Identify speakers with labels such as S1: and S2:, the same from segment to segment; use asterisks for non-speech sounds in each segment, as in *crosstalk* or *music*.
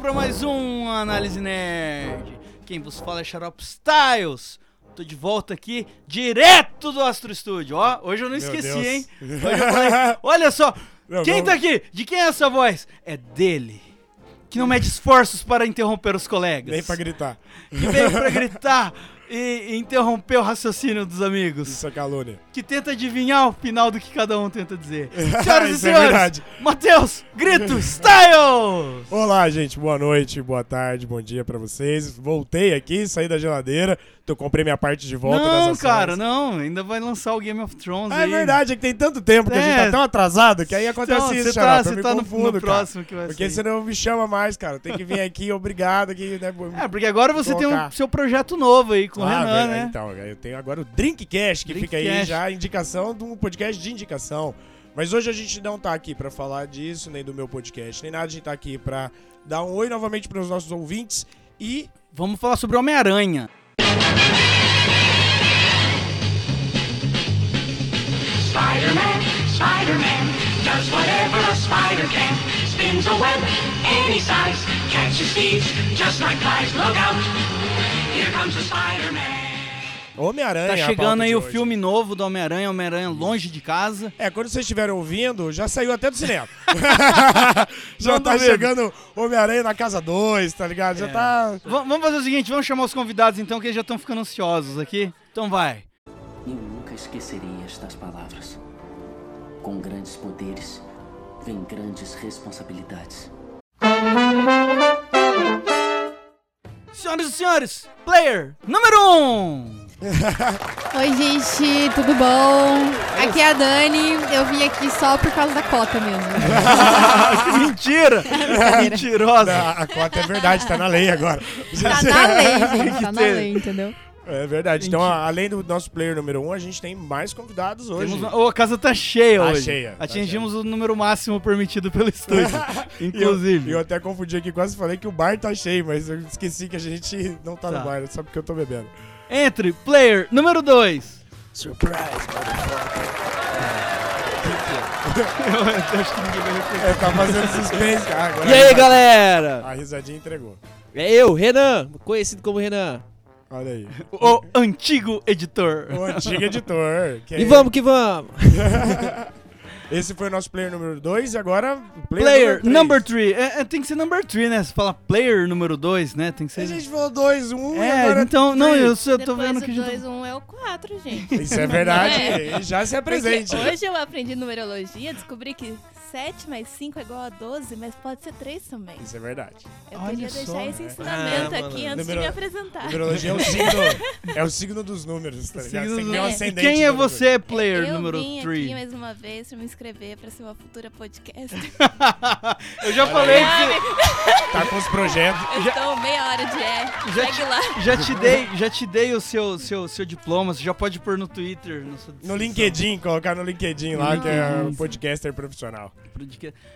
S1: para mais um Análise Nerd. Quem vos fala é Xarope Styles. Tô de volta aqui, direto do Astro Studio. Ó, hoje eu não esqueci,
S2: Deus. *laughs*
S1: hein? Hoje eu falei, olha só,
S2: Não,
S1: quem
S2: não.
S1: tá aqui? De quem é essa voz? É dele, que não mede esforços para interromper os colegas.
S2: Nem pra gritar.
S1: que veio pra gritar e, e interromper o raciocínio dos amigos.
S2: Isso é calúnia.
S1: Que tenta adivinhar o final do que cada um tenta dizer. Senhoras e
S2: Isso *laughs* é
S1: senhores,
S2: verdade.
S1: Matheus,
S2: *laughs*
S1: grito, Styles!
S2: Olá, gente. Boa noite, boa tarde, bom dia pra vocês. Voltei aqui, saí da geladeira. Tô comprei minha parte de volta das
S1: Não,
S2: ações.
S1: cara, não. Ainda vai lançar o Game of Thrones
S2: Ah,
S1: aí.
S2: é verdade, é que tem tanto tempo que a gente
S1: É.
S2: tá tão atrasado que aí acontece
S1: Então,
S2: isso,
S1: você
S2: Xarope.
S1: tá,
S2: eu
S1: você
S2: me
S1: tá no,
S2: confundo,
S1: no
S2: cara.
S1: próximo que vai
S2: Porque
S1: sair.
S2: você não me chama mais, cara. Tem que vir aqui, *laughs* obrigado. Aqui, né?
S1: É, porque agora você tem um
S2: Colocar.
S1: seu projeto novo aí com o
S2: Ah,
S1: Renan,
S2: verdade.
S1: né?
S2: Então, eu tenho agora o Drinkcast, que fica aí
S1: Drinkcast.
S2: já a indicação de um podcast de indicação. Mas hoje a gente não tá aqui pra falar disso, nem do meu podcast, nem nada. A gente tá aqui pra dar um oi novamente pros nossos ouvintes e
S1: Vamos falar sobre Homem-Aranha.
S3: Spider-Man, Spider-Man, does whatever a spider can. Spins a web any size, catches thieves just like flies. Look out, here comes the Spider-Man.
S2: Homem-Aranha.
S1: Tá
S2: é a
S1: chegando
S2: pauta
S1: aí
S2: de
S1: o
S2: hoje.
S1: filme novo do Homem-Aranha, Homem-Aranha Longe de Casa.
S2: É, quando vocês estiverem ouvindo, já saiu até do
S1: *laughs*
S2: cinema. *laughs* já
S1: Não
S2: tá
S1: duvido. É.
S2: chegando Homem-Aranha na Casa 2, tá ligado? Já tá.
S1: V- vamos fazer o seguinte, vamos chamar os convidados então, que eles já estão ficando ansiosos aqui. Então vai.
S4: Eu nunca esquecerei estas palavras. Com grandes poderes, vem grandes responsabilidades.
S1: Senhoras e senhores, player número 1! Um.
S5: Oi, gente, tudo bom? Aqui é a Dani. Eu vim aqui só por causa da cota mesmo.
S2: *laughs*
S1: Mentira! Mentirosa!
S2: A, a cota é verdade, tá na lei agora.
S5: Tá na
S1: *laughs*
S5: lei, gente, tá na lei, entendeu?
S2: *laughs* É verdade. Então, a- além do nosso player número 1, um, a gente tem mais convidados hoje.
S1: Temos- Ô, a casa tá cheia
S2: Tá
S1: hoje.
S2: cheia, tá
S1: Atingimos o número máximo permitido pelo estúdio.
S2: *laughs* E eu-
S1: inclusive.
S2: Eu, até confundi aqui, quase falei que o bar tá cheio, mas eu esqueci que a gente não tá,
S1: Tá.
S2: no bar, só porque eu tô bebendo.
S1: Entre player número 2.
S2: É, tá fazendo suspense, cara. Agora
S6: E aí, galera?
S2: A risadinha entregou.
S6: É eu, Renan, conhecido como Renan.
S2: Olha aí.
S1: O antigo editor.
S2: O antigo editor. que
S6: E
S2: é-
S6: vamos que vamos.
S2: Esse foi o nosso player número 2 e agora o
S1: Player
S2: três.
S1: number 3. É, é, tem que ser number 3, né? Se fala player número 2, né? Tem que ser.
S2: A gente falou 2, 1 um, e
S1: É,
S2: é agora...
S1: então, não, eu, só tô
S7: Depois
S1: vendo que a
S7: o
S1: gente-
S7: 2, 1 um é o 4, gente.
S2: Isso é verdade.
S7: *laughs* É.
S2: e Já se apresente.
S7: Porque hoje eu aprendi numerologia, descobri que 7 mais 5 é igual a 12, mas pode ser 3 também.
S2: Isso é verdade.
S7: Eu
S1: Olha
S7: queria
S1: só,
S7: deixar esse
S2: né?
S7: ensinamento
S1: É,
S6: Ah,
S7: aqui
S6: mano.
S7: antes de
S2: Numero-
S7: me apresentar.
S2: Numerologia é o signo, é o signo dos números, tá ligado? Você tem que ter um
S7: É. E
S1: E
S2: ascendente.
S1: quem é
S2: no número.
S1: você, player
S7: eu
S1: número
S7: vim aqui
S1: 3?
S7: mais uma vez pra me inscrever pra ser uma futura podcast.
S1: *laughs* eu já falei que.
S7: Ai,
S2: Tá com os projetos.
S7: eu estou meia hora de é.
S1: Já
S7: Segue lá.
S1: Já te dei, já te dei o seu, seu, seu diploma, você já pode pôr no Twitter. No, seu-
S2: No LinkedIn, colocar no LinkedIn lá, que é um podcaster profissional.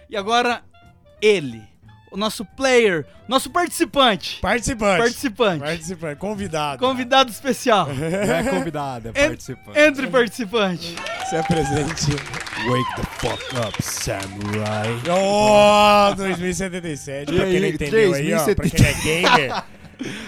S1: E agora, ele, o nosso player, nosso participante.
S2: Participante.
S1: Participante.
S2: Participante. Convidado. *laughs*
S1: Convidado
S8: *laughs*
S1: especial.
S8: Não é convidada,
S1: En-
S8: é participante.
S1: Entre participante.
S2: Se apresente.
S8: Wake the fuck up, samurai.
S2: Ó, 2077. Pra
S8: E
S2: quem não
S8: aí,
S2: entendeu aí, ó. Pra quem é gamer.
S8: *laughs*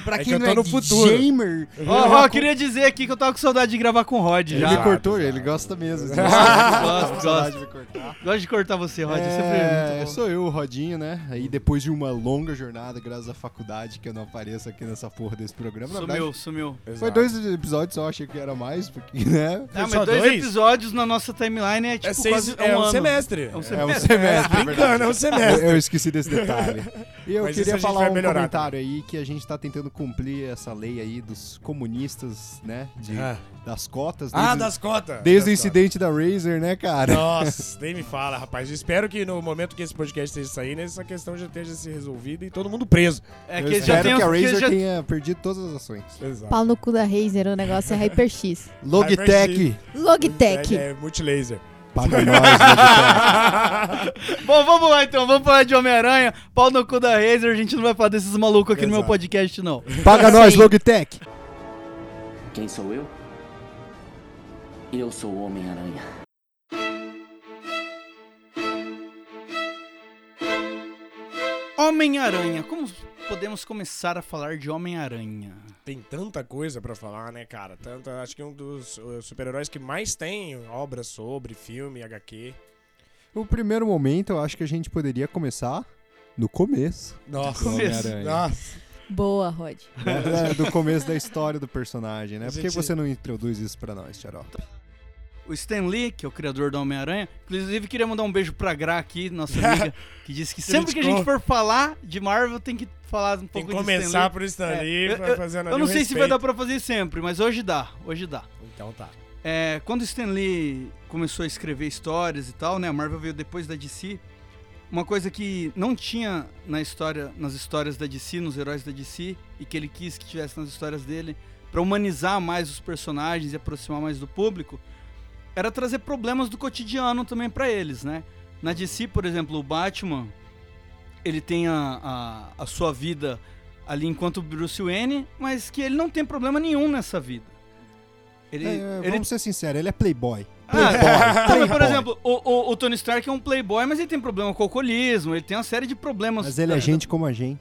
S8: Pra
S2: É
S8: quem
S2: que eu
S8: não
S2: tô
S8: é
S2: no futuro.
S8: gamer,
S1: Ó, ó, eu queria dizer aqui que eu tava com saudade de gravar com o Rod
S8: é ele é
S1: já.
S2: Exato,
S8: cortou,
S2: exato.
S8: ele gosta *laughs* mesmo.
S1: Gosto, gosto.
S8: de cortar.
S1: Gosto de cortar você, Rod. É... Sempre
S8: É,
S1: muito bom.
S8: sou eu, o Rodinho, né? Aí depois de uma longa jornada, graças à faculdade, que eu não apareço aqui nessa porra desse programa. Na
S1: Sumiu,
S8: verdade,
S1: sumiu.
S8: foi dois episódios só, achei que era mais, porque, né?
S1: Ah, mas
S2: só
S1: dois,
S2: dois?
S1: episódios na nossa timeline é tipo
S2: É, seis,
S1: quase
S2: é
S1: um
S2: um
S1: ano.
S2: semestre.
S1: É um
S8: É um
S1: semestre.
S8: semestre, é
S2: Brincando,
S8: verdade.
S2: é um semestre.
S8: Eu, eu esqueci desse detalhe. E eu
S2: Mas isso
S8: queria
S2: a gente vai
S8: falar um
S2: melhorar tá?
S8: comentário aí que a gente tá tentando cumprir essa lei aí dos comunistas, né? De,
S2: Ah.
S8: Das cotas.
S2: Ah,
S8: desde-
S2: das cotas.
S8: Desde o
S2: Das cotas.
S8: incidente da Razer, né, cara?
S2: Nossa, *laughs* nem me fala, rapaz. Eu espero que no momento que esse podcast esteja saindo, essa questão já esteja se resolvida e todo mundo preso.
S1: É
S8: eu
S1: que eles já
S8: espero
S1: tem
S8: que a
S1: uns- que eles
S8: Razer
S1: já-
S8: tenha perdido todas as ações.
S2: Exato.
S5: Pau no cu da Razer, o negócio é HyperX.
S8: Logitech,
S5: Logitech.
S2: É, é
S1: *laughs*
S2: multilaser.
S8: paga nós, Logitech.
S1: Bom, vamos lá então, vamos falar de Homem-Aranha, pau no cu da Razer, a gente não vai falar desses malucos aqui no meu
S2: Exato.
S1: podcast, não.
S8: Paga nós,
S5: Sim.
S8: Logitech.
S4: Quem sou eu? Eu sou o Homem-Aranha.
S1: Homem-Aranha. Como podemos começar a falar de Homem-Aranha?
S2: Tem tanta coisa pra falar, né, cara? Tanta, acho que um dos uh, super-heróis que mais tem obras sobre, filme, HQ.
S8: O primeiro momento, eu acho que a gente poderia começar no começo.
S2: Nossa.
S8: do
S1: Começo.
S8: Homem-Aranha.
S2: Nossa.
S5: Boa, Rod.
S1: *laughs*
S8: Né? É, Do começo da história do personagem, né?
S2: A
S8: Por que
S2: gente-
S8: você não introduz isso pra nós, Xarope?
S1: O Stan Lee, que é o criador do Homem-Aranha. Inclusive, queria mandar um beijo pra Gra aqui,
S2: *laughs*
S1: nossa amiga, que disse que sempre que a gente for falar de Marvel, tem que falar um
S2: Tem
S1: pouco
S2: que
S1: de Stan
S2: começar
S1: Lee.
S2: por Stan
S1: É,
S2: Lee,
S1: eu-
S2: pra fazer
S1: Eu não sei se vai dar pra fazer sempre, mas hoje dá, hoje dá.
S2: Então tá.
S1: É, quando o Stan Lee começou a escrever histórias e tal, né? A Marvel veio depois da DC. Uma coisa que não tinha na história, nas histórias da DC, nos heróis da DC, e que ele quis que tivesse nas histórias dele, pra humanizar mais os personagens e aproximar mais do público, era trazer problemas do cotidiano também pra eles, né? Na DC, por exemplo, o Batman, ele tem a, a, a sua vida ali enquanto Bruce Wayne, mas que ele não tem problema nenhum nessa vida. Ele,
S8: É, é,
S1: ele
S8: Vamos ser sinceros, ele é playboy.
S1: ah,
S8: Playboy,
S1: então, mas, por
S8: playboy.
S1: exemplo, o, o- o Tony Stark é um playboy, mas ele tem problema com o alcoolismo, ele tem uma série de problemas.
S8: Mas ele é gente como a gente.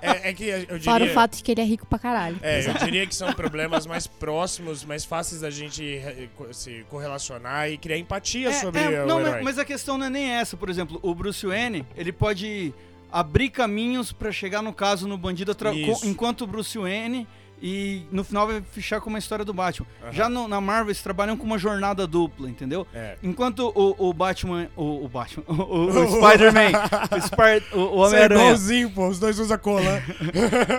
S2: É, é que eu
S5: Fora o
S2: diria...
S5: fato de que ele é rico pra caralho.
S2: É, eu diria que são problemas mais próximos, mais fáceis da gente eh, co- se correlacionar e criar empatia
S1: É,
S2: sobre
S1: é,
S2: o
S1: não,
S2: herói.
S1: mas, mas a questão não é nem essa. Por exemplo, o Bruce Wayne, ele pode abrir caminhos pra chegar no caso no bandido atra-
S2: Isso.
S1: com- enquanto o Bruce Wayne e no final vai fechar com uma história do Batman. Já no- na Marvel eles trabalham com uma jornada dupla, entendeu?
S2: É.
S1: Enquanto o, o Batman, o, o Batman, *laughs* o, o-
S2: *laughs*
S1: o Spider-Man, o, Spar- o- o
S2: Você é
S1: Homem-Aranha,
S2: igualzinho, pô, os dois usam
S1: *laughs*
S2: cola.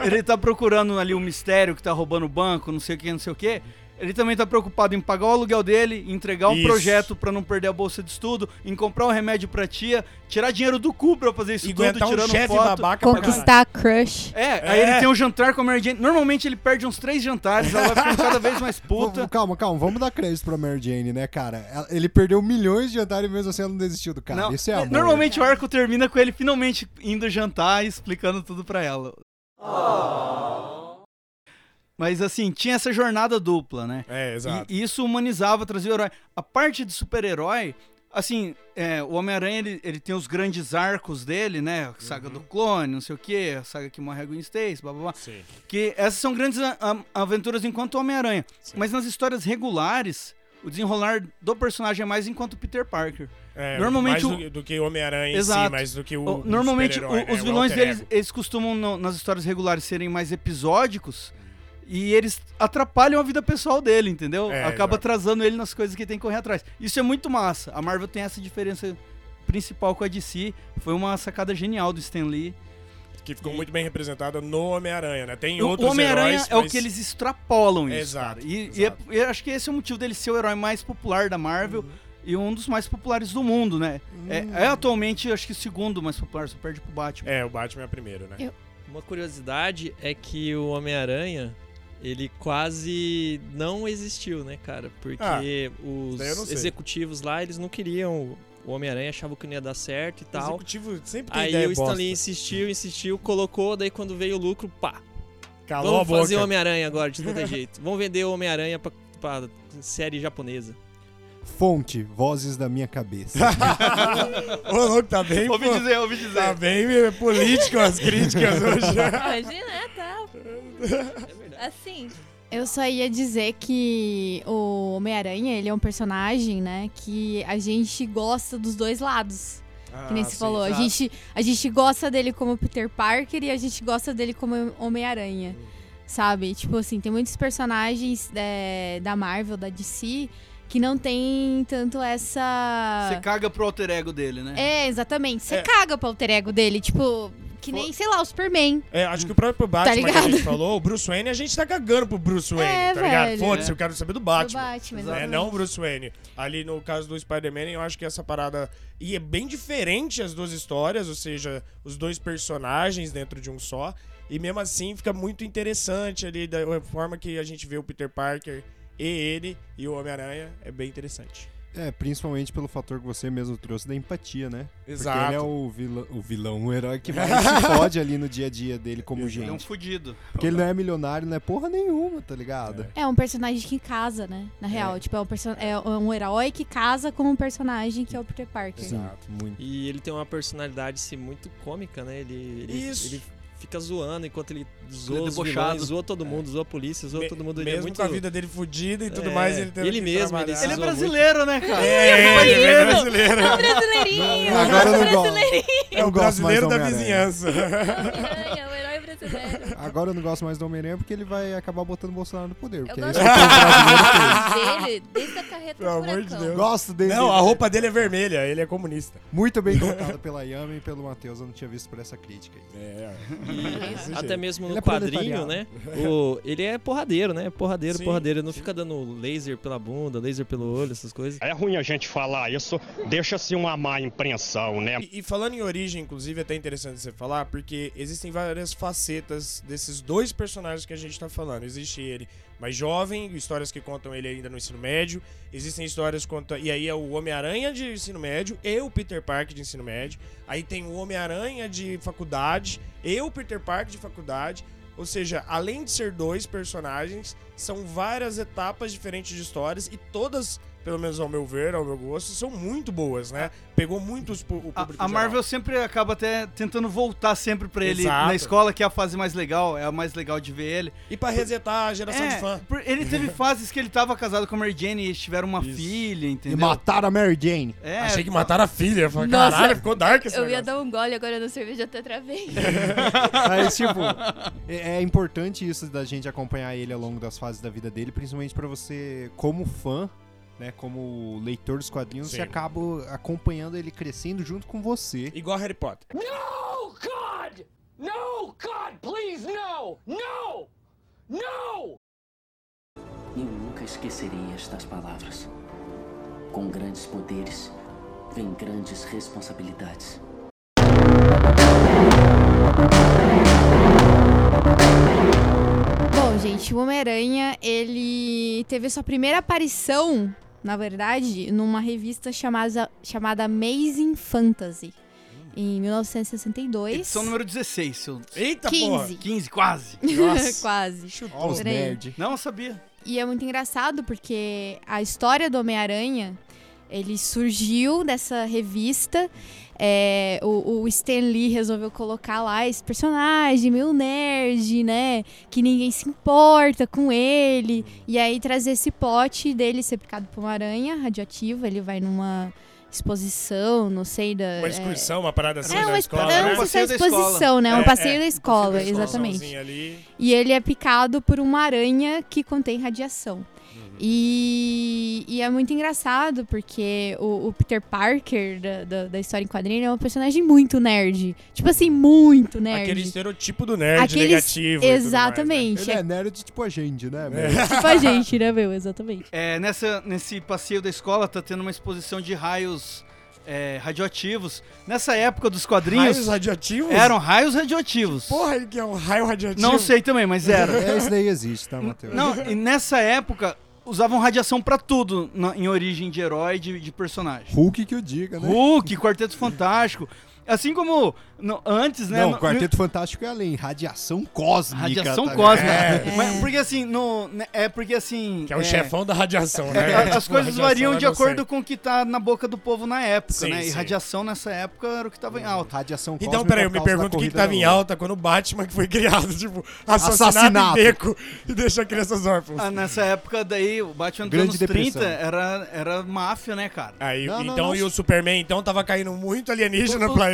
S1: ele tá procurando ali o mistério que tá roubando o banco, não sei o que, não sei o que. Ele também tá preocupado em pagar o aluguel dele, em entregar um
S2: Isso.
S1: projeto pra não perder a bolsa de estudo, em comprar um remédio pra tia, tirar dinheiro do cu pra fazer isso
S2: e
S1: tudo,
S2: aguentar um
S1: tirando
S2: chefe
S1: foto.
S2: babaca pra caralho.
S5: Conquistar a crush.
S1: É, aí
S2: É.
S1: ele tem um jantar com a Mary Jane. Normalmente ele perde uns três jantares, ela vai ficando
S2: *laughs*
S1: cada vez mais
S8: Vamos-
S1: *laughs* puta.
S8: Calma, calma, vamos dar crédito pra Mary Jane, né, cara? Ela- Ele perdeu milhões de jantares e mesmo assim ela não desistiu do cara.
S1: Não,
S8: Isso é amor.
S1: Normalmente o arco termina com ele finalmente indo jantar e explicando tudo pra ela. Mas assim, tinha essa jornada dupla, né?
S2: É, exato.
S1: E isso humanizava, trazia o herói. A parte de super-herói, assim, é, o Homem-Aranha, ele, ele tem os grandes arcos dele, né? A saga do clone, não sei o quê, a saga que morre a Gwen Stacy, blá blá blá.
S2: Uhum. Sim.
S1: Que essas são grandes a- a- aventuras enquanto Homem-Aranha. Mas nas histórias regulares, o desenrolar do personagem é mais enquanto Peter Parker.
S2: É,
S1: Normalmente
S2: mais
S1: o-
S2: do, do que o Homem-Aranha em si,
S1: Exato.
S2: mais do que o.
S1: O-
S2: o
S1: Normalmente, o-
S2: Tipo, super-herói, né?
S1: os
S2: O
S1: vilões
S2: alter
S1: deles,
S2: ego.
S1: eles costumam, no- nas histórias regulares, serem mais episódicos. E eles atrapalham a vida pessoal dele, entendeu?
S2: É,
S1: Acaba
S2: exato.
S1: atrasando ele nas coisas que tem que correr atrás. Isso é muito massa. A Marvel tem essa diferença principal com a DC. Foi uma sacada genial do Stan Lee.
S2: Que ficou muito bem representada no Homem-Aranha, né? Tem
S1: O-
S2: outros
S1: o Homem-Aranha
S2: heróis,
S1: é o
S2: mas-
S1: que eles extrapolam isso.
S2: Exato,
S1: cara. E,
S2: exato.
S1: e é- eu acho que esse é o motivo dele ser o herói mais popular da Marvel
S2: Uhum.
S1: e um dos mais populares do mundo, né? É, é atualmente, acho que o segundo mais popular, só perde pro Batman.
S2: É, o Batman é o primeiro, né?
S6: Uma curiosidade é que o Homem-Aranha, ele quase não existiu, né, cara? Porque
S2: Ah,
S6: os
S2: daí eu não sei.
S6: executivos lá, eles não queriam o Homem-Aranha, achavam que não ia dar certo e
S2: O
S6: tal.
S2: executivo sempre tem
S6: Aí
S2: ideia
S6: o
S2: bosta.
S6: Stanley insistiu, insistiu, colocou, daí quando veio o lucro, pá,
S2: Calou
S6: vamos
S2: a boca.
S6: fazer o Homem-Aranha agora, de todo jeito. Vamos vender o Homem-Aranha pra, pra série japonesa.
S8: Fonte, vozes da minha cabeça.
S2: *laughs* Ô, louco, tá bem, pô,
S1: Ouvi dizer, ouvi dizer.
S2: Tá bem eh, político as críticas
S6: *laughs*
S2: hoje.
S7: Hoje, né, tá? Assim,
S5: Eu só ia dizer que o Homem-Aranha, ele é um personagem, né? Que a gente gosta dos dois lados.
S6: Ah,
S5: Que
S2: Ah,
S5: nem se falou. A gente, a gente gosta dele como Peter Parker e a gente gosta dele como Homem-Aranha.
S2: Hum.
S5: Sabe? Tipo assim, tem muitos personagens é, da Marvel, da DC, que não tem tanto essa.
S1: Você caga pro alter ego dele, né?
S5: Ah. É, exatamente. Você
S2: É.
S5: caga pro alter ego dele. Tipo, que nem, sei lá, o Superman.
S2: É, acho que o próprio Batman que a
S5: Tá ligado?
S2: gente falou, o Bruce Wayne, a gente tá cagando pro Bruce Wayne,
S5: É,
S2: tá ligado?
S5: velho.
S2: Foda-se, eu quero saber do
S5: Do
S2: Batman.
S5: Batman.
S2: né?
S5: exatamente.
S2: Não o Bruce Wayne. Ali no caso do Spider-Man, eu acho que essa parada. E é bem diferente as duas histórias, ou seja, os dois personagens dentro de um só. E mesmo assim fica muito interessante ali da forma que a gente vê o Peter Parker e ele e o Homem-Aranha. É bem interessante.
S8: É, principalmente pelo fator que você mesmo trouxe da empatia, né? Porque ele é
S2: Exato.
S8: o vilão, o vilão, o herói que
S2: *laughs*
S8: mais se fode ali no dia a dia dele como
S1: Ele é um
S8: gente.
S1: fudido.
S8: Porque ele não é milionário, não é porra nenhuma, tá ligado?
S5: É um personagem que casa, né? Na real, tipo, é um, perso- é um herói que casa com um personagem que é o Peter Parker.
S8: Sim, muito.
S6: E ele tem uma personalidade assim, muito cômica, né? Ele, ele,
S2: Isso.
S6: ele fica zoando enquanto ele zoa
S1: Ele é
S6: os vilões,
S1: debochado.
S6: zoa todo mundo, zoa a polícia, zoa
S2: Me-
S6: todo mundo. Ele
S2: Mesmo
S6: é muito...
S2: com a vida dele fodida e tudo
S6: É,
S2: mais, ele tendo
S6: ele
S2: que
S6: mesmo,
S2: trabalhar.
S6: ele se
S1: Ele é
S6: zoa muito.
S1: brasileiro, né, cara?
S2: É, ele é brasileiro.
S7: É um brasileirinho!
S8: Agora eu
S7: é um
S8: não gosto.
S7: brasileirinho!
S8: Eu
S2: É o
S8: gosto mais
S2: brasileiro
S8: do
S2: da
S8: Homem-Aranha.
S2: vizinhança.
S7: Homem-Aranha, o um herói
S2: *laughs*
S7: brasileiro.
S8: Agora eu não gosto mais do Homem-Aranha porque ele vai acabar botando o Bolsonaro no poder.
S7: Eu
S8: Porque é
S7: gosto
S8: isso que eu
S7: dele desde a carreta
S2: Pelo
S7: do
S2: amor de
S7: furacão.
S2: Deus.
S8: gosto dele.
S2: Não, a roupa dele é vermelha, ele é comunista.
S8: Muito bem colocado pela Yami e pelo Matheus, eu não tinha visto por essa crítica aí.
S2: É,
S6: E até mesmo
S8: Ele
S6: no
S8: é
S6: quadrinho,
S8: proletariado.
S6: né? O, ele é porradeiro, né? Porradeiro,
S2: Sim,
S6: porradeiro. Ele não fica dando laser pela bunda, laser pelo olho, essas coisas.
S9: É ruim a gente falar isso, deixa-se uma má impressão, né?
S2: E, e falando em origem, inclusive, é até interessante você falar, porque existem várias facetas desses dois personagens que a gente tá falando. Existe ele mais jovem, histórias que contam ele ainda no ensino médio. Existem histórias que contam. E aí é o Homem-Aranha de ensino médio e o Peter Parker de ensino médio. Aí tem o Homem-Aranha de faculdade e o Peter Parker de faculdade. Ou seja, além de ser dois personagens, são várias etapas diferentes de histórias e todas, pelo menos ao meu ver, ao meu gosto, são muito boas, né? Pegou muito os pu- o
S1: A,
S2: público
S1: a
S2: geral.
S1: Marvel sempre acaba até tentando voltar sempre pra ele
S2: Exato.
S1: na escola, que é a fase mais legal, é a mais legal de ver ele.
S2: E pra resetar a geração
S1: É,
S2: de fã.
S1: por- ele teve fases que ele tava casado com a Mary Jane e eles tiveram uma filha,
S8: E
S1: entendeu?
S8: mataram a Mary Jane.
S1: É,
S2: Achei que mataram a filha. Eu falei,
S7: Nossa,
S2: caralho, ficou dark esse
S7: Eu ia
S2: negócio.
S7: dar um gole agora na cerveja até travei.
S8: *laughs* Mas, tipo, é, é importante isso da gente acompanhar ele ao longo das fases da vida dele, principalmente pra você, como fã, né, como leitor dos quadrinhos,
S2: Sim.
S8: você acaba acompanhando ele crescendo junto com você.
S2: Igual Harry Potter.
S4: Eu nunca esquecerei estas palavras. Com grandes poderes, vem grandes responsabilidades.
S5: Bom, gente, o Homem-Aranha, ele teve sua primeira aparição, na verdade, numa revista chamada, chamada Amazing Fantasy, em 1962.
S1: edição número 16, seu...
S2: Eita, porra.
S5: 15.
S1: 15, quase.
S5: *laughs*
S2: Nossa.
S5: Quase.
S8: Ó, os
S5: Peraí.
S8: nerd.
S1: Não, eu sabia.
S5: E é muito engraçado porque a história do Homem-Aranha, ele surgiu dessa revista. é, o, o Stan Lee resolveu colocar lá esse personagem meio nerd, né? Que ninguém se importa com ele. E aí trazer esse pote dele ser picado por uma aranha radioativa. Ele vai numa exposição, não sei, da...
S2: Uma excursão, uma
S5: É,
S2: parada assim
S5: é
S2: na
S5: uma
S2: escola,
S5: expo- eu
S2: né?
S5: não sei se é
S1: Passeio da escola.
S5: exposição, né? É um
S2: É,
S5: passeio
S2: é,
S5: da escola,
S2: Uma
S5: exatamente.
S2: excursãozinha ali.
S5: E ele é picado por uma aranha que contém radiação.
S2: Uhum.
S5: E, e é muito engraçado porque o, o Peter Parker da, da, da história em quadrinho ele é um personagem muito nerd. Tipo assim, muito nerd.
S2: Aquele estereotipo do nerd
S5: Aqueles-
S2: negativo. e tudo mais, né?
S5: Exatamente.
S8: Ele é nerd tipo a gente, né? meu?
S5: é tipo a gente, né, meu? Exatamente.
S1: É, nessa, nesse passeio da escola tá tendo uma exposição de raios é, radioativos. Nessa época dos quadrinhos,
S2: Raios radioativos?
S1: eram raios radioativos.
S2: Porra, ele que é um raio radioativo.
S1: Não sei também, mas era.
S8: É, isso daí existe, tá, Matheus?
S1: Não, e nessa época usavam radiação pra tudo na- em origem de herói, de, de personagem.
S8: Hulk que o diga, né?
S1: Hulk, Quarteto Fantástico. Assim como no- antes, né?
S8: Não,
S1: no-
S8: Quarteto Fantástico é além. Radiação cósmica.
S1: Radiação
S8: tá
S1: cósmica.
S2: É.
S1: Mas porque assim, no, né, é porque assim.
S2: Que é o chefão da radiação, né?
S1: é, as coisas variam de acordo
S2: com...
S1: com o que tá na boca do povo na época,
S2: Sim,
S1: né? E
S2: sim.
S1: radiação nessa época era o que tava em
S8: ligado?
S1: alta.
S8: É, Radiação cósmica.
S2: Então, peraí, eu
S8: por
S2: me
S8: causa da
S2: pergunto o que, que
S8: corrida
S2: tava em
S8: da Lua.
S2: alta quando o Batman que foi *laughs* criado, tipo, assassinado,
S8: Assassinato.
S2: em beco e deixa crianças órfãs.
S1: Ah, nessa época daí, o Batman dos
S8: Grande
S1: anos
S8: Depressão.
S1: 30 era, era máfia, né, cara?
S2: Aí,
S8: Ah, Não, não,
S2: então,
S8: não.
S2: e o Superman, então, tava caindo muito alienígena no planeta,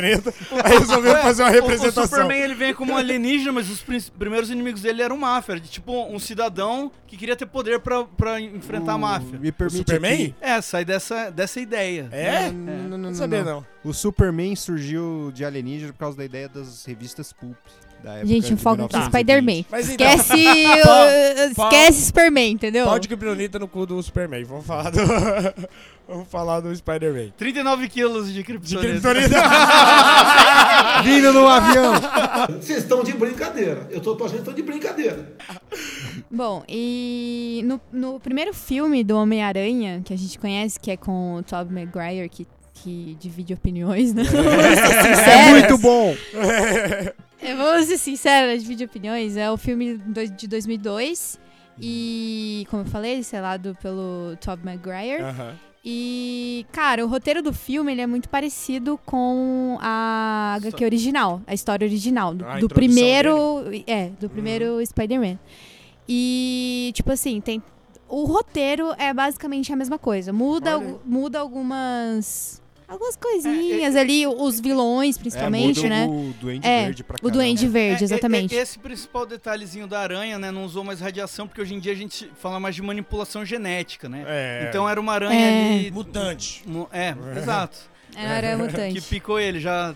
S2: aí resolveu fazer uma
S1: é, O-
S2: representação.
S1: O, Superman ele vem como um alienígena, mas os prin- primeiros inimigos dele eram máfia, era de, tipo um cidadão que queria ter poder pra, pra enfrentar a máfia.
S8: Me permite
S2: Superman?
S8: aqui-
S1: É, sai dessa, dessa ideia.
S2: É?
S8: Não, não, não,
S2: Não
S8: não,
S2: sabia,
S8: não.
S2: não.
S8: O Superman surgiu de alienígena por causa da ideia das revistas pulp. Da
S2: É
S8: época
S5: gente, o
S8: de
S5: foco aqui
S8: 1920.
S5: Spider-Man.
S2: Mas então-
S5: Esquece, o-
S2: pau-
S5: esquece Superman, entendeu?
S2: Pau de criptonita no cu do Superman. Vamos falar do. *laughs* Vamos falar do Spider-Man.
S1: 39 quilos de
S2: De
S1: criptonita.
S8: *laughs*
S2: criptonita!
S8: Vindo no avião!
S5: *laughs*
S10: Vocês estão de brincadeira. Eu tô torcendo, estão de brincadeira.
S5: Bom, e no, no primeiro filme do Homem-Aranha, que a gente conhece, que é com o Tobey Maguire, que, que divide opiniões, né? Vamos ser
S8: É
S5: sinceros.
S8: muito bom!
S5: É, vamos ser sinceros, divide opiniões. É o filme do- de 2002. E, como eu falei, estrelado pelo Tobey Maguire.
S2: Aham.
S5: E, cara, o roteiro do filme ele é muito parecido com a HQ original, a história original. Do,
S2: Ah, a
S5: do
S2: introdução
S5: primeiro. É, do primeiro Spider-Man. E, tipo assim, tem. O roteiro é basicamente a mesma coisa. Muda,
S2: Olha.
S5: al- muda algumas. Algumas coisinhas ali, os vilões, principalmente,
S8: é, muda
S5: né?
S8: O Duende
S5: É,
S8: Verde pra
S5: O Duende Verde,
S1: É, é,
S5: exatamente.
S1: é, esse principal detalhezinho da aranha, né? Não usou mais radiação, porque hoje em dia a gente fala mais de manipulação genética, né?
S2: É.
S1: Então era uma aranha
S5: É.
S1: ali.
S2: Mutante.
S1: mu- É, exato.
S5: Era mutante.
S1: Que picou ele, já.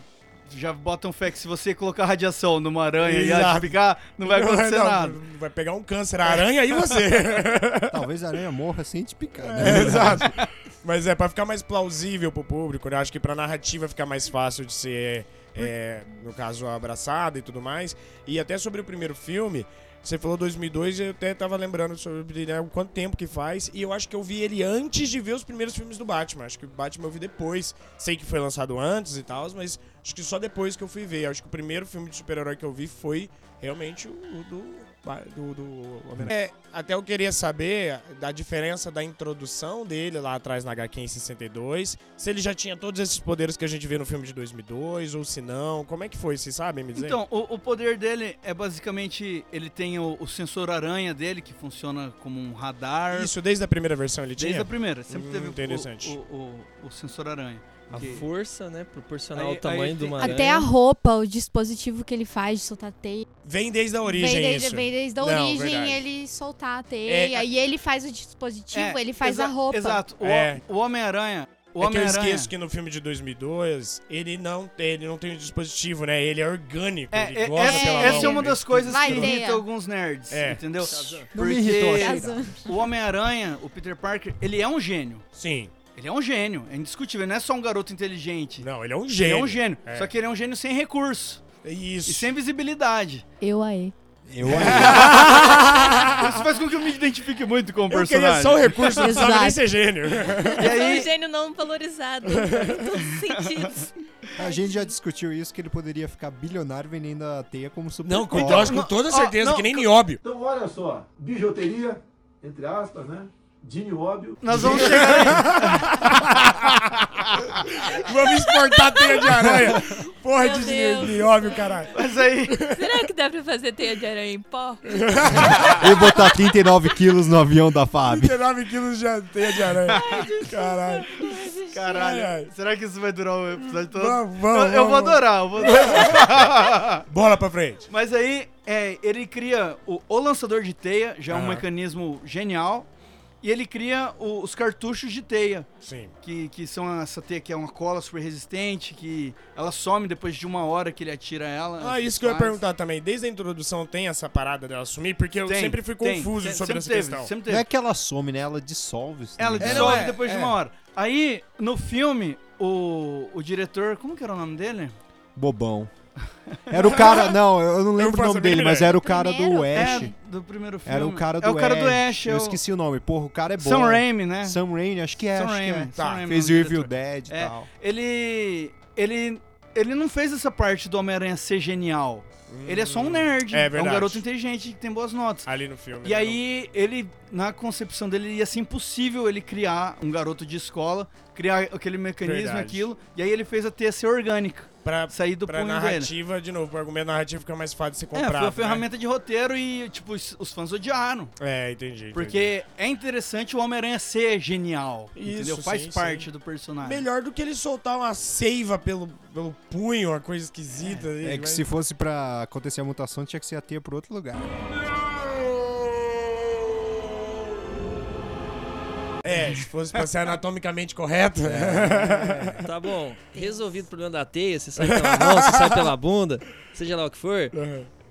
S1: Já botam fé que se você colocar radiação numa aranha e ela
S2: Exato.
S1: te picar, não vai acontecer
S2: Não,
S1: nada.
S2: Vai pegar um câncer, a aranha
S1: *laughs*
S2: e você.
S8: Talvez a aranha morra sem te picar,
S2: É,
S8: né?
S2: exato. Mas é, pra ficar mais plausível pro público, né? Acho que pra narrativa fica mais fácil de ser, é, no caso, abraçada e tudo mais. E até sobre o primeiro filme, você falou 2002 eu até tava lembrando sobre né, o quanto tempo que faz. E eu acho que eu vi ele antes de ver os primeiros filmes do Batman. Acho que o Batman eu vi depois. Sei que foi lançado antes e tal, mas acho que só depois que eu fui ver. Acho que o primeiro filme de super-herói que eu vi foi realmente o do do, do Homem-Aranha. É, até eu queria saber da diferença da introdução dele lá atrás na HQ em 62, se ele já tinha todos esses poderes que a gente vê no filme de 2002 ou se não, como é que foi, vocês sabem me dizer?
S1: Então, o, o poder dele é basicamente. Ele tem o, o sensor aranha dele, que funciona como um radar.
S2: Isso desde a primeira versão ele tinha?
S1: Desde a primeira, sempre
S2: Hum,
S1: teve o-
S2: interessante.
S1: O, o, o sensor aranha.
S6: A
S1: Que-
S6: força, né? Proporcional
S1: Aí-
S6: ao tamanho
S1: aí
S6: do
S1: tem-
S6: uma
S5: Até a
S6: aranha.
S5: roupa, o dispositivo que ele faz de soltar teia.
S2: Vem desde a origem
S5: Vem
S2: isso.
S5: desde, vem desde a
S2: Não,
S5: origem
S2: verdade.
S5: ele soltar a teia.
S2: É,
S5: e ele faz o dispositivo,
S1: É,
S5: Tipo, ele faz
S1: exa-
S5: a roupa.
S1: Exato. O,
S2: É.
S1: o Homem-Aranha. O
S2: é que eu
S1: Homem-Aranha.
S2: esqueço que no filme de 2002 ele não, ele não tem um dispositivo, né? Ele é orgânico,
S1: É,
S2: ele
S1: é,
S2: gosta
S1: essa,
S2: pela
S1: essa
S2: mão,
S1: é uma
S2: ele-
S1: das coisas
S5: Vai,
S1: que
S5: Deia.
S1: irrita alguns nerds,
S2: É.
S1: entendeu?
S8: Não me irritou, achei
S5: Azul.
S1: o Homem-Aranha, o Peter Parker, ele é um gênio.
S2: Sim.
S1: Ele é um gênio, é indiscutível, ele não é só um garoto inteligente.
S2: Não, ele é um
S1: ele
S2: gênio.
S1: é um gênio.
S2: É.
S1: Só que ele é um gênio sem recurso
S2: Isso.
S1: e sem visibilidade.
S5: Eu aí.
S8: Eu acho.
S1: *laughs* Isso faz com que eu me identifique muito com o
S2: Eu queria
S1: personagem.
S2: só o *laughs* recurso, não precisava nem
S5: Exato.
S2: ser gênio.
S1: E
S7: Sou um
S1: aí,
S7: gênio não valorizado. Em todos os sentidos.
S2: *laughs*
S8: A gente já discutiu isso, que ele poderia ficar bilionário vendendo a teia como super
S2: Então, Não, com,
S8: cobra.
S2: eu acho com toda
S1: Ó,
S2: certeza,
S1: não,
S2: que nem Nióbio.
S10: Então, olha só, bijuteria, entre aspas, né? Dini óbvio.
S1: nós vamos chegar aí.
S2: Vamos exportar teia de aranha. Porra
S7: Meu
S2: de
S7: Deus.
S2: Nióbio, caralho.
S1: Mas aí,
S7: Será que dá pra fazer teia de aranha em pó?
S8: E botar 39 quilos no avião da FAB.
S2: 39 quilos de teia de aranha. Caralho. Ai, ai.
S1: caralho, será que isso vai durar o episódio todo?
S2: Vamos, vamos,
S1: eu, eu vou
S2: vamos.
S1: adorar, eu vou adorar.
S2: Bola pra frente.
S1: Mas aí, é, ele cria o, o lançador de teia, já é um
S2: Aham.
S1: mecanismo genial, e ele cria o- os cartuchos de teia.
S2: Sim.
S1: que, que são essa teia que é uma cola super resistente, que ela some depois de uma hora que ele atira ela.
S2: Ah, isso que eu ia
S1: Faz.
S2: perguntar também. Desde a introdução tem essa parada dela sumir? Porque eu
S1: Tem,
S2: sempre fui
S1: tem,
S2: confuso
S1: tem,
S2: sobre
S1: sempre
S2: essa
S1: teve,
S2: questão.
S1: Sempre
S8: Não
S1: teve.
S8: é que ela some, né? Ela dissolve. né? se não
S1: Ela
S8: me engano.
S1: dissolve
S2: é,
S1: depois de
S2: é.
S1: uma hora. Aí, no filme, o, o diretor, como que era o nome dele?
S8: Bobão. Era o cara, não, eu não lembro
S2: faço
S8: o
S2: a
S8: nome dele,
S2: mínima
S8: mas era o cara
S5: Primeiro?
S8: do Ash.
S1: É, do primeiro filme.
S8: Era o cara do
S1: É o cara do
S8: Ash.
S1: Ash. é
S8: Eu
S1: o-
S8: esqueci o nome. Porra, o cara é bom.
S1: Sam Raimi, né?
S8: Sam Raimi, acho que é.
S1: Sam
S8: acho que é.
S1: Raimi.
S2: Tá,
S1: Sam Raimi
S8: Fez
S1: é o
S8: o Evil
S1: diretor.
S8: Dead e
S1: É,
S8: tal.
S1: ele... Ele... Ele não fez essa parte do Homem-Aranha ser genial. Ele é só um nerd.
S2: É
S1: um
S2: verdade.
S1: garoto inteligente que tem boas notas.
S2: Ali no filme.
S1: E
S2: né?
S1: aí, ele, na concepção dele, ia ser impossível ele criar um garoto de escola, criar aquele mecanismo,
S2: Verdade.
S1: aquilo. E aí ele fez a teia ser orgânica,
S2: Pra,
S1: sair do
S2: pra
S1: punho dele.
S2: narrativa, de novo, pro argumento narrativo fica mais fácil de ser
S1: É, foi
S2: comprado.
S1: uma
S2: né?
S1: ferramenta de roteiro e, tipo, os, os fãs odiaram.
S2: É, entendi. entendi.
S1: Porque é interessante o Homem-Aranha ser genial,
S2: Isso,
S1: entendeu? Faz
S2: sim,
S1: parte
S2: sim.
S1: do personagem.
S2: Melhor do que ele soltar uma seiva pelo, pelo punho, uma coisa esquisita. ele
S8: É que
S2: vai-
S8: se fosse pra acontecer a mutação, tinha que ser a teia por outro lugar.
S2: É, se fosse pra ser anatomicamente correto.
S8: É.
S6: Tá bom. Resolvido o problema da teia, você sai pela mão, você sai pela bunda, seja lá o que for.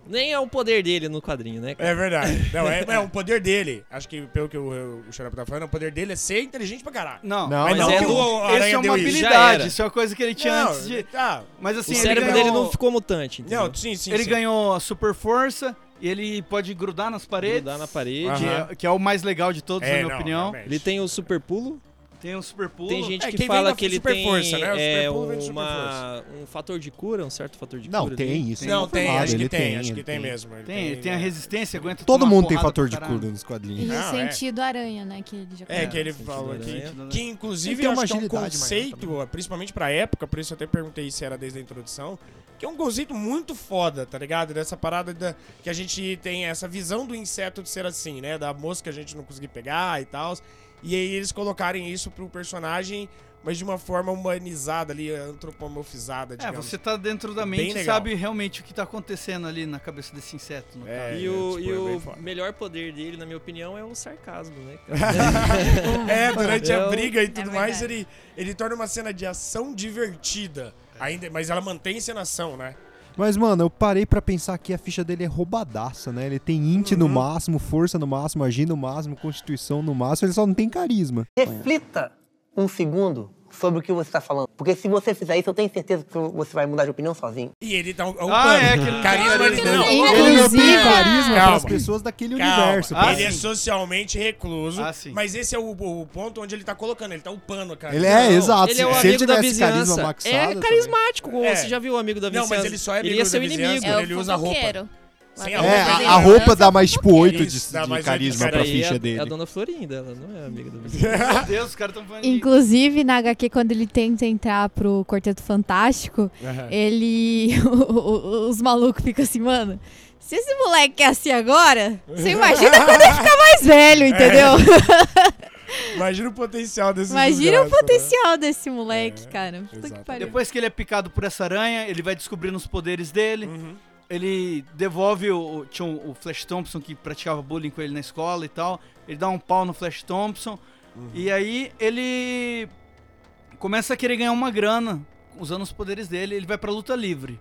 S6: Nem é o poder dele no quadrinho, né? cara?
S2: *laughs* É verdade. Não, é, é um poder dele. Acho que, pelo que o, o Xarope tá falando, o poder dele é ser inteligente pra caralho.
S1: Não,
S8: Não,
S2: Mas
S8: não.
S2: é
S6: é
S2: que
S6: do-
S2: o
S1: esse
S2: Aranha
S1: é uma
S2: deu isso.
S6: Já
S1: habilidade,
S6: era.
S1: isso é uma coisa que ele tinha
S2: Não,
S1: antes de...
S2: ah,
S1: Mas assim,
S6: o
S1: ele
S6: cérebro
S1: ganhou-
S6: dele não ficou mutante. entendeu?
S2: não, assim, sim, sim.
S1: Ele
S2: sim.
S1: ganhou a super força Ele pode grudar nas paredes.
S6: Grudar na parede.
S1: Que, é, que é o mais legal de todos,
S2: É,
S1: na minha
S2: não,
S1: opinião.
S2: realmente.
S6: Ele tem o super pulo.
S1: Tem um super pulo.
S6: Tem gente
S2: É,
S6: que
S2: quem vem
S6: fala
S2: da
S6: que ele
S2: super
S6: tem
S2: força, né? O
S6: é,
S2: super pulo vem de super
S6: uma, um fator de cura, um certo fator de
S8: Não,
S6: cura.
S8: tem
S6: ali.
S8: isso.
S2: Não, tem,
S8: confirmado,
S2: acho que
S8: ele
S2: tem, acho
S8: ele
S2: que tem, né? é. mesmo. ele
S1: Tem, ele tem a resistência, aguenta
S8: Todo
S1: tomar
S8: mundo tem
S1: porrada
S8: fator
S1: pra
S8: de né?
S1: caralho.
S8: cura nos
S5: E
S8: quadrinhos.
S5: o
S2: Não, é.
S5: sentido aranha, né? Que ele já
S2: É, que
S5: comentou.
S2: ele falou
S6: sentido né?
S2: aqui.
S1: aranha.
S2: Que
S8: Ele
S2: inclusive
S8: tem
S2: eu
S8: uma
S2: acho que é um
S8: agilidade maior também.
S2: conceito, principalmente pra época, por isso eu até perguntei se era desde a introdução, que é um conceito muito foda, tá ligado? Dessa parada da, que a gente tem essa visão do inseto de ser assim, né? Da mosca a gente não conseguir pegar e tal. E aí eles colocarem isso pro personagem, mas de uma forma humanizada ali, antropomorfizada,
S1: É,
S2: digamos.
S1: você tá dentro da
S2: Bem
S1: mente e
S2: legal.
S1: sabe realmente o que tá acontecendo ali na cabeça desse inseto, né? no
S2: É,
S6: E o,
S2: tipo,
S6: e
S2: é
S6: o
S2: bem foda.
S6: melhor poder dele, na minha opinião, é o sarcasmo, né?
S2: *laughs* É, durante
S6: É
S2: a
S6: o-
S2: briga e tudo
S7: verdade.
S2: mais, ele, ele torna uma cena de ação divertida. Ainda, mas ela mantém a encenação, né?
S8: Mas, mano, eu parei pra pensar que a ficha dele é roubadaça, né? Ele tem int no
S2: Uhum.
S8: máximo, força no máximo, agir no máximo, constituição no máximo, ele só não tem carisma.
S11: Reflita um segundo sobre o que você está falando. Porque se você fizer isso, eu tenho certeza que você vai mudar de opinião sozinho.
S2: E ele tá um, um
S1: Ah, é, que ele não
S2: Carisma
S1: tem
S2: ele
S1: carisma.
S2: não.
S8: Ele não tem
S5: Inclusive-
S8: carisma
S2: Calma.
S8: pras pessoas daquele
S2: Calma.
S8: universo.
S1: Ah,
S8: cara.
S2: ele é
S1: sim.
S2: socialmente recluso,
S1: Ah, sim.
S2: mas esse é o, o ponto onde ele tá colocando, ele tá upando, cara.
S8: Ele é,
S6: Não,
S8: exato.
S6: Ele é o
S8: Se-
S6: amigo
S8: Se ele
S6: da
S8: tivesse
S6: vizinhança.
S8: carisma maxado...
S6: é carismático.
S2: É.
S6: Você já viu o amigo da
S2: Não,
S6: vizinhança?
S2: mas ele só é
S6: ele
S2: amigo
S6: ia
S2: da
S6: ser o
S2: vizinhança,
S6: inimigo.
S2: né? Ele usa roupa.
S7: fofoqueiro.
S2: Sem
S7: Lá
S2: a
S7: vem
S8: É,
S2: roupa
S7: o
S8: a,
S7: brasileiro,
S8: a roupa
S7: eu
S8: dá
S7: sou
S8: mais tipo
S7: fofoqueiro.
S8: 8 de,
S2: Isso, dá
S8: de
S2: mais oito de
S8: carisma
S6: Cara,
S8: pra
S6: aí é,
S8: ficha
S6: é a
S8: dele.
S6: dona Florinda, ela não é amiga da vizinhança.
S2: *laughs*
S1: Meu Deus, os caras tão falando de...
S5: Inclusive, na HQ, quando ele tenta entrar pro Quarteto Fantástico, ele. *laughs* o- o- os malucos ficam assim, mano. Se esse moleque é assim agora, você imagina quando ele ficar mais
S2: *laughs*
S5: velho, entendeu? *laughs*
S2: Imagina o potencial desse
S5: Imagina o
S2: É, desgraça, né? É,
S5: potencial desse moleque, cara. Puta que
S2: exato.
S5: pariu.
S1: Depois que ele é picado por essa aranha, ele vai descobrindo os poderes dele. Ele devolve o, o- tinha o o Flash Thompson que praticava bullying com ele na escola e tal. Ele dá um pau no Flash Thompson. E aí ele começa a querer ganhar uma grana usando os poderes dele. Ele vai pra luta livre.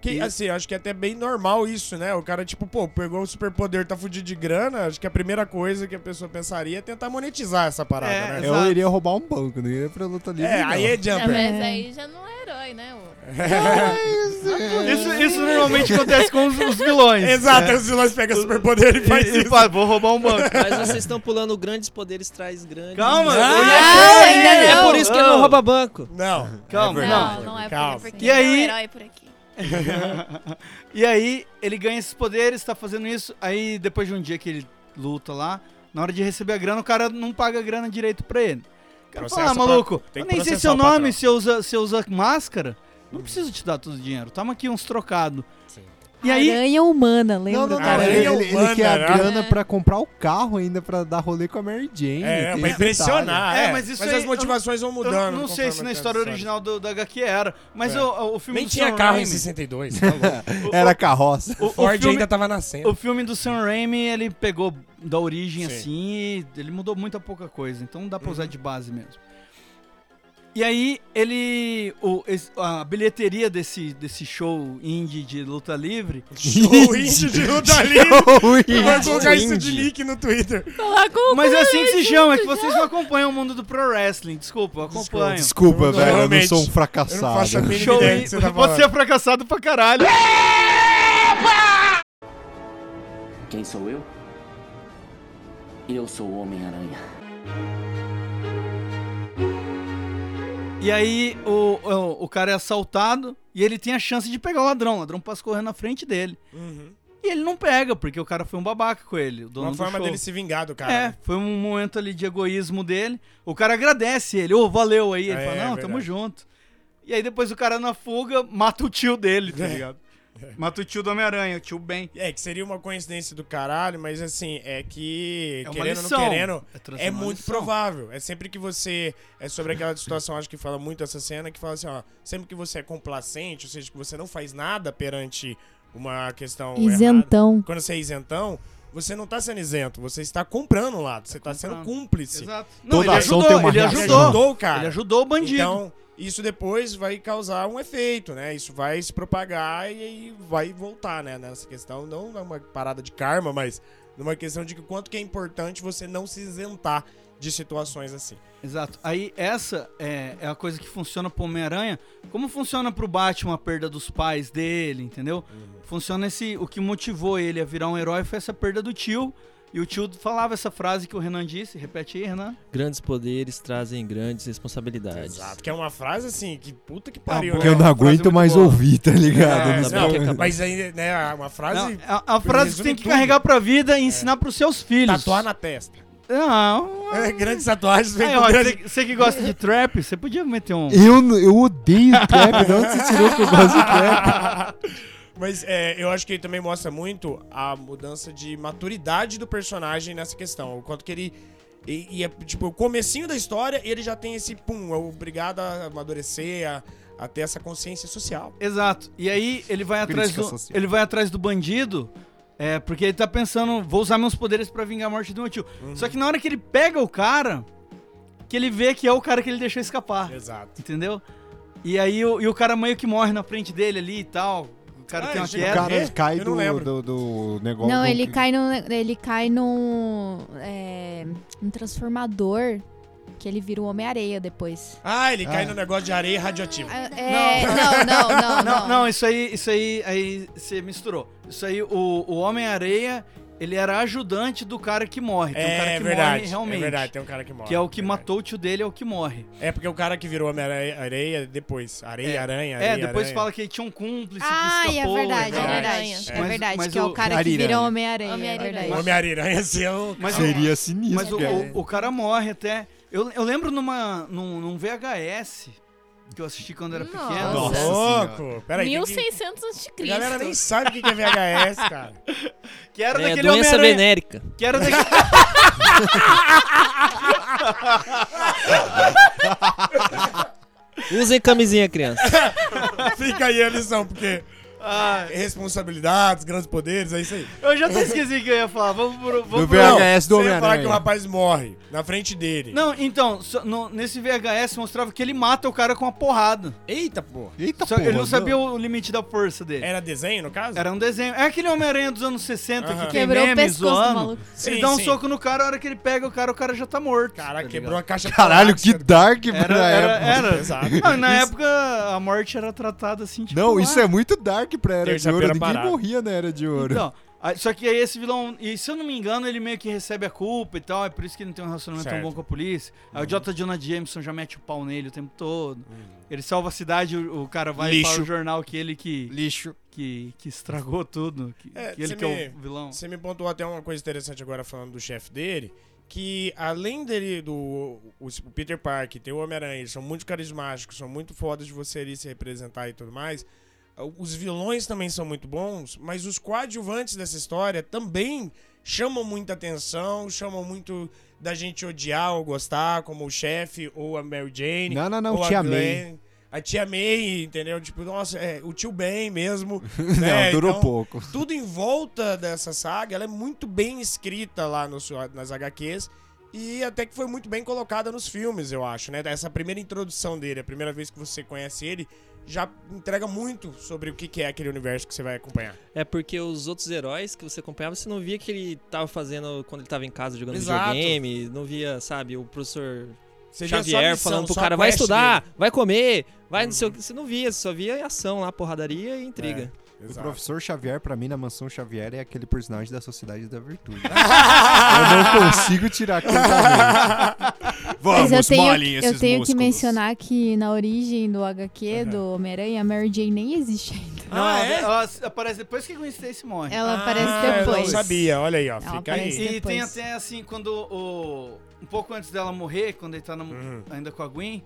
S2: Que, assim, acho que é até bem normal isso, né? O cara, tipo, pô, pegou o superpoder, tá fudido de grana. Acho que a primeira coisa que a pessoa pensaria é tentar monetizar essa parada,
S1: É,
S2: né?
S1: Exato.
S8: Eu iria roubar um banco, não iria pra luta livre,
S2: É,
S8: não.
S2: aí é
S7: Não,
S2: Jumper.
S7: Ah, mas aí já não é herói, né? o-
S1: Isso, isso normalmente acontece com os, os vilões. né?
S2: Exato, o Silas pega superpoder e
S1: É. E,
S2: *laughs* faz
S1: e
S2: isso.
S1: fala, vou roubar um banco.
S6: Mas vocês estão pulando grandes poderes, traz grandes.
S1: Calma,
S2: é,
S1: eu ia-
S5: Ah, ainda
S6: É
S5: não.
S6: por isso que ele não rouba banco.
S2: Não.
S1: calma. não.
S7: Não, não é
S2: Calma.
S7: por aqui.
S1: E aí-
S7: Não é herói por aqui.
S1: e aí, ele ganha esses poderes, tá fazendo isso. Aí, depois de um dia que ele luta lá, na hora de receber a grana, o cara não paga a grana direito pra ele. O cara fala,
S2: Processa
S1: ah, maluco,
S2: pra- tem
S1: eu
S2: que
S1: nem sei
S2: processar
S1: seu
S2: o
S1: nome,
S2: patrão." Uhum.
S1: você usa, você usa máscara. Não preciso te dar todo o dinheiro. Toma aqui uns trocados. E aí,
S5: Aranha humana, lembra?
S8: Não, não,
S2: Ah,
S8: não.
S2: ele
S8: Ele,
S2: é
S8: ele- ele
S2: humana,
S8: quer a
S2: né?
S8: grana pra comprar o carro ainda pra dar rolê com a Mary Jane.
S2: É,
S8: tem
S2: pra
S8: esse detalhe.
S2: impressionar.
S1: É,
S2: É,
S1: mas
S2: mas
S1: isso aí-
S2: as motivações vão
S1: eu
S2: mudando.
S1: não- não sei
S2: conforme
S1: se na
S2: as
S1: história
S2: histórias.
S1: original do, da HQ era, mas
S2: É.
S1: o, o- o filme
S2: Nem
S1: do
S2: tinha
S1: Sam
S2: carro em
S1: Raimi-
S2: 62,
S1: *laughs*
S2: tá louco.
S8: Era carroça.
S2: *laughs*
S1: o- o
S2: Ford
S1: filme-
S2: ainda tava nascendo.
S1: O filme do Sam Raimi, ele pegou da origem
S2: Sim. Uhum.
S1: assim e ele mudou muita pouca coisa, então dá pra usar de base mesmo. E aí, ele. o- es- a bilheteria desse, desse show indie de luta livre.
S2: *laughs* O índio de luta
S1: *laughs*
S2: livre.
S8: *laughs*
S2: Vai colocar isso de
S8: Indie.
S2: link no Twitter.
S1: Mas é assim que se chama, é que vocês não acompanham o mundo do pro wrestling. Desculpa, eu acompanho.
S8: Desculpa, velho, eu não
S2: Realmente,
S8: sou um
S2: Eu não faço a
S8: fracassado.
S2: mínima
S1: Show
S2: ideia do que
S1: indie.
S2: você tá
S1: *laughs* você é
S2: falando.
S1: fracassado pra caralho.
S4: Quem sou eu? Eu sou o Homem-Aranha.
S1: E aí o, o, o cara é assaltado e ele tem a chance de pegar o ladrão. O ladrão passa correndo na frente dele. E ele não pega, porque o cara foi um babaca com ele. O dono
S2: Uhum.
S1: do
S2: Uma forma
S1: show.
S2: dele se vingar do cara.
S1: É,
S2: né?
S1: foi um momento ali de egoísmo dele. O cara agradece ele, ô, valeu aí. Ele
S2: É,
S1: fala, não, tamo
S2: verdade.
S1: junto. E aí depois o cara na fuga mata o tio dele, tá ligado? Mata o tio do Homem-Aranha, o tio Ben.
S2: É, que seria uma coincidência do caralho, mas assim, é que,
S1: É uma
S2: querendo ou
S1: lição.
S2: não querendo,
S1: É trazer
S2: é,
S1: uma
S2: muito
S1: lição.
S2: provável. É sempre que você. É sobre aquela situação, acho que fala muito essa cena, que fala assim, ó. Sempre que você é complacente, ou seja, que você não faz nada perante uma questão. errada,
S5: Isentão.
S2: quando você é isentão, você não tá sendo isento, você está comprando um lado, você está sendo
S1: comprando.
S2: cúmplice.
S1: Não,
S8: Toda
S1: ele
S8: ação
S1: ajudou,
S8: tem uma
S1: ele
S8: reação.
S2: Ele
S1: ajudou.
S2: ajudou o cara.
S1: Ele ajudou o bandido.
S2: Então, isso depois vai causar um efeito, né? Isso vai se propagar e aí vai voltar, né? Nessa questão, não é uma parada de karma, mas numa questão de que o quanto que é importante você não se isentar. de situações assim.
S1: Exato. Aí essa é, é a coisa que funciona pro Homem-Aranha. Como funciona pro Batman a perda dos pais dele, entendeu?
S2: Uhum.
S1: Funciona esse. O que motivou ele a virar um herói foi essa perda do tio. E o tio falava essa frase que o Renan disse. Repete aí, Renan.
S6: Grandes poderes trazem grandes responsabilidades.
S2: Exato, que é uma frase assim, que puta que pariu,
S8: Que eu não
S2: né?
S8: aguento mais ouvir, tá ligado?
S2: É,
S8: Eles
S2: não,
S8: falam-
S2: mas aí, né, uma frase.
S1: Não, é a, a frase que você
S2: resume
S1: tem que
S2: tudo. É.
S1: carregar pra vida e ensinar pros seus filhos. Ah.
S2: Tatuar na testa.
S1: Não.
S2: É, *laughs* grandes tatuagens vem
S1: Aí,
S2: com
S1: ó,
S2: grande-
S1: você, você que gosta de trap, você podia meter
S2: *laughs*
S1: um.
S8: Eu, n- eu odeio trap, de onde você tirou que eu gosto de trap?
S2: *laughs* Mas é, eu acho que ele também mostra muito a mudança de maturidade do personagem nessa questão. O quanto que ele. E, e é tipo, o comecinho da história, ele já tem esse pum, é obrigado a amadurecer, a, a ter essa consciência social.
S1: Exato. E aí ele vai
S2: Crítica
S1: atrás do,
S2: social.
S1: ele vai atrás do bandido, é, porque ele tá pensando, vou usar meus poderes pra vingar a morte do meu tio.
S2: Uhum.
S1: Só que na hora que ele pega o cara, que ele vê que é o cara que ele deixou escapar.
S2: Exato.
S1: Entendeu? E aí o, e o cara meio que morre na frente dele ali e tal. O
S2: Ah,
S1: cara tem uma
S8: O
S2: É,
S1: queda.
S8: cara cai
S1: Eu não
S8: do,
S1: lembro.
S8: do, do negócio.
S5: Não,
S8: do-
S5: ele cai num. Ele cai num. É, um transformador que ele vira o Homem-Areia depois.
S2: Ah, ele cai
S1: Ah.
S2: no negócio de areia radioativa.
S5: É, não, não, não,
S2: Ah,
S5: não.
S1: não, isso aí, isso aí, aí você misturou. Isso aí, o, o Homem-Areia, ele era ajudante do cara que morre. Tem um
S2: É,
S1: cara que
S2: verdade,
S1: morre realmente.
S2: é verdade, tem um cara que morre,
S1: Que é o que matou o tio dele, é o que morre.
S2: É porque o cara que virou Homem-Areia areia, depois. Areia, aranha, areia.
S1: É, depois
S2: aranha.
S1: fala que ele tinha um cúmplice
S5: Ah,
S1: que
S5: é
S1: escapou.
S5: verdade, é verdade.
S1: Mas-
S5: É verdade,
S1: mas
S5: que é o cara que vira Homem-Aranha. é verdade.
S2: Homem-Aranha, assim, é um...
S1: Mas
S8: Seria sinistro,
S1: Mas o,
S8: cara.
S1: o- o cara morre até. Eu, eu lembro numa, num, num VHS que eu assisti quando era pequeno.
S2: Nossa Louco! senhora. Peraí, tem que-
S7: 1600 a.C.
S2: A galera nem sabe o que que é VHS,
S1: *laughs*
S2: cara.
S1: Que era
S6: É,
S1: daquele
S6: doença
S1: Homem-Aranha-
S6: venérica.
S1: Que era daquele.
S6: Usem camisinha, criança.
S2: Fica aí a lição, porque. Responsabilidades, grandes poderes, é isso aí.
S1: *laughs* Eu já até esqueci o que eu ia falar. Vamos pro. Vamos
S2: Não,
S1: pro-
S2: você ia falar que o rapaz morre na frente dele.
S1: Não, então, só- no- nesse VHS mostrava que ele mata o cara com uma porrada.
S2: Eita porra.
S1: Eita
S2: porra,
S1: Ele não sabia o limite da força dele.
S2: Era desenho, no caso?
S1: Era um desenho. É aquele Homem-Aranha dos anos 60
S2: Aham.
S1: que tem
S2: Quebrou o
S1: meme
S2: pescoço do
S1: zoando.
S2: maluco.
S1: ele
S2: Sim,
S1: dá um
S2: sim.
S1: soco no cara, a hora que ele pega o cara, o cara já tá morto. Cara,
S2: quebrou a caixa
S8: Caralho, que dark pra
S1: Era, era,
S8: época.
S1: era. Não, na
S8: Isso-
S1: época a morte era tratada assim, tipo,
S8: Não, isso
S1: ah,
S8: é muito dark pra Era de Ouro.
S2: Terça-feira
S8: Ninguém
S2: parada.
S8: morria na Era de Ouro.
S1: Então, aí- só que aí esse vilão, e se eu não me engano, ele meio que recebe a culpa e tal, é por isso que ele não tem um relacionamento
S2: Certo.
S1: tão bom com a polícia. Aí o J. Jonah Jameson já mete o pau nele o tempo todo. Ele salva a cidade, o, o cara vai e fala
S2: Lixo.
S1: o jornal que ele que...
S8: Lixo.
S1: Que, que estragou tudo, que,
S2: É,
S1: que ele
S2: você
S1: que
S2: me-
S1: é o vilão.
S2: Você me pontuou até uma coisa interessante agora falando do chefe dele, que além dele, do o, o Peter Parker, tem o Homem-Aranha, eles são muito carismáticos, são muito fodas de você ali se representar e tudo mais. ah, Os vilões também são muito bons, mas os coadjuvantes dessa história também chamam muita atenção, chamam muito da gente odiar ou gostar, como o chefe ou a Mary Jane.
S8: Não, não, não,
S2: ou a
S8: Tia
S2: Glenn.
S8: May.
S2: A tia May, entendeu? Tipo, nossa, é, o tio Ben mesmo.
S8: *laughs* *laughs* Não,
S2: né?
S8: durou
S2: Então,
S8: pouco.
S2: tudo em volta dessa saga, ela é muito bem escrita lá no, seu- nas HQs. E até que foi muito bem colocada nos filmes, eu acho, né? Essa primeira introdução dele, a primeira vez que você conhece ele, já entrega muito sobre o que que é aquele universo que você vai acompanhar.
S6: É porque os outros heróis que você acompanhava, você não via que ele tava fazendo quando ele tava em casa jogando
S2: Exato.
S6: videogame, não via, sabe, o professor
S2: Você via só
S6: Xavier
S2: missão,
S6: falando pro
S2: só a
S6: cara, vai
S2: quest Uhum.
S6: estudar, vai comer, vai não sei o que. Você não via, você só via ação lá, porradaria e intriga.
S8: O professor Xavier, pra mim, na mansão Xavier, é aquele personagem da Sociedade da
S2: *laughs*
S8: Virtude. eu não consigo tirar aquele da mente.
S5: Mas eu tenho,
S8: molhem
S5: eu tenho que mencionar que na origem do HQ do Homem-Aranha, a Mary Jane nem existe ainda.
S1: Não, ela, ela aparece depois que a Gwen Stacy morre.
S5: Ela aparece
S2: é? Ah, eu não
S5: depois.
S2: sabia, olha aí, ó,
S1: Ela
S2: fica aí.
S1: E tem até assim, quando o. Um pouco antes dela morrer, quando ele tá na- ainda com a Gwen.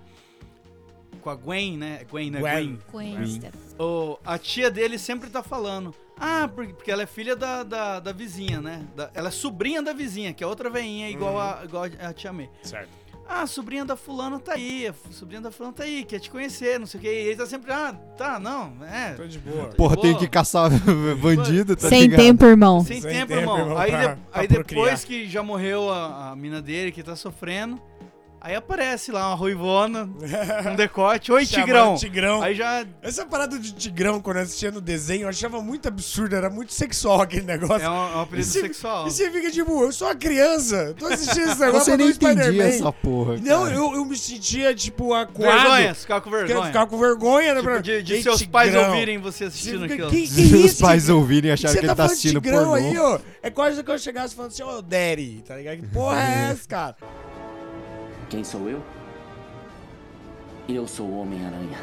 S1: Com a Gwen, né? É Gwen, né?
S2: Gwen.
S1: Gwen.
S5: Gwen Stacy.
S1: O, a tia dele sempre tá falando. Ah, por- porque ela é filha da, da, da vizinha, né? Da- ela é sobrinha da vizinha, que é outra veinha igual, a, igual a tia May.
S2: Certo.
S1: Ah, a sobrinha da fulana tá aí, a f- sobrinha da fulana tá aí, quer te conhecer, não sei o que. E ele tá sempre, ah, tá, não, é. Tô
S2: de boa.
S8: Porra, tenho que caçar *laughs* bandido, tá
S5: Sem
S8: ligado?
S5: tempo, irmão.
S1: Sem, tempo, irmão.
S2: irmão,
S1: Aí,
S2: pra-
S1: de-
S2: pra
S1: aí
S2: procriar.
S1: depois que já morreu a, a mina dele, que tá sofrendo, Aí aparece lá uma
S2: *laughs*
S1: ruivona, um decote. Oi, Tigrão.
S2: Chamando Tigrão.
S1: Aí já. é
S2: Essa parada de Tigrão, quando eu assistia no desenho, eu achava muito absurdo, era muito sexual aquele negócio.
S1: É um- é um apelido
S2: E você-
S1: sexual.
S2: E você fica tipo, eu sou uma criança, tô assistindo esse
S8: *laughs*
S2: negócio,
S8: Você
S2: eu
S8: nem
S2: sou
S8: entendia
S2: Spider-Man.
S8: essa né? porra.
S2: Não,
S8: cara.
S2: eu, eu me sentia, tipo, acuado.
S1: Vergonha, ficava com vergonha.
S2: Ficava com vergonha, né?
S1: Tipo,
S2: pra-
S1: de, de
S2: Ei,
S1: seus pais
S2: Tigrão.
S1: ouvirem você assistindo
S2: Você fica,
S1: aquilo.
S8: *laughs*
S2: "Que- que
S8: Se os
S2: isso,
S8: pais
S2: Tigrão?
S8: ouvirem e acharam
S2: Você
S8: que ele tá
S2: falando
S8: assistindo
S2: Tigrão
S8: pornô.
S2: aí, ó. É quase que eu chegasse falando assim, ô, Daddy, tá ligado? Que porra
S8: *laughs*
S2: é essa, cara?
S4: Quem sou eu? Eu sou o Homem-Aranha.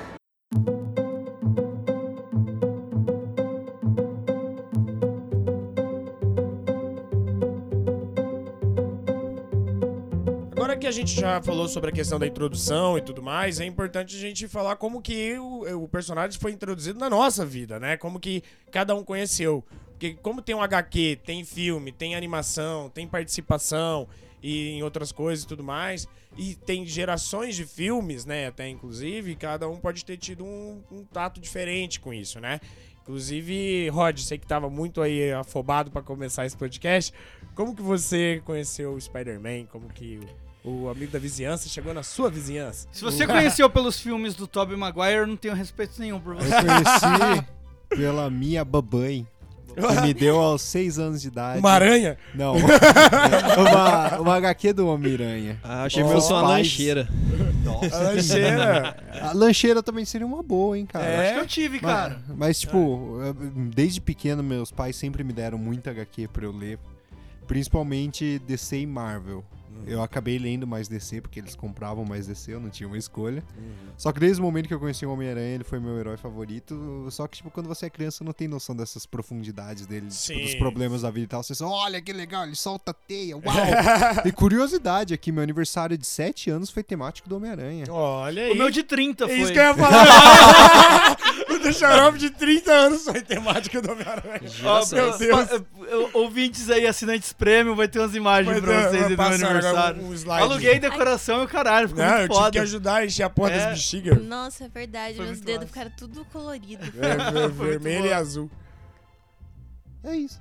S2: Agora que a gente já falou sobre a questão da introdução e tudo mais, é importante a gente falar como que o, o personagem foi introduzido na nossa vida, né? Como que cada um conheceu. Porque como tem um HQ, tem filme, tem animação, tem participação e em outras coisas e tudo mais, e tem gerações de filmes, né? Até inclusive, cada um pode ter tido um, um tato diferente com isso, né? Inclusive, Rod, você que tava muito aí afobado pra começar esse podcast, como que você conheceu o Spider-Man? Como que o, o amigo da vizinhança chegou na sua vizinhança?
S1: Se você conheceu pelos filmes do Tobey Maguire, eu não tenho respeito nenhum por você.
S8: Eu *laughs* conheci pela minha babãe. Que me deu aos seis anos de idade.
S2: *laughs* Uma aranha?
S8: Não. *laughs* É, uma, uma HQ do Homem-Aranha.
S6: Ah, achei
S8: Que
S6: que
S8: meus
S6: fosse uma
S8: pais-
S6: lancheira.
S2: A lancheira.
S8: A lancheira também seria uma boa, hein, cara?
S2: É?
S1: Acho que eu tive,
S8: Mas-
S1: É, cara.
S8: Mas, tipo, eu- desde pequeno, meus pais sempre me deram muita HQ pra eu ler. Principalmente DC e Marvel. Eu acabei lendo mais DC, porque eles compravam mais DC, eu não tinha uma escolha. Só que desde o momento que eu conheci o Homem-Aranha, ele foi meu herói favorito. Só que, tipo, quando você é criança, não tem noção dessas profundidades dele, tipo, dos
S2: Sim.
S8: problemas da vida e tal. Você só, olha que legal, ele solta a teia, uau! e curiosidade aqui, meu aniversário de 7 anos foi temático do Homem-Aranha.
S2: Olha aí.
S1: O meu de 30 foi.
S2: É isso que eu ia falar. *laughs* o do xarope de 30 anos foi temática do Homem-Aranha.
S1: Ó,
S6: Gerações.
S2: Oh, meu
S1: pra-
S2: Deus.
S1: pra- eu- ouvintes aí, assinantes prêmio, vai ter umas imagens
S2: Vai ter-
S1: pra vocês
S2: vai
S1: aí do meu
S2: passar agora
S1: aniversário.
S2: um- um slide.
S1: Aluguei decoração e o caralho, ficou
S2: Não, eu
S1: muito
S2: tive que
S1: foda.
S2: ajudar a encher a porra
S1: É.
S7: *laughs*
S2: das bexigas.
S7: Nossa, é verdade.
S1: Foi
S7: meus
S1: muito
S7: dedos
S1: massa.
S7: ficaram tudo coloridos.
S2: É, ver-
S1: Foi muito
S2: vermelho
S1: bom.
S2: e azul.
S8: É isso.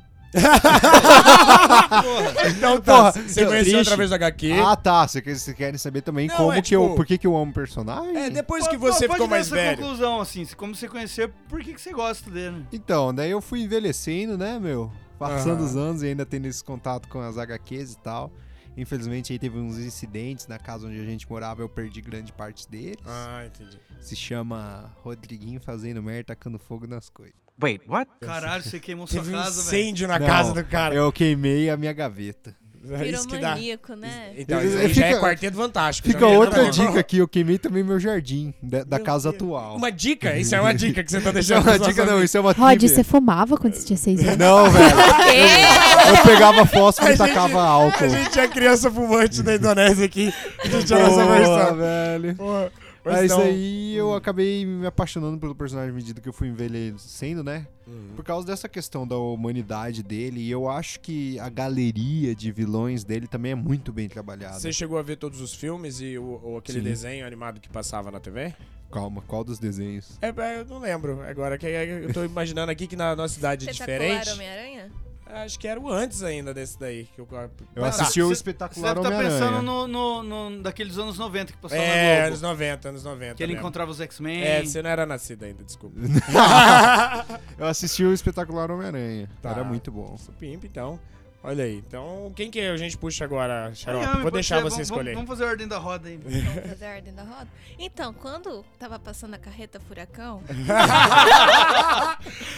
S2: Então
S8: Porra,
S2: tá, você
S8: que
S2: conheceu
S8: triste.
S2: através do HQ.
S8: Ah, tá. Vocês quer, cê querem saber também
S2: Não,
S8: como
S2: é,
S8: que eu.
S2: tipo-
S8: Por que, que eu amo o personagem?
S2: É, depois
S1: Pô,
S2: que você
S1: pô,
S2: ficou
S1: pode
S2: mais
S1: dar essa
S2: velho.
S1: conclusão, assim, se- como você conheceu, por que, que você gosta dele?
S8: Então, daí eu fui envelhecendo, né, meu? Passando
S2: Aham.
S8: os anos e ainda tendo esse contato com as HQs e tal. Infelizmente aí teve uns incidentes na casa onde a gente morava, eu perdi grande parte deles.
S2: Ah, entendi.
S8: Se chama Rodriguinho fazendo merda, tacando fogo nas coisas.
S11: Wait, what?
S1: Caralho, você queimou sua
S2: Teve um
S1: casa, velho.
S2: incêndio na
S8: Não,
S2: casa do cara.
S8: Eu queimei a minha gaveta.
S2: *laughs* É
S7: Virou
S2: isso que dá.
S7: maníaco, né?
S2: Então,
S8: Ele-
S2: isso aí já é
S8: fica-
S2: quarteto fantástico.
S8: Fica
S2: tá vendo?
S8: outra
S2: Não,
S8: dica aqui, eu queimei também meu jardim da, da casa atual.
S2: Uma dica? Isso é uma dica que você
S8: Isso
S2: tá
S8: é
S2: deixando.
S8: uma
S2: pros
S8: dica
S2: nossos
S8: não, isso é uma
S5: Rod,
S8: trivia. *laughs*
S5: você fumava quando você tinha seis anos?
S8: Não, velho.
S2: *laughs*
S8: Eu pegava fósforo e tacava álcool.
S2: A gente é criança fumante da Indonésia aqui. A gente é a nossa
S8: Boa,
S2: versão.
S8: velho.
S1: É
S2: Boa. Mas
S8: Mas
S2: então,
S8: aí eu acabei me apaixonando pelo personagem à medida que eu fui envelhecendo, né? Por causa dessa questão da humanidade dele. E eu acho que a galeria de vilões dele também é muito bem trabalhada.
S2: Você chegou a ver todos os filmes e o, ou aquele
S8: Sim.
S2: desenho animado que passava na TV?
S8: Calma, qual dos desenhos?
S2: É, é, eu não lembro agora. Que é- eu tô imaginando aqui que na nossa cidade
S7: Espetacular
S2: diferente.
S7: Homem-Aranha?
S2: Acho que era o antes ainda desse daí. Que eu,
S8: Eu
S2: Ah,
S8: assisti o
S1: Cê- Você
S8: espetacular
S1: deve
S2: tá
S1: estar pensando
S8: Homem-Aranha.
S1: no, no, no- daqueles anos 90 que passou na
S2: É,
S1: Globo.
S2: anos 90, anos 90.
S1: Que ele
S2: mesmo.
S1: encontrava os X-Men.
S2: É, você não era nascido
S1: *laughs*
S2: ainda, desculpa.
S8: *laughs* Eu assisti o espetacular Homem-Aranha.
S2: Tá.
S8: Era muito
S2: *laughs*
S8: bom.
S2: Supimpa, então. Olha aí. Então, quem que a gente puxa agora,
S1: Não,
S2: Xarope?
S1: mas
S2: Vou
S1: pode
S2: deixar
S1: ser,
S2: você
S1: vamos-
S2: escolher.
S1: Vamos fazer a ordem da roda
S2: *laughs*
S1: aí.
S7: Vamos fazer a ordem da roda? Então, quando tava passando a carreta furacão,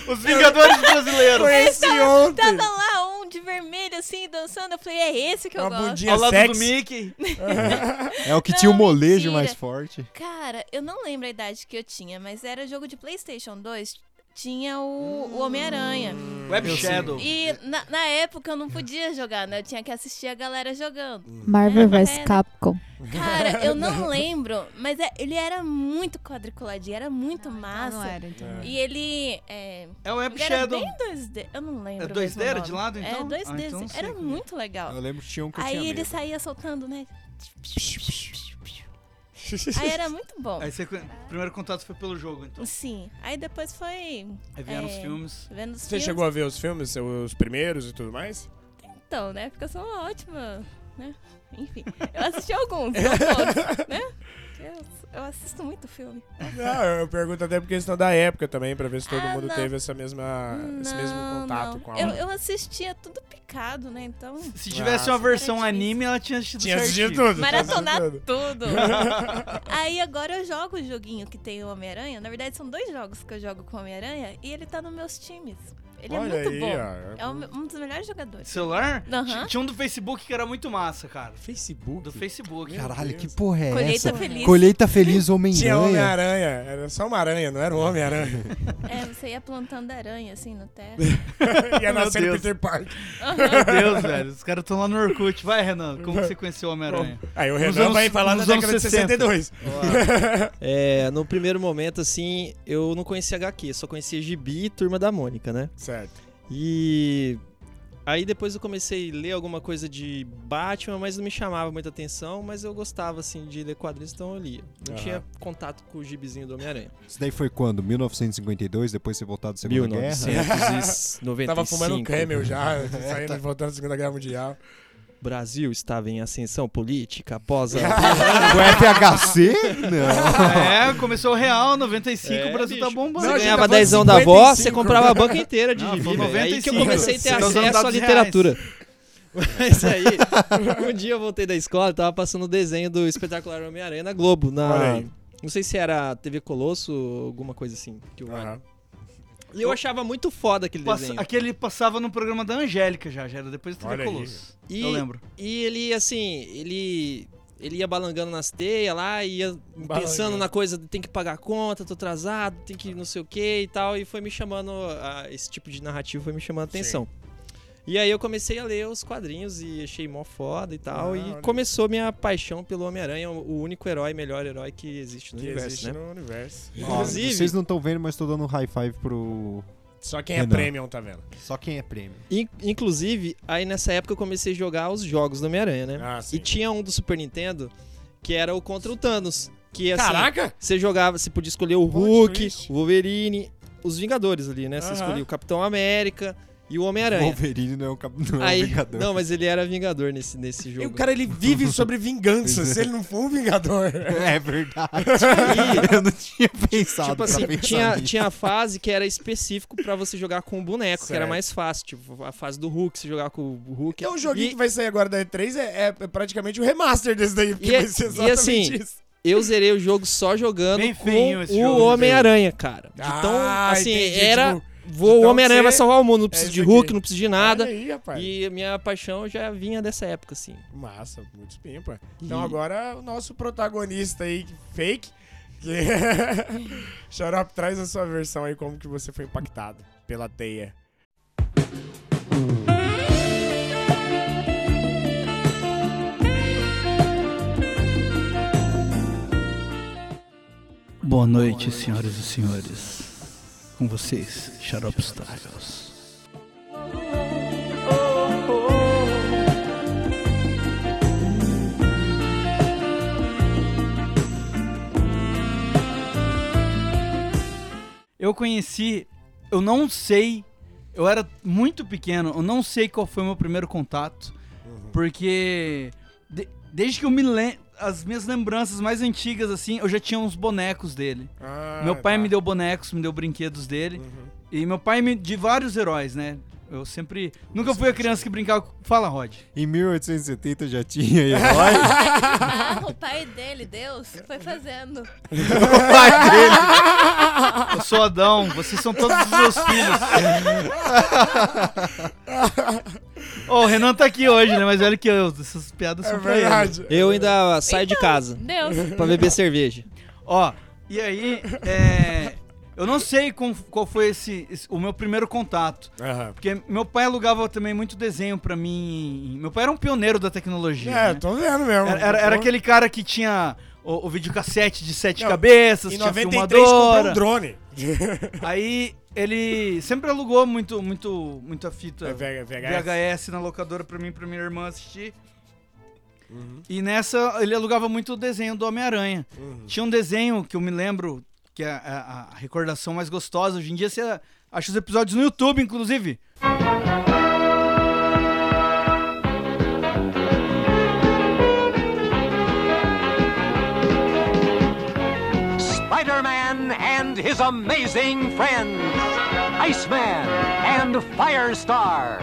S1: Os Vingadores
S2: *laughs*
S1: Brasileiros.
S2: Conheci
S7: tava
S2: ontem.
S7: lá um de vermelho assim, dançando. Eu falei, é esse que eu
S2: Uma
S7: gosto.
S2: bundinha
S1: Ao lado do
S2: sexy.
S1: Mickey.
S8: É o que
S7: Não,
S8: tinha o molejo
S7: mentira.
S8: mais forte.
S7: Cara, eu não lembro a idade que eu tinha, mas era jogo de PlayStation 2. Tinha o,
S1: Hum.
S7: o Homem-Aranha.
S2: Hum,
S1: Web Shadow.
S7: E na, na época eu não podia jogar, né? Eu tinha que assistir a galera
S1: Hum.
S7: jogando.
S5: Marvel vs
S7: É.
S5: Capcom.
S7: Cara,
S1: *laughs*
S7: eu não lembro, mas é- ele era muito quadriculadinho, era muito massa.
S5: Ah, Não era, então.
S7: E ele. É,
S1: É o Web
S7: ele era
S1: Shadow.
S7: bem 2D. Eu não lembro.
S1: É 2D era de lado, então?
S7: É, 2D.
S1: Ah, então não sei
S7: era
S1: como é.
S7: muito legal.
S8: Eu lembro que tinha um que eu
S7: Aí
S8: tinha
S7: ele
S8: medo.
S7: saía soltando,
S2: *laughs*
S7: né? Aí era muito bom.
S1: Aí você. O primeiro contato foi pelo jogo, então.
S7: Sim. Aí depois foi.
S1: Aí vieram os
S7: É.
S1: filmes.
S7: Vendo os
S2: Você
S7: filmes.
S2: chegou a ver os filmes, os primeiros e tudo mais?
S7: Então, né? Porque eu sou uma ótima né? Enfim, eu
S2: *laughs*
S7: assisti alguns, não todos, né? Eu, eu assisto muito filme.
S2: Não, Ah, eu pergunto até por questão da época também, pra ver se todo
S7: Ah,
S2: mundo
S7: não.
S2: teve essa mesma, Ah, esse mesmo
S7: Não,
S2: contato
S7: não.
S2: com a
S7: eu,
S2: obra.
S7: eu assistia tudo picado, né?
S2: *laughs*
S7: Então.
S1: Se tivesse uma versão anime, ela tinha assistido
S2: Tinha assistido
S1: certinho.
S2: tudo, tinha assistido
S7: *laughs* Maratonar
S2: *laughs*
S7: tudo. Aí agora eu jogo o joguinho que tem o Homem-Aranha. Na verdade, são dois jogos que eu jogo com o Homem-Aranha e ele tá nos meus times. Ele
S1: Olha
S7: é muito
S1: aí,
S7: bom.
S1: ó.
S7: É um, um dos melhores jogadores.
S1: Celular?
S7: Aham.
S1: Ti- Tinha um do Facebook que era muito massa, cara.
S2: Facebook?
S1: Do Facebook.
S8: Caralho, que porra é
S1: Colheita
S8: essa?
S1: Feliz.
S8: Colheita Feliz Homem-Aranha.
S2: Tinha Homem-Aranha, era só uma aranha, não era
S1: *laughs*
S2: um Homem-Aranha. *laughs*
S7: É, você ia plantando aranha assim na terra.
S8: *laughs*
S2: Ia
S1: Meu
S2: nascer
S1: Deus.
S2: Peter Parker.
S1: Meu Deus, velho. Os caras estão lá no Orkut. Vai, Renan. Como que você conheceu o Homem-Aranha?
S2: Aí o
S1: Nos
S2: Renan vai falar
S1: nos
S2: da
S1: anos
S2: década de 62.
S6: É, no primeiro momento, assim, eu não conhecia HQ, só conhecia Gibi e Turma da Mônica, né?
S2: Certo.
S6: E aí depois eu comecei a ler alguma coisa de Batman, mas não me chamava muita atenção, mas eu gostava, assim, de ler quadrinhos, então eu lia. Não
S8: Aham.
S6: tinha contato com o gibizinho do Homem-Aranha.
S8: Isso daí foi quando? 1952, depois de você voltar da Segunda Guerra?
S2: *laughs*
S6: 1995.
S2: Tava fumando um Camel já, *laughs*
S6: É,
S2: saindo
S6: tá.
S2: e voltando da Segunda Guerra Mundial.
S6: Brasil estava em ascensão política após a...
S2: *laughs*
S8: o FHC?
S1: É, começou o Real, 95,
S6: É,
S1: o Brasil tá bombando.
S6: Você ganhava dezão da avó, você comprava a banca inteira de
S1: Não,
S6: gibi.
S1: foi
S6: velho. Aí que eu
S1: 95,
S6: comecei a ter
S1: você tá usando
S6: acesso à
S1: dados
S6: literatura.
S1: reais.
S6: *laughs* Mas
S1: *laughs*
S6: aí, um dia eu voltei da escola e tava passando o desenho do espetacular Homem-Aranha na Globo.
S2: Olha
S6: Na...
S2: aí.
S6: Não sei se era TV Colosso ou alguma coisa assim. Que eu...
S1: Ah,
S6: E eu
S1: Eu-
S6: achava muito foda aquele
S1: Passa-
S6: desenho.
S1: Aquele passava no programa da Angélica já, já era depois do TV
S6: Olha aí.
S1: Colosso.
S6: E,
S1: Eu lembro.
S6: E ele, assim, ele. Ele ia balangando nas teias lá, ia pensando
S2: Balangando.
S6: na coisa, de tem que pagar a conta, tô atrasado, tem que não sei o que e tal, e foi me chamando, a- esse tipo de narrativa foi me chamando a atenção. E aí eu comecei a ler os quadrinhos e achei mó foda e tal,
S2: Ah,
S6: e
S2: olha.
S6: começou minha paixão pelo Homem-Aranha, o único herói, melhor herói que existe no
S2: Que
S6: universo,
S2: existe
S6: né?
S2: no universo.
S6: Inclusive,
S8: Vocês não estão vendo, mas tô dando um high five pro.
S2: Só quem é
S8: Renan.
S2: premium tá vendo.
S8: Só quem é prêmio.
S6: In- Inclusive, aí nessa época eu comecei a jogar os jogos do Homem-Aranha,
S2: Ah,
S6: né? e tinha um do Super Nintendo que era o contra o Thanos. Que assim,
S2: Caraca!
S6: Você jogava, você podia escolher o Hulk, o Wolverine, os Vingadores ali, né? Você
S8: Aham.
S6: escolhia o Capitão América e o Homem-Aranha.
S8: Wolverine não é um, cap- não é um
S6: Aí,
S8: vingador.
S6: não, mas ele era Vingador nesse, nesse jogo.
S2: E o cara, ele vive sobre *laughs* vingança, se ele não for um vingador.
S8: *laughs* É verdade.
S6: E-
S8: Eu não tinha pensado.
S6: Tipo
S8: pra
S6: assim,
S8: pensar
S6: tinha,
S8: nisso.
S6: tinha a fase que era específico pra você jogar com o boneco, que era
S2: Certo.
S6: mais fácil. Tipo, a fase do Hulk, você jogar com o Hulk.
S2: É um joguinho
S6: E-
S2: que vai sair agora da E3, é, é praticamente o remaster desse daí, porque
S6: E,
S2: vai ser
S6: e
S2: exatamente
S6: assim,
S2: isso.
S6: eu zerei o jogo só jogando
S1: Bem feinho
S6: com
S1: esse
S6: o
S1: jogo,
S6: Homem-Aranha, cara.
S2: Ah,
S6: Então, assim,
S2: entendi,
S6: era.
S2: tipo,
S6: vou,
S2: então
S6: o Homem-Aranha
S2: você-
S6: vai salvar o mundo, não
S2: é
S6: preciso
S2: isso
S6: de
S2: aqui.
S6: Hulk, não preciso de nada.
S2: Olha aí, rapaz.
S6: E a minha paixão já vinha dessa época, assim.
S2: Massa, muito pimpa. Então
S6: E-
S2: agora o nosso protagonista aí, fake. Que... *laughs* Xarope, traz a sua versão aí, como que você foi impactado pela teia.
S1: Boa noite, senhoras e senhores. Com vocês, Xarope Styles. Eu conheci, eu não sei, eu era muito pequeno, eu não sei qual foi o meu primeiro contato, porque de- desde que eu me lembro, as minhas lembranças mais antigas, assim, eu já tinha uns bonecos dele.
S2: Ah,
S1: meu pai
S2: tá. Uhum.
S1: me deu bonecos, me deu brinquedos dele, e meu pai me, de vários heróis, né? Eu sempre, nunca fui a criança que brincava, com- fala Rod.
S2: *laughs*
S8: Em 1870 já tinha herói.
S7: Ah, o pai dele, Deus, foi fazendo.
S1: O pai dele. Eu sou Adão, vocês são todos os meus
S2: *laughs*
S1: filhos. Ô, o Renan tá aqui hoje, né? Mas olha que eu, essas
S2: É
S1: piadas são pra ele.
S6: Eu ainda saio
S3: Então.
S6: de casa
S1: Deus.
S6: pra beber cerveja.
S1: Ó, e aí, é, eu não sei com- qual foi esse, esse- o meu primeiro contato.
S2: Aham.
S1: Porque meu pai alugava também muito desenho pra mim. Meu pai era um pioneiro da tecnologia.
S2: É,
S1: né?
S2: tô vendo mesmo.
S1: Era, era- era aquele cara que tinha o, o videocassete de sete cabeças,
S2: em
S1: tinha
S2: 93
S1: filmadora.
S2: comprou
S1: *laughs*
S2: um drone.
S1: Aí ele sempre alugou muito, muito, muita fita
S2: É, V- VHS.
S1: VHS na locadora pra mim, e pra minha irmã assistir. E nessa ele alugava muito o desenho do Homem-Aranha.
S2: Uhum.
S1: Tinha um desenho que eu me lembro que é a, a recordação mais gostosa. Hoje em dia você acha os episódios no YouTube, inclusive.
S12: Spider-Man and his amazing friends, Iceman and Firestar.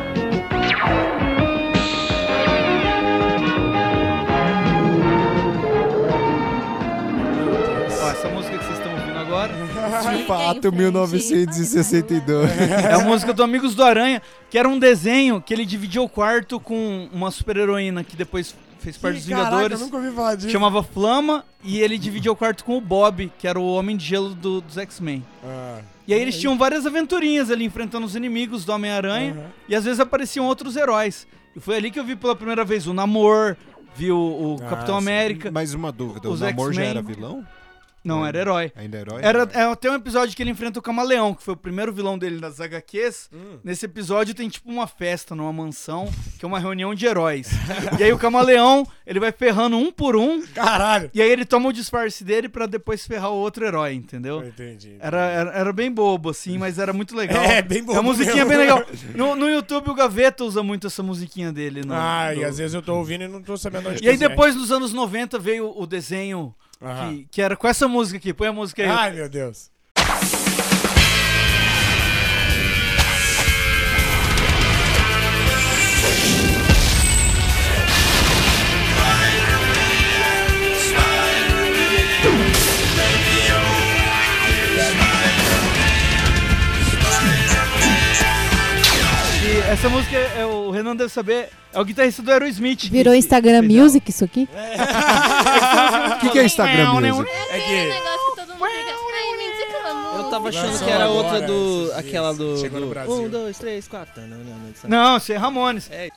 S1: Ó, essa música que vocês estão ouvindo
S2: *laughs*
S1: agora.
S8: De fato, 1962.
S1: É a música do Amigos do Aranha, que era um desenho que ele dividia o quarto com uma super-heroína que depois fez parte dos
S2: caraca,
S1: Vingadores.
S2: eu nunca ouvi falar disso.
S1: Chamava Flama e ele dividia o quarto com o Bob, que era o Homem de Gelo do- dos X-Men.
S2: Ah,
S1: E aí eles tinham várias aventurinhas ali enfrentando os inimigos do Homem-Aranha e às vezes apareciam outros heróis. E foi ali que eu vi pela primeira vez o Namor, vi o, o
S8: Ah,
S1: Capitão
S8: sim.
S1: América.
S8: Mais uma dúvida, o
S1: os
S8: Namor já
S1: X-Men.
S8: era vilão?
S1: Não, era herói.
S8: Ainda é herói?
S1: Era, é até um episódio que ele enfrenta o Camaleão, que foi o primeiro vilão dele nas HQs.
S2: Hum.
S1: Nesse episódio tem tipo uma festa numa mansão, que é uma reunião de heróis. e aí o Camaleão, ele vai ferrando um por um.
S2: Caralho!
S1: E aí ele toma o disfarce dele pra depois ferrar o outro herói, entendeu?
S2: Entendi.
S1: Era, era, era bem bobo, assim, mas era muito legal.
S2: É, bem bobo
S1: A musiquinha é bem
S2: mesmo.
S1: legal. No, no YouTube o Gaveta usa muito essa musiquinha dele. No,
S2: Ah, e
S1: um do-
S2: às vezes eu tô ouvindo e não tô sabendo onde
S1: e aí
S2: que é.
S1: depois, nos anos 90, veio o desenho
S2: Aham. Ah,
S1: que, que era com essa música aqui. Põe a música aí.
S2: Ai, meu Deus.
S1: E essa música, é, o Renan deve saber, é o guitarrista do Aerosmith.
S5: Virou Instagram Music isso aqui?
S1: O
S8: que, que é Instagram Music?
S1: É
S7: Aquele negócio que todo mundo fica. Ai, me diz aquela música.
S6: Eu tava achando
S1: Lançou
S6: que era
S1: agora,
S6: outra do.
S1: esses dias.
S6: aquela do.
S1: Chegou no
S6: do-
S1: Brasil.
S6: Um, dois, três, quatro. Não, não, não, não, não.
S1: Não, isso é Ramones.
S6: É.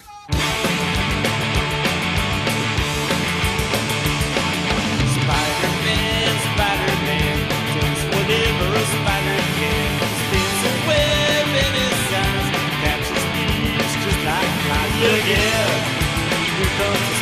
S3: Spider-Man, Spider-Man, does whatever a spider can. Spins a web in his eyes, catches thieves just like flies. Look out, here comes the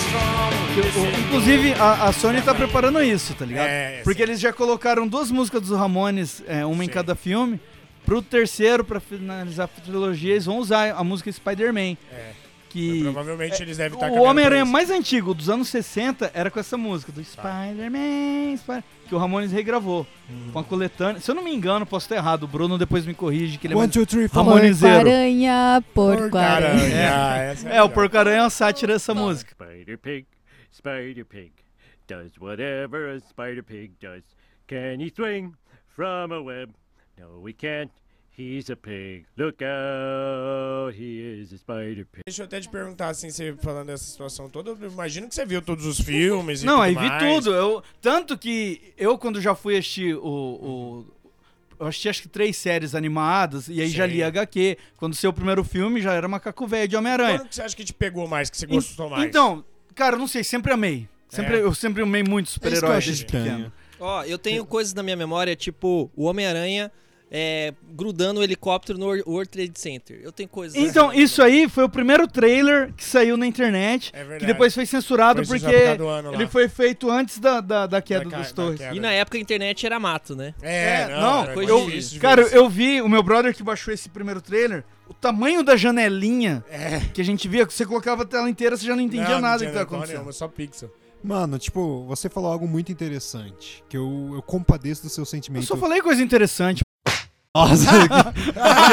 S3: Spider-Man. Is he strong?
S1: Inclusive, a, a Sony tá preparando isso, tá ligado?
S2: É,
S1: Porque eles já colocaram duas músicas dos Ramones, é, uma em cada filme. Pro terceiro, pra finalizar a trilogia, eles vão usar a música Spider-Man.
S2: É.
S1: Que
S2: Provavelmente tá eles devem estar
S1: é, o Homem-Aranha mais antigo, dos anos 60, era com essa música, do Spider-Man, Spider que o Ramones regravou.
S2: Uhum.
S1: Com a coletânea. Se eu não me engano, posso estar errado. O Bruno depois me corrige que ele é
S8: One,
S1: mais
S8: two, three, four.
S1: Ramonizeiro.
S5: Aranha, porco
S2: ah,
S5: aranha.
S1: É, é, o Porco-Aranha é uma sátira dessa música.
S13: Spider Pig, Spider Pig, does whatever a spider pig does. Can he swing from a web? No, he can't. He's a pig. Look out, he is a spider pig.
S2: Deixa eu até te perguntar, assim, você falando dessa situação toda, eu imagino que você viu todos os filmes e
S1: Não,
S6: Tipo
S2: tudo
S1: aí vi
S2: mais.
S1: tudo. Eu, tanto que eu, quando já fui assistir o. o- eu assisti acho que três séries animadas e aí já
S2: Sim.
S1: li HQ. Quando seu primeiro filme já era Macaco Velho de Homem-Aranha.
S2: Quando que você acha que te pegou mais, que você gostou mais?
S1: né? Então, cara, eu não sei, sempre amei. Sempre,
S2: É.
S1: Eu sempre amei muito super-herói
S6: acho
S1: desde pequeno.
S6: Ó, eu tenho coisas na minha memória, tipo o Homem-Aranha é, grudando o helicóptero no World Trade Center. Eu tenho coisas.
S1: Então, isso aí foi o primeiro trailer que saiu na internet, que depois foi censurado
S6: É Foi
S1: porque
S6: censurado por causa do ano lá.
S1: ele foi feito antes da, da, da queda
S6: ca-
S1: dos
S6: da
S1: torres.
S6: E na época a internet era mato, né?
S1: É, não, eu,
S6: difícil de ver
S1: cara,
S6: isso.
S1: eu vi o meu brother que baixou esse primeiro trailer, o tamanho da janelinha que a gente via, que você colocava a tela inteira, você já não entendia
S2: É. não
S1: nada
S2: tinha
S1: que tava
S2: porra
S1: acontecendo.
S2: nenhuma, Só pixel.
S8: Mano, tipo, você falou algo muito interessante, que eu, eu compadeço do seu sentimento.
S1: Eu só falei coisa interessante.
S8: *laughs* Nossa, que que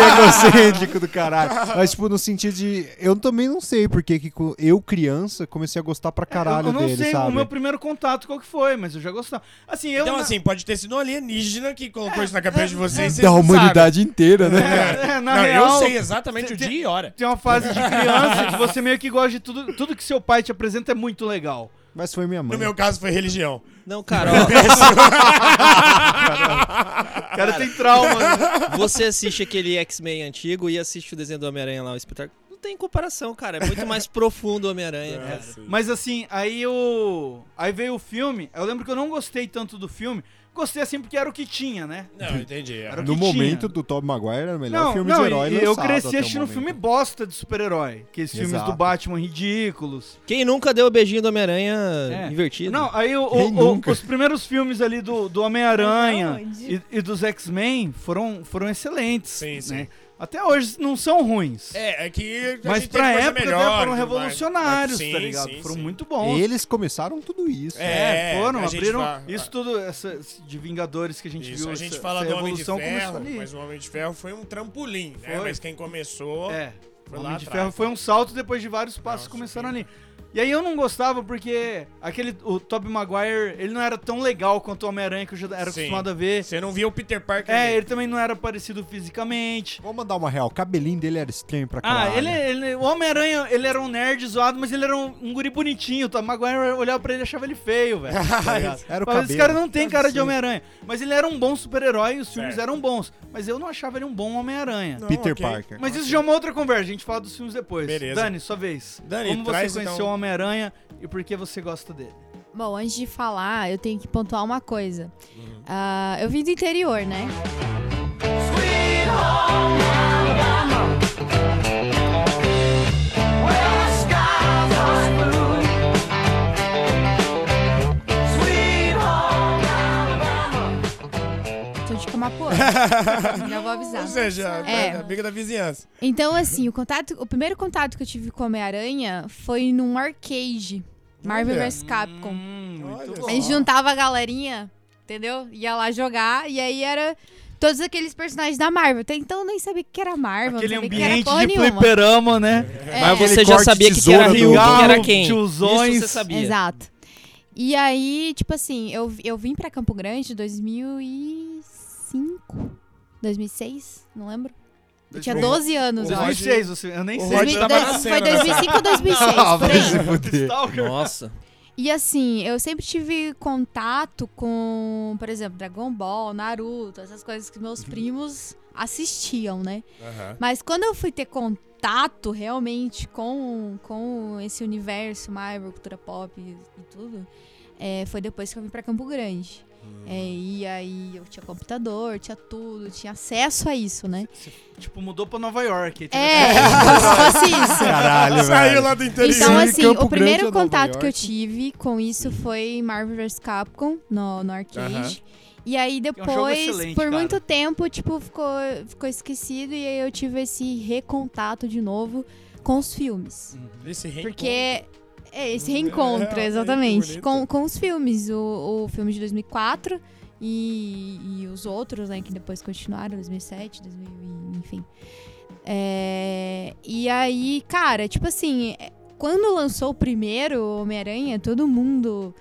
S8: egocêntrico do caralho. Mas, tipo, no sentido de. Eu também não sei porque que co- eu, criança, comecei a gostar pra caralho
S1: eu não
S8: dele,
S1: sei
S8: sabe?
S1: o meu primeiro contato qual que foi, mas eu já gostava. Assim, eu
S2: Então,
S1: na-
S2: assim, *laughs* pode ter sido um alienígena que colocou isso na cabeça de vocês. vocês
S8: Da
S2: não
S8: humanidade inteira, né?
S2: É,
S1: *laughs* É, na
S2: Não, eu
S1: real,
S2: sei exatamente o dia e hora.
S1: Tem uma fase de criança que você meio que gosta de tudo, tudo que seu pai te apresenta é muito legal.
S8: Mas foi minha mãe.
S2: No meu caso, foi religião.
S6: Não, cara,
S1: ó. cara tem trauma.
S2: *laughs*
S1: né?
S6: Você assiste aquele X-Men antigo e assiste o desenho do Homem-Aranha lá, o espetáculo. Não tem comparação, cara. É muito mais profundo o
S8: É.
S2: É,
S6: Homem-Aranha, cara.
S1: É, Mas assim, aí o. Aí veio o filme. Eu lembro que eu não gostei tanto do filme. Gostei assim porque era o que tinha, né?
S2: Não, entendi. é.
S1: Era o
S8: No
S1: que
S8: momento
S1: tinha.
S8: do Tobey Maguire era o melhor
S1: Não,
S8: filme
S1: não,
S8: de herói
S1: e- e
S8: lançado
S1: eu cresci
S8: até o
S1: assistindo
S8: momento.
S1: filme bosta de super-herói. Que esses filmes
S8: Exato.
S1: do Batman ridículos.
S6: Quem nunca deu o beijinho do Homem-Aranha
S1: É.
S6: invertido?
S1: Não, aí o- o-
S6: Quem
S1: o-
S6: nunca?
S1: os primeiros filmes ali do, do Homem-Aranha e, e dos X-Men foram, foram excelentes. né? Até hoje não são ruins.
S2: É, é que. a
S1: Mas
S2: gente tem
S1: pra
S2: coisa
S1: época né,
S2: melhor e
S1: foram
S2: tudo
S1: revolucionários,
S2: mais.
S1: tá
S2: Sim,
S1: ligado?
S2: sim,
S1: foram
S2: sim.
S1: muito bons.
S8: Eles começaram tudo isso.
S1: É, foram,
S2: a gente
S1: abriram
S2: fala- né?
S1: isso tudo, essa, de Vingadores que a gente
S2: Isso,
S1: viu.
S2: a gente
S1: essa-
S2: fala
S1: essa
S2: do Homem de
S1: revolução começou
S2: Ferro,
S1: ali.
S2: mas o Homem de Ferro foi um trampolim, né?
S1: Foi.
S2: Mas quem começou
S1: É,
S2: foi
S1: o
S2: lá
S1: Homem de
S2: atrás.
S1: Ferro foi um salto depois de vários passos que começaram ali. E aí eu não gostava porque aquele o Tobey Maguire, ele não era tão legal quanto o Homem-Aranha que eu já era
S2: Sim.
S1: acostumado a ver.
S2: Você não via o Peter Parker.
S1: É, ele também não era parecido fisicamente.
S8: Vou mandar uma real. O cabelinho dele era estranho pra
S1: Ah,
S8: caralho.
S1: ele, ele- o Homem-Aranha, ele era um nerd zoado, mas ele era um, um guri bonitinho. Tá? Maguire olhava pra ele e achava ele feio, velho. Tá ligado?
S8: Era o
S1: Mas Esse
S8: cabelo. né?
S1: cara não tem cara de
S8: Sim.
S1: Homem-Aranha. Mas ele era um bom super-herói e os filmes
S8: Certo.
S1: eram bons. Mas eu não achava ele um bom Homem-Aranha.
S8: Não, Peter ok. Parker.
S1: Mas isso já é uma outra conversa, a gente fala dos filmes depois.
S2: Beleza.
S1: Dani, sua vez.
S2: Dani,
S1: Como
S2: traz,
S1: você conheceu
S2: então-
S1: o Homem-Aranha e por que você gosta dele?
S5: Bom, antes de falar, eu tenho que pontuar uma coisa. Ah, eu vim do interior, né? Tô de *laughs* Camapuã. Já vou avisar.
S2: Ou seja, é. amiga da vizinhança.
S5: Então, assim, o contato, o primeiro contato que eu tive com Homem-Aranha foi num arcade. Marvel
S2: Olha.
S5: vs Capcom.
S1: Hum,
S2: muito
S5: a gente
S2: bom.
S5: juntava a galerinha, entendeu? Ia lá jogar, e aí era todos aqueles personagens da Marvel. Até então eu nem sabia o que era Marvel,
S1: Aquele
S5: não sabia o que era
S1: ambiente
S5: porra
S1: de
S5: nenhuma.
S1: fliperama, né?
S5: É.
S1: Mas aquele
S6: Você já
S1: corte
S6: sabia que que era
S2: É
S1: tesoura
S6: Ryu,
S1: do
S6: quem era
S1: carro,
S6: quem.
S1: Tiozões.
S6: Isso você sabia.
S5: Exato. E aí, tipo assim, eu, vi- eu vim pra Campo Grande em 2005, 2006, não lembro. Eu tinha 12 anos, eu acho.
S1: 2006, você, eu nem
S5: O
S1: sei.
S5: Rod Dois- tava
S6: *laughs*
S5: nascendo né? foi nessa 2005 ou *laughs* 2006,
S1: Ah,
S5: por
S1: vai
S5: aí.
S1: se fuder.
S8: *laughs*
S6: Nossa.
S5: E assim, eu sempre tive contato com, por exemplo, Dragon Ball, Naruto, essas coisas que meus primos assistiam, né?
S3: Aham.
S5: Mas quando eu fui ter contato realmente com, com esse universo Marvel, cultura pop e, e tudo, é, foi depois que eu vim pra Campo Grande. É, e aí eu tinha computador, tinha tudo, tinha acesso a isso, né?
S1: Tipo, mudou pra Nova York. aí teve
S5: É,
S1: essa-
S5: como se fosse
S8: *laughs*
S5: isso.
S1: Saiu lá do interior.
S5: Então, assim, o primeiro contato que eu tive com isso foi Marvel vs. Capcom, no, no arcade. E aí
S3: um jogo
S5: depois,
S3: excelente,
S5: por
S3: cara.
S5: muito tempo, tipo, ficou, ficou esquecido e aí eu tive esse recontato de novo com os filmes.
S2: Esse reencontro.
S5: Porque é esse
S2: É, olha
S5: reencontro,
S2: aí, que
S5: exatamente,
S2: bonito.
S5: com, com os filmes. O, o filme de 2004 e, e os outros, né, que depois continuaram, 2007, 2000, e- enfim. É, e aí, cara, tipo assim, é, quando lançou o primeiro Homem-Aranha, todo mundo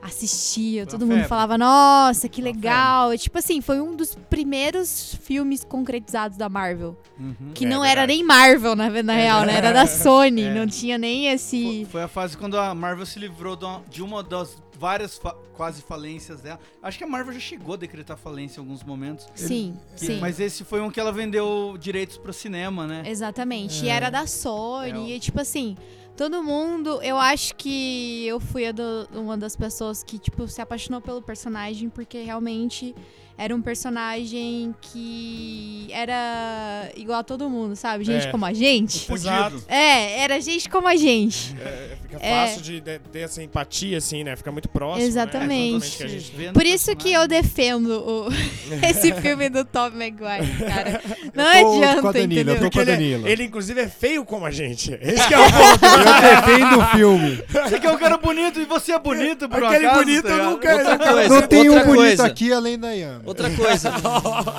S5: assistia,
S2: Tá
S5: todo mundo
S3: febre.
S5: falava, nossa, que legal. E, tipo assim, foi um dos primeiros filmes concretizados da Marvel.
S6: Uhum.
S5: Que
S1: É,
S5: não era nem Marvel, na, na real, né? Era da Sony, não tinha nem esse...
S1: Foi a fase quando a Marvel se livrou de uma- de uma das várias fa- quase falências dela. Acho que a Marvel já chegou a decretar falência em alguns momentos.
S5: Sim,
S1: Que-
S5: sim.
S1: Mas esse foi um que ela vendeu direitos pro cinema, né?
S5: Exatamente. E
S1: É.
S5: era da Sony.
S1: É.
S5: E, tipo assim, todo mundo. Eu acho que eu fui a do- uma das pessoas que, tipo, se apaixonou pelo personagem, porque realmente era um personagem que era igual a todo mundo, sabe? Gente
S2: É.
S5: como a gente.
S2: Exato.
S5: É, era gente como a gente.
S2: É, fica
S5: É.
S2: fácil de, de ter essa empatia, assim, né? Fica muito próximo. né?
S1: É,
S5: Exatamente.
S2: que a gente vê.
S5: Por isso que eu defendo *laughs* o- esse filme do Tom Maguire, cara. Não adianta, entendeu?
S2: Porque ele, é-
S8: Danilo.
S2: ele, inclusive, é feio como a gente. Esse que é o
S8: *laughs*
S2: ponto.
S8: Eu defendo o filme.
S1: Você que é um cara bonito e você é bonito, por
S2: Aquele
S1: acaso,
S2: bonito
S1: tá
S2: eu
S1: ligado?
S2: nunca- Outra
S8: Não, não tem um bonito aqui além da Yami.
S6: Outra
S8: *laughs*
S6: coisa.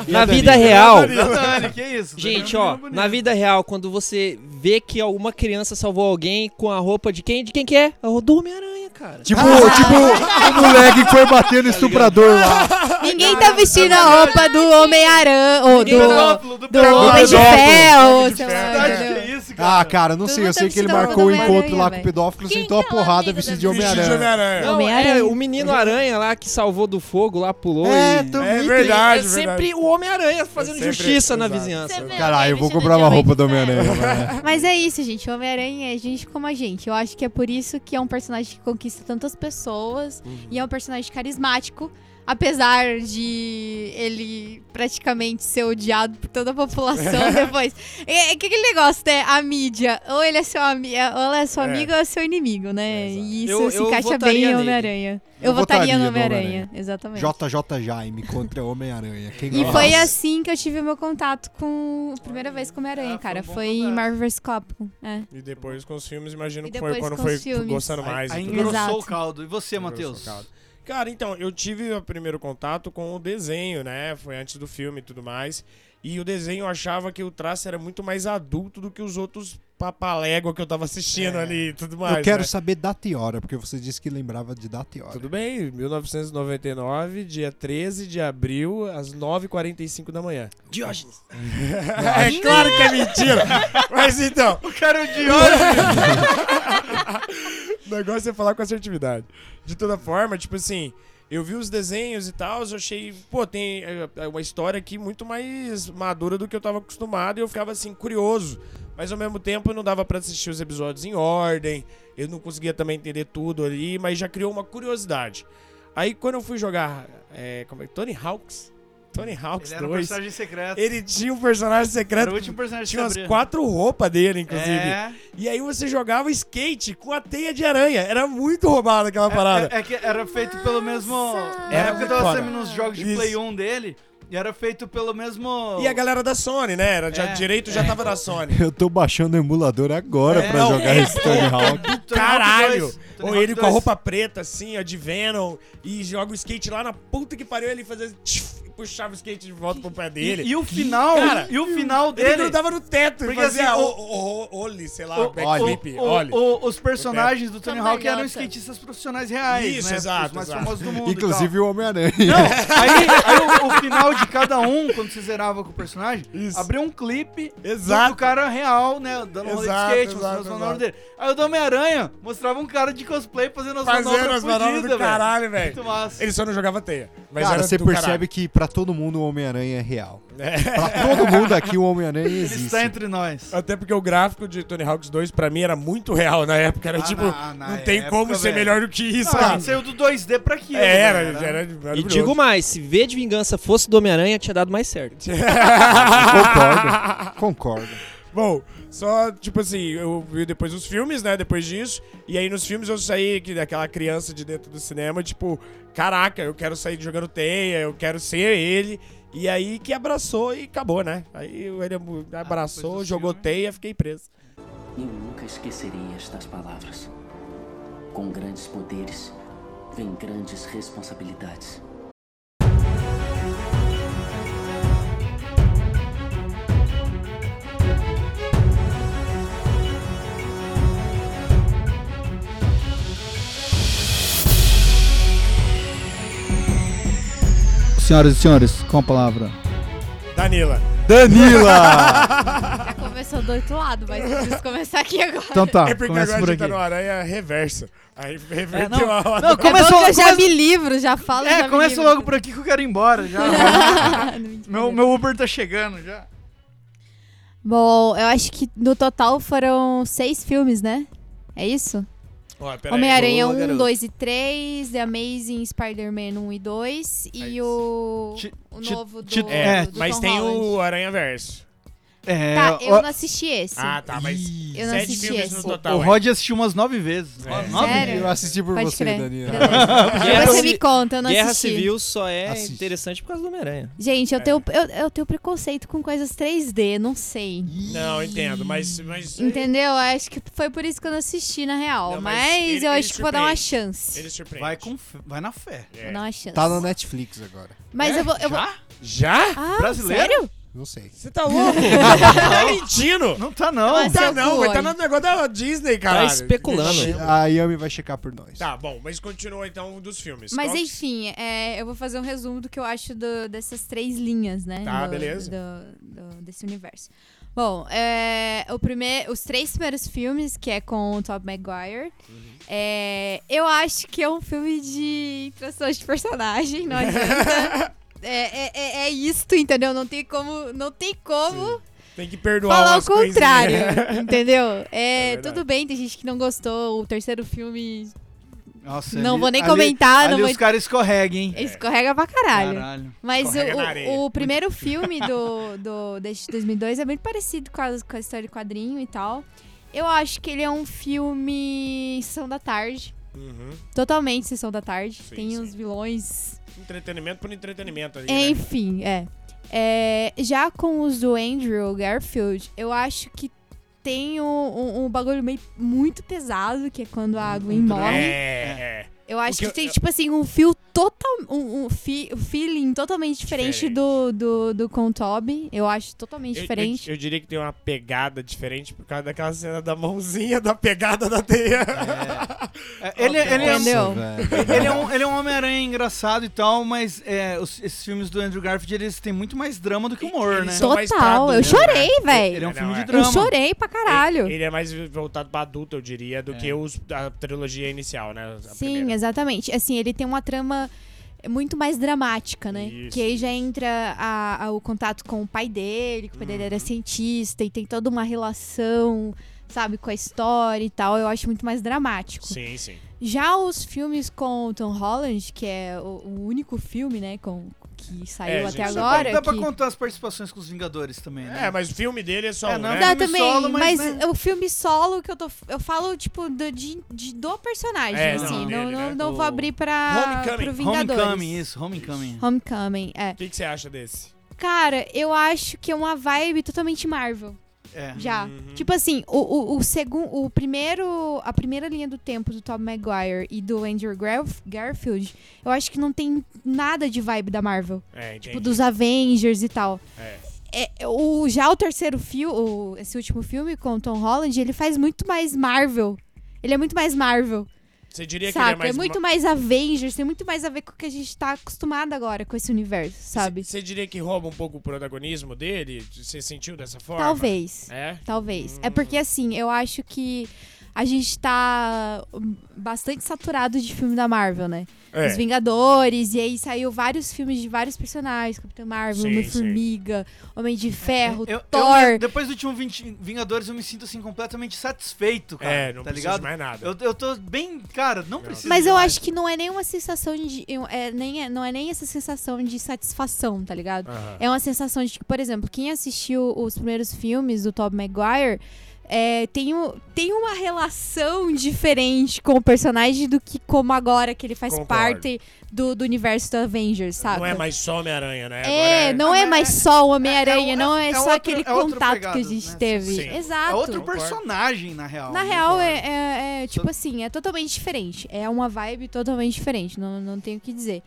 S8: E
S6: na
S8: a
S6: vida
S8: Danilo?
S6: real.
S8: E a Danilo? Que isso?
S6: Gente,
S8: Danilo é
S6: ó, na vida real, quando você vê que alguma criança salvou alguém com a roupa de quem? De quem que é? A roupa do Homem-Aranha, cara.
S8: Tipo,
S5: Ah.
S8: tipo o moleque que foi bater no estuprador lá.
S5: Ninguém tá vestindo a roupa do Homem-Aranha, ou
S8: Ninguém tá
S5: do, do, Homem de Ferro, sei lá, entendeu?
S8: Ah, cara, não sei. Eu sei que ele marcou o encontro lá com o pedófilo, sentou a
S5: é
S8: porrada vestido de Homem-Aranha.
S6: Não, é, o menino aranha lá que salvou do fogo lá, pulou.
S8: É,
S6: e-
S8: também
S6: é
S8: tem.
S6: verdade. É
S8: É
S6: sempre
S8: verdade.
S6: o
S2: É
S6: Homem-Aranha fazendo
S8: sempre-
S6: justiça na
S8: exato.
S6: vizinhança.
S8: Caralho, eu vou comprar uma roupa do
S5: *laughs*
S8: Homem-Aranha. mano.
S5: Mas é isso, gente. O Homem-Aranha é gente como a gente. Eu acho que é por isso que é um personagem que conquista tantas pessoas e é um personagem carismático. apesar de ele praticamente ser odiado por toda a população depois. É, é que aquele negócio, né? A mídia. Ou ele é seu, ami ou ela é seu
S6: É.
S5: amigo ou é seu inimigo, né? e isso
S6: Eu-
S5: se
S6: eu
S5: encaixa
S6: votaria
S5: bem em
S6: nele.
S5: Homem-Aranha. Eu, votaria
S8: Eu votaria
S5: no
S8: no
S5: Homem-Aranha,
S8: Homem-Aranha.
S5: exatamente.
S8: JJ Jaime contra Homem-Aranha. Quem
S5: E
S8: gosta?
S5: foi assim que eu tive o meu contato com. a Primeira vez com o Homem-Aranha, cara. Foi, em Marvel vs. Capcom. É.
S2: E depois com os filmes, imagino
S5: E
S2: que foi
S5: depois
S2: quando
S5: com
S2: foi
S5: os filmes.
S2: gostando
S1: Aí-
S2: mais.
S1: aí
S2: e tudo
S1: engrossou
S2: mais.
S1: o caldo. E você,
S2: Engrossou
S1: Matheus?
S2: o caldo. Cara, então, eu tive o primeiro contato com o desenho, né? Foi antes do filme e tudo mais. E o desenho eu achava que o traço era muito mais adulto do que os outros papalégua que eu tava assistindo
S1: É.
S2: ali e tudo mais.
S8: Eu quero
S2: né?
S8: saber data e hora, porque você disse que lembrava de data e hora.
S2: Tudo bem, 1999, dia 13 de abril, às 9h45 da manhã.
S6: Diógenes.
S2: *laughs* é claro que é mentira! Mas então.
S1: O cara é o
S2: Diógenes! *laughs* o negócio é falar com assertividade. De toda forma, tipo assim. Eu vi os desenhos e tal, eu achei, pô, tem é, é uma história aqui muito mais madura do que eu tava acostumado e eu ficava assim, curioso. Mas ao mesmo tempo não dava pra assistir os episódios em ordem, eu não conseguia também entender tudo ali, mas já criou uma curiosidade. Aí quando eu fui jogar, é, como é? Tony Hawks? Tony Hawks
S1: Ele era um
S2: 2.
S1: personagem secreto.
S2: Ele tinha um personagem secreto.
S1: Era o último personagem que
S2: Tinha umas
S1: abria.
S2: quatro roupas dele, inclusive.
S1: É.
S2: E aí você jogava skate com a teia de aranha. Era muito roubada aquela parada.
S1: É, é que era feito pelo mesmo.
S2: Era
S1: Era porque eu
S2: muito
S1: tava
S2: foda.
S1: sendo nos jogos de
S2: Isso.
S1: Play 1 dele. E era feito pelo mesmo.
S2: E a galera da Sony, né? Era já,
S1: É,
S2: direito já tava da Sony.
S1: *laughs*
S8: Eu tô baixando o emulador agora
S2: É,
S8: pra
S2: não,
S8: jogar
S2: é,
S8: esse Tony
S2: pô,
S8: Hawk.
S2: do Caralho!
S1: 2. Tony
S2: Ou
S1: Hawk
S2: ele com a
S1: 2.
S2: roupa preta, assim, ó, de Venom, e joga o skate lá na puta que pariu, ele fazia. tchuf, e puxava o skate de volta pro pé dele.
S1: E, e o final.
S2: Cara,
S1: e o final
S2: ele
S1: dele.
S2: grudava no teto e
S1: Porque
S2: fazia
S1: assim,
S2: o,
S1: o-
S2: o, o, olhe, sei lá,
S1: o-
S2: backflip,
S1: o- o-
S2: olhe.
S1: o- os personagens
S2: O
S1: do
S2: teto.
S1: Tony Hawk eram skatistas profissionais reais.
S2: Isso,
S1: né?
S2: exato,
S1: Os mais
S2: exato.
S1: famosos do mundo. e tal.
S8: Inclusive o Homem-Aranha.
S1: Aí, aí o, o final de cada um, quando você zerava com o personagem, abriu um clipe
S2: Exato.
S1: do cara real, né? Dando um rolê de
S2: Exato,
S1: skate,
S2: exato,
S1: mostrando as manobras
S2: exato.
S1: dele. Aí o do Homem-Aranha mostrava um cara de cosplay fazendo as
S2: Fazendo
S1: manobras
S2: as manobras
S1: fodidas,
S2: do caralho, velho.
S1: Muito massa.
S2: Ele só não jogava teia. Mas
S8: Cara,
S2: era
S8: você
S2: do
S8: percebe
S2: caralho.
S8: que pra todo mundo o Homem-Aranha é real.
S2: É.
S8: Pra todo mundo aqui o Homem-Aranha existe.
S1: entre nós. Ah,
S2: Até porque o gráfico de Tony Hawks 2 pra mim era muito real na época. Era tipo, não tem como ser melhor do que isso,
S1: Não, a
S2: cara.
S1: gente saiu do 2D pra né, aquilo.
S2: Era,
S1: velho,
S2: era
S6: E digo mais, se V de Vingança fosse do Homem-Aranha, tinha dado mais certo.
S8: Concordo, concordo.
S2: *laughs* Bom, só, tipo assim, eu vi depois os filmes, né? Depois disso. E aí nos filmes eu saí que- daquela criança de dentro do cinema, tipo, caraca, eu quero sair jogando teia, eu quero ser ele. E aí que abraçou e acabou, né? Aí ele abraçou, jogou teia, fiquei preso.
S4: Eu nunca esquecerei estas palavras. Com grandes poderes, vem grandes responsabilidades.
S1: Senhoras e senhores, com a palavra.
S2: Danila.
S5: Já começou do outro lado, mas preciso começar aqui agora.
S1: Então tá,
S2: é porque
S1: começa
S2: agora
S1: por
S2: a gente tá
S1: aqui.
S2: no Aranha Reversa. Aí reverteu
S1: É, não,
S2: a hora.
S1: não,
S5: É
S1: começa
S5: bom que eu
S1: logo-
S5: já
S1: começa-
S5: me livro, já falo. já
S1: É,
S5: me
S1: começa
S5: livro. Ah,
S1: logo
S5: *laughs*
S1: por aqui que eu quero ir embora já. meu, meu Uber tá chegando já.
S5: Bom, eu acho que no total foram seis filmes, né? É isso?
S2: Ó, peraí.
S5: Homem-Aranha
S2: Boa,
S5: 1,
S2: garoto.
S5: 2 e 3, The Amazing Spider-Man 1 e 2 e o, o novo do,
S2: É,
S5: do
S2: mas
S5: Tom
S2: tem
S5: Holland.
S2: o Aranha Verso.
S1: É,
S5: Tá, eu
S1: ó-
S5: não assisti esse.
S2: Ah, tá, mas
S5: Eu não
S2: sete
S5: assisti
S2: filmes
S5: esse.
S2: no
S1: o
S2: total. hein?
S1: Rod assistiu umas nove vezes. Nove
S5: Sério?
S1: vezes.
S8: Eu assisti por
S5: Pode
S8: você,
S5: crer.
S8: Danilo.
S2: *laughs*
S5: Beleza.
S6: Guerra
S5: Depois você
S6: Civil-
S5: me conta, eu não
S6: Guerra
S5: assisti.
S6: Civil só é interessante por causa do Homem-Aranha.
S5: Gente,
S2: É.
S5: eu, tenho, eu, eu tenho preconceito com coisas 3D, não sei.
S2: Não, entendo, mas. mas
S5: Entendeu? Eu Acho que foi por isso que eu não assisti, na real.
S2: Não,
S5: mas
S2: mas ele-
S5: eu
S2: ele
S5: acho que vou dar uma
S2: surpreende.
S5: chance.
S2: Ele surpreende.
S1: Vai, com, f- vai na fé.
S5: Vou dar uma chance.
S8: Tá na Netflix agora.
S5: Mas eu vou. Eu vou...
S2: É? Já?
S5: Ah,
S1: Brasileiro?
S5: Sério?
S8: Não sei.
S2: Você tá louco?
S5: Ah,
S2: tá mentindo!
S1: Não tá não.
S2: Não tá não, vai tá no negócio da Disney,
S1: Tá
S6: Tá
S2: cara.
S5: Ah,
S8: A Yami vai checar por nós.
S2: Tá, bom, mas continua então dos filmes.
S5: Mas
S2: Qual-
S5: enfim, é, eu vou fazer um resumo do que eu acho do- dessas três linhas, né?
S2: Tá,
S5: do-
S2: beleza.
S5: do- do- desse universo. Bom, é, o primeiro, os três primeiros filmes, que é com o Tobey Maguire,
S2: Uhum.
S5: é, eu acho que é um filme de trações de personagem,
S2: *laughs*
S5: não adianta. É, é, é, é isto, entendeu? Não tem como, não tem como
S2: Tem que perdoar
S5: falar o
S2: umas coisinhas.
S5: contrário, entendeu? É,
S2: É verdade.
S5: tudo bem, tem gente que não gostou. O terceiro filme
S1: Nossa,
S5: Não
S1: ali-
S5: vou nem
S1: ali-
S5: comentar,
S1: ali
S5: não vou- É,
S1: os caras escorregam, hein?
S5: Escorrega pra caralho.
S1: Caralho.
S5: Mas
S1: Escorrega na
S5: o-
S1: areia.
S5: o, o primeiro
S1: Muito
S5: filme do, do deste 2002 é muito parecido com a, com a história de quadrinho e tal. Eu acho que ele é um filme Sessão da Tarde.
S2: *laughs* Uhum.
S5: Totalmente Sessão da Tarde.
S2: Sim,
S5: Tem
S2: sim.
S5: os vilões.
S2: Entretenimento por entretenimento ali. né?
S5: Enfim, é. É, Já com os do Andrew Garfield, eu acho que tem um, um- um bagulho meio muito pesado, que é quando a Gwen morre.
S2: Hum, É.
S5: Eu acho
S2: Porque
S5: que,
S2: eu-
S5: tem, tipo assim, um fio total. Um, um fi- um feeling totalmente diferente, do, do, do Contob. Eu acho totalmente
S2: Eu-
S5: diferente.
S2: Eu, eu diria que tem uma pegada diferente por causa daquela cena da mãozinha da pegada da teia.
S1: É.
S2: *laughs*
S1: Ele, ele é,
S2: Entendeu?
S1: ele
S5: *laughs*
S1: é um, ele é um Homem-Aranha engraçado e tal, mas é, os- esses filmes do Andrew Garfield, eles têm muito mais drama do que humor, né?
S5: Total, eu chorei,
S2: né?
S5: velho.
S1: Ele é um filme de
S5: Eu
S1: drama.
S5: chorei pra caralho.
S2: Ele é mais voltado pra adulto, eu diria,
S1: É.
S2: do que os, a trilogia inicial, né? A
S5: Sim, exatamente. Assim, ele tem uma trama muito mais dramática, né?
S2: Isso,
S5: que aí já entra a- a- o contato com o pai dele, que o pai dele
S1: Uhum.
S5: era cientista e tem toda uma relação, sabe, com a história e tal. Eu acho muito mais dramático.
S2: Sim, sim.
S5: Já os filmes com o Tom Holland, que é o, o único filme, né, com, que
S1: É,
S5: saiu até agora.
S1: Dá pra
S5: que-
S1: contar as participações com os Vingadores também, né?
S2: É, mas o filme dele é só
S1: É,
S2: um,
S1: não é
S2: né?
S5: Dá
S1: filme
S5: também,
S1: solo, mas,
S5: mas,
S1: né?
S5: o filme solo que eu tô. Eu falo, tipo, do, de, de- do personagem,
S1: É,
S5: assim.
S1: não,
S5: Não,
S1: dele,
S5: não,
S1: né?
S5: não vou
S1: O-
S5: abrir pra, pro Vingadores.
S1: Homecoming, isso, Homecoming.
S5: Homecoming, é.
S2: O que, que você acha desse?
S5: Cara, eu acho que é uma vibe totalmente Marvel.
S1: É.
S5: Já.
S2: Uhum.
S5: Tipo assim, o, o, o segundo. O primeiro. A primeira linha do tempo do Tom Maguire e do Andrew Garf- Garfield, eu acho que não tem nada de vibe da Marvel.
S2: É, entendi.
S5: Tipo, dos Avengers e tal.
S2: É.
S5: É, o, já o terceiro filme, esse último filme com o Tom Holland, ele faz muito mais Marvel. Ele é muito mais Marvel.
S2: Você diria
S5: saca?
S2: que ele é mais...
S5: muito mais Avengers, tem muito mais a ver com o que a gente tá acostumado agora com esse universo, sabe?
S2: Você diria que rouba um pouco o protagonismo dele? Você sentiu dessa forma?
S5: Talvez.
S2: É?
S5: Talvez. É porque, assim, eu acho que a gente tá hum, bastante saturado de filme da Marvel, né?
S7: É.
S5: Os Vingadores, e aí saiu vários filmes de vários personagens. Capitão Marvel,
S1: Sim,
S5: Homem-Formiga, Homem de Ferro,
S1: Eu- eu
S5: Thor.
S1: me- depois do último 20 Vingadores, eu me sinto assim completamente satisfeito, cara.
S2: É, não
S1: tá
S2: preciso
S1: ligado?
S2: mais nada.
S1: Eu, eu tô bem, cara, não, preciso.
S5: Mas
S1: de
S5: eu
S1: mais.
S5: acho que não é nem uma sensação de. É, nem, é- não é nem essa sensação de satisfação, tá ligado?
S7: Aham.
S5: É uma sensação de que, por exemplo, quem assistiu os primeiros filmes do Tobey Maguire é, tem, um, tem uma relação diferente com o personagem do que como agora que ele faz
S2: Concordo.
S5: parte do, do universo do Avengers, sabe?
S2: Não é mais só Homem-Aranha, né?
S5: É, não
S1: Ah,
S5: é mais só o Homem-Aranha, não é, só
S1: outra-
S5: aquele
S1: um é outra
S5: contato
S1: pegada,
S5: que a gente
S1: né?
S5: teve.
S1: Sim.
S5: Exato.
S1: É outro personagem, na real.
S5: Na
S1: né?
S5: real, é, é- é, tipo assim, é totalmente diferente. É uma vibe totalmente diferente, não, não tenho o que dizer.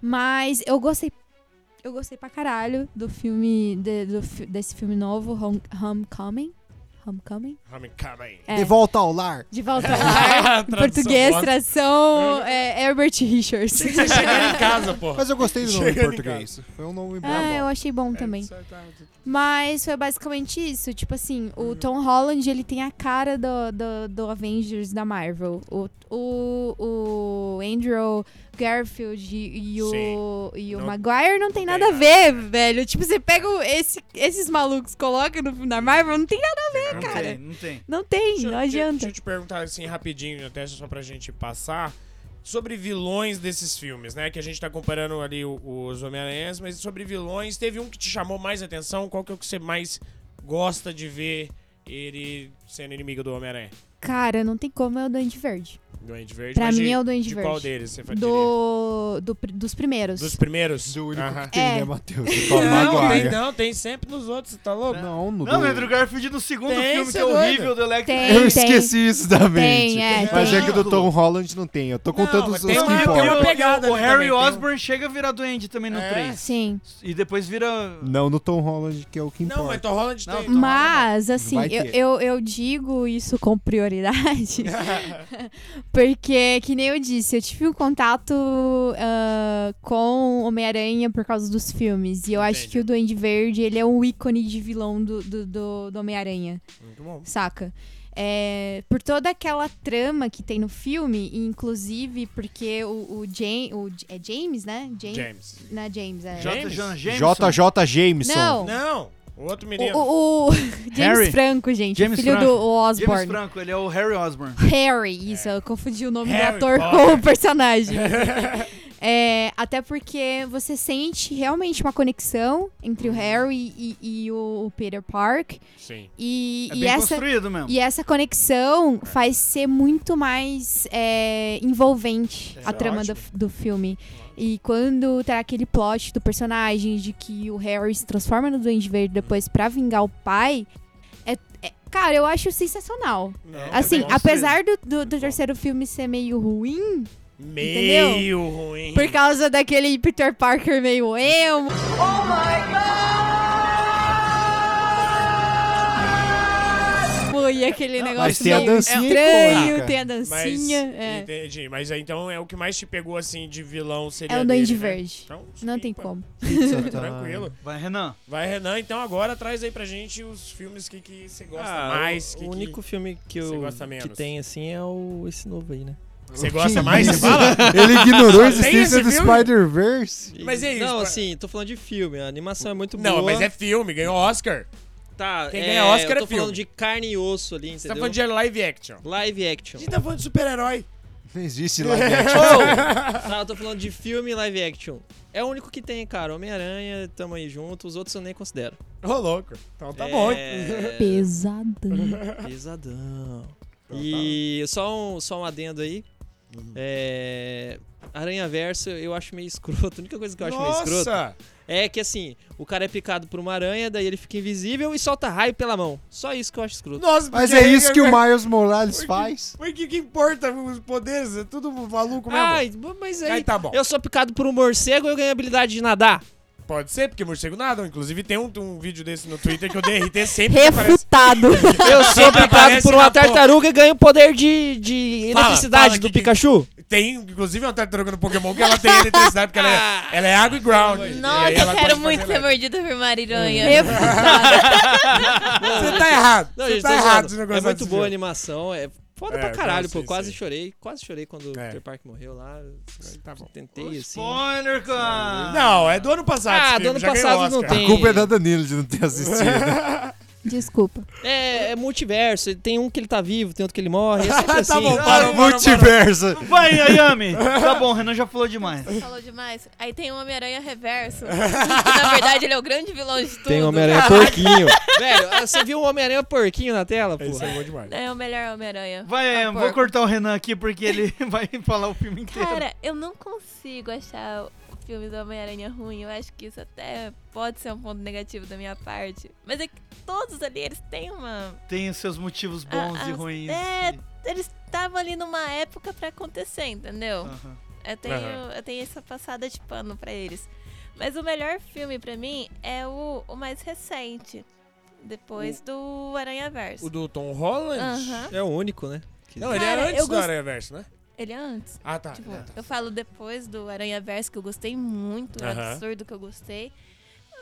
S5: Mas eu gostei. Eu gostei pra caralho do filme. de- do fi- desse filme novo, Home, Homecoming. Homecoming?
S2: Homecoming.
S5: É.
S8: De volta ao lar.
S5: De volta ao lar. em
S8: Tradução
S5: português,
S8: bosta.
S5: tradução é, Herbert Richards.
S2: chegar em *laughs* casa, pô.
S8: Mas eu gostei do nome em
S2: Chegando em
S8: português. Foi um nome bom.
S5: Ah, eu achei
S2: É,
S5: bom também.
S2: tá
S5: Mas foi basicamente isso. Tipo assim, o Tom Holland, ele tem a cara do, do, do Avengers da Marvel. O, o, o Andrew Garfield e, e o, e o
S7: Não-
S5: Maguire não tem nada a ver, velho. Tipo, você pega o- esse, esses malucos, coloca no filme da Marvel, não tem nada a ver,
S2: Não
S5: é, cara.
S2: tem, não tem.
S5: Não tem,
S2: Deixa eu-
S5: não
S2: deixa- Deixa
S5: adianta.
S2: eu te perguntar assim rapidinho, até só pra gente passar. Sobre vilões desses filmes, né? Que a gente tá comparando ali o- os Homem-Aranhas, mas sobre vilões, teve um que te chamou mais atenção? Qual que é o que você mais gosta de ver ele sendo inimigo do Homem-Aranha?
S5: Cara, não tem como é o Duende Verde.
S2: Duende Verde?
S5: Pra
S2: mas de-
S5: mim é o Duende
S2: de
S5: Verde.
S2: qual deles? Você diria?
S5: do, do, pri- dos primeiros.
S2: Dos primeiros? Do único
S8: que tem,
S5: É. né,
S8: Matheus?
S2: Não,
S8: Maguire.
S2: tem, não, tem sempre nos outros, você tá louco?
S8: Não, no
S1: Não,
S8: do-
S1: Andrew Garfield no segundo
S2: Tem,
S1: filme, que
S2: cê
S1: é
S2: é doido.
S1: horrível, do Electro.
S5: Tem,
S8: Eu
S5: tem.
S8: esqueci isso da mente.
S5: Tem, é,
S8: mas
S5: tem.
S8: é que do Tom Holland não tem. Eu tô contando os, os que
S1: Não,
S8: importam.
S1: o Harry Osborn chega a virar doente também no
S5: É?
S1: 3.
S5: Sim.
S1: E depois vira.
S8: Não, no Tom Holland, que é o que importa.
S2: mas Tom Holland tem.
S5: Mas, assim,
S8: Vai
S5: eu,
S8: ter.
S5: eu, eu digo isso com prioridade, porque, que nem eu disse, eu tive um contato ah, com Homem-Aranha por causa dos filmes, e eu acho que o Duende Verde, ele é um ícone de vilão do, do, do, do Homem-Aranha,
S2: Muito bom.
S5: saca? É, por toda aquela trama que tem no filme, e inclusive porque o, o, Jam- o é James, né? Jam-
S2: James.
S5: Não é James, é...
S2: J. Jonah Jameson.
S8: JJ Jameson.
S5: Não.
S2: Não. Outro menino.
S5: O, *laughs* o- o James
S1: Harry.
S5: Franco, gente.
S1: James
S5: filho
S1: Franco.
S5: do Osborne.
S1: James Franco, ele é o Harry Osborne.
S5: Harry, isso, eu confundi o nome
S1: Harry
S5: do ator
S1: Potter.
S5: com o
S1: *laughs*
S5: personagem. É, até porque você sente realmente uma conexão entre
S1: Uhum.
S5: o Harry e, e o Peter Park.
S2: Sim.
S5: E,
S1: É
S5: e
S1: bem
S5: essa,
S1: construído mesmo.
S5: E essa conexão faz ser muito mais é, envolvente
S1: É,
S5: a trama do,
S1: ótimo.
S5: do filme. E quando tá aquele plot do personagem de que o Harry se transforma no Duende Verde depois pra vingar o pai, é, é- cara, eu acho sensacional. assim,
S2: é bem
S5: apesar do, do, do terceiro filme ser meio ruim,
S2: Meio
S5: entendeu?
S2: ruim.
S5: Por causa daquele Peter Parker meio emo. Foi aquele negócio
S2: Mas tem a
S5: meio
S2: dancinha
S5: estranho,
S2: icônica.
S5: tem a dancinha.
S2: Mas,
S5: é.
S2: Entendi. Mas é, então é o que mais te pegou assim de vilão seria.
S5: É o
S2: dele,
S5: Duende
S2: né?
S5: Verde.
S2: Então,
S5: Não tem como.
S2: tá. *laughs* tranquilo.
S1: Vai, Renan.
S2: Vai, Renan, então agora traz aí pra gente os filmes que, que você gosta
S6: Ah,
S2: mais.
S6: o,
S2: que-
S6: o único filme que
S2: você
S6: eu
S2: gosta
S6: que
S2: menos?
S6: tem assim é o esse novo aí, né?
S2: Você gosta mais, você
S6: isso?
S2: fala?
S8: Ele ignorou a
S6: Só tem
S8: existência
S6: esse
S8: do
S6: filme?
S8: Spider-Verse.
S2: Mas é isso,
S6: Não,
S2: pra-
S6: assim, tô falando de filme. A animação é muito
S2: Não,
S6: boa.
S2: mas é filme, ganhou Oscar.
S6: Tá,
S2: Quem
S6: é,
S2: ganha Oscar
S6: eu
S2: é
S6: tô
S2: filme.
S6: falando de carne e osso ali, entendeu?
S2: Você tá falando de live action.
S6: Live action.
S2: A gente tá falando de super-herói.
S8: Não existe
S6: Ô!
S8: live
S2: *laughs* Oh,
S8: action.
S6: Tá, eu tô falando de filme e live action. É o único que tem, cara. Homem-Aranha, tamo aí junto. Os outros eu nem
S2: *laughs*
S6: considero.
S2: Ô, louco. Então tá
S6: É,
S2: bom. *laughs*
S5: Pesadão.
S6: Pesadão.
S2: Tá,
S6: E só um, só um adendo aí.
S2: Uhum.
S6: É, Aranha Verso eu acho meio escroto. A única coisa que eu acho meio
S2: Nossa!
S6: escroto é que assim, o cara é picado por uma aranha, daí ele fica invisível e solta raio pela mão. Só isso que eu acho escroto.
S2: Nossa,
S8: Mas
S2: porque
S8: é isso que o
S2: Mar-
S8: Miles Morales faz.
S2: Mas o que, que importa os poderes? É tudo maluco mesmo.
S6: Ai, bo- mas aí,
S2: Aí tá bom.
S6: eu sou picado por um morcego e eu ganho a habilidade de
S2: *laughs*
S6: nadar.
S2: Pode ser, porque morcego nada. Inclusive tem um, um vídeo desse no Twitter que o DRT sempre que aparece.
S5: Refutado. *laughs*
S6: Eu sou
S2: Sempre
S6: picado
S2: aparece
S6: por uma
S2: na porra.
S6: tartaruga e ganho o poder de, de
S2: Fala,
S6: eletricidade
S2: fala
S6: do
S2: que- que-
S6: Pikachu.
S2: Tem, inclusive, uma tartaruga no Pokémon que ela tem eletricidade, porque ela
S6: Ah.
S2: é, ela é água e ground.
S7: Nossa,
S2: E aí ela
S7: eu quero
S2: pode
S7: muito
S2: fazer
S7: ser mordida por uma aranha.
S2: *laughs* Você tá errado.
S6: Não,
S2: Você
S6: gente,
S2: tá
S6: tô
S2: errado.
S6: zoando.
S2: esse negócio
S6: É muito
S2: desse
S6: boa a
S2: jogo.
S6: animação, é foda
S2: É,
S6: pra caralho,
S2: não,
S6: pô.
S2: sim,
S6: quase
S2: sim.
S6: chorei, quase chorei quando o
S2: É. tá
S6: Peter Park morreu lá. Tentei, assim.
S1: Spoiler, cara.
S2: Não, é do ano passado.
S6: Ah,
S2: esse
S6: do
S2: filme,
S6: ano
S2: já ganhou
S6: passado não
S2: Oscar.
S6: tem.
S8: A culpa é da Danilo de não ter assistido.
S5: Desculpa.
S6: É, é multiverso, tem um que ele tá vivo, tem outro que ele morre.
S2: *laughs*
S6: É sempre
S2: Tá
S6: assim.
S2: bom,
S8: Para o multiverso.
S1: Vai, Ayami. Tá bom, o Renan já falou demais.
S7: Falou demais. Aí tem o Homem-Aranha Reverso. *laughs* que, na verdade, ele é o grande vilão de tudo.
S8: um
S7: É
S6: porquinho. Velho, ah, você viu o Homem-Aranha porquinho na tela, pô?
S2: Isso é bom demais.
S7: É o melhor Homem-Aranha.
S1: Vai,
S7: Ah,
S1: Ayami, vou
S7: porco.
S1: cortar o Renan aqui porque ele *laughs* vai falar o filme inteiro.
S7: Cara, eu não consigo achar o filme do Homem-Aranha ruim. Eu acho que isso até pode ser um ponto negativo da minha parte. Mas é que todos ali, eles têm uma.
S1: Tem os seus motivos bons
S7: a-
S1: e
S7: ah, as-
S1: ruins. assim.
S7: É, eles estavam ali numa época pra acontecer, entendeu?
S1: Aham.
S7: Eu, tenho,
S1: Ah, Aham.
S7: eu tenho essa passada de pano pra eles. Mas o melhor filme pra mim é o, o mais recente. Depois do Aranha Verso.
S2: O do Tom Holland?
S7: Aham.
S6: É o único, né? Que-
S2: Não, ele
S7: Cara,
S2: é
S7: eu
S2: antes do
S7: gost-
S2: Aranha Verso, né?
S7: Ele é antes.
S2: Ah, tá.
S7: Tipo,
S2: Ah, tá.
S7: eu falo depois do Aranha Verso, que eu gostei muito, é um
S2: Aham.
S7: absurdo que eu gostei.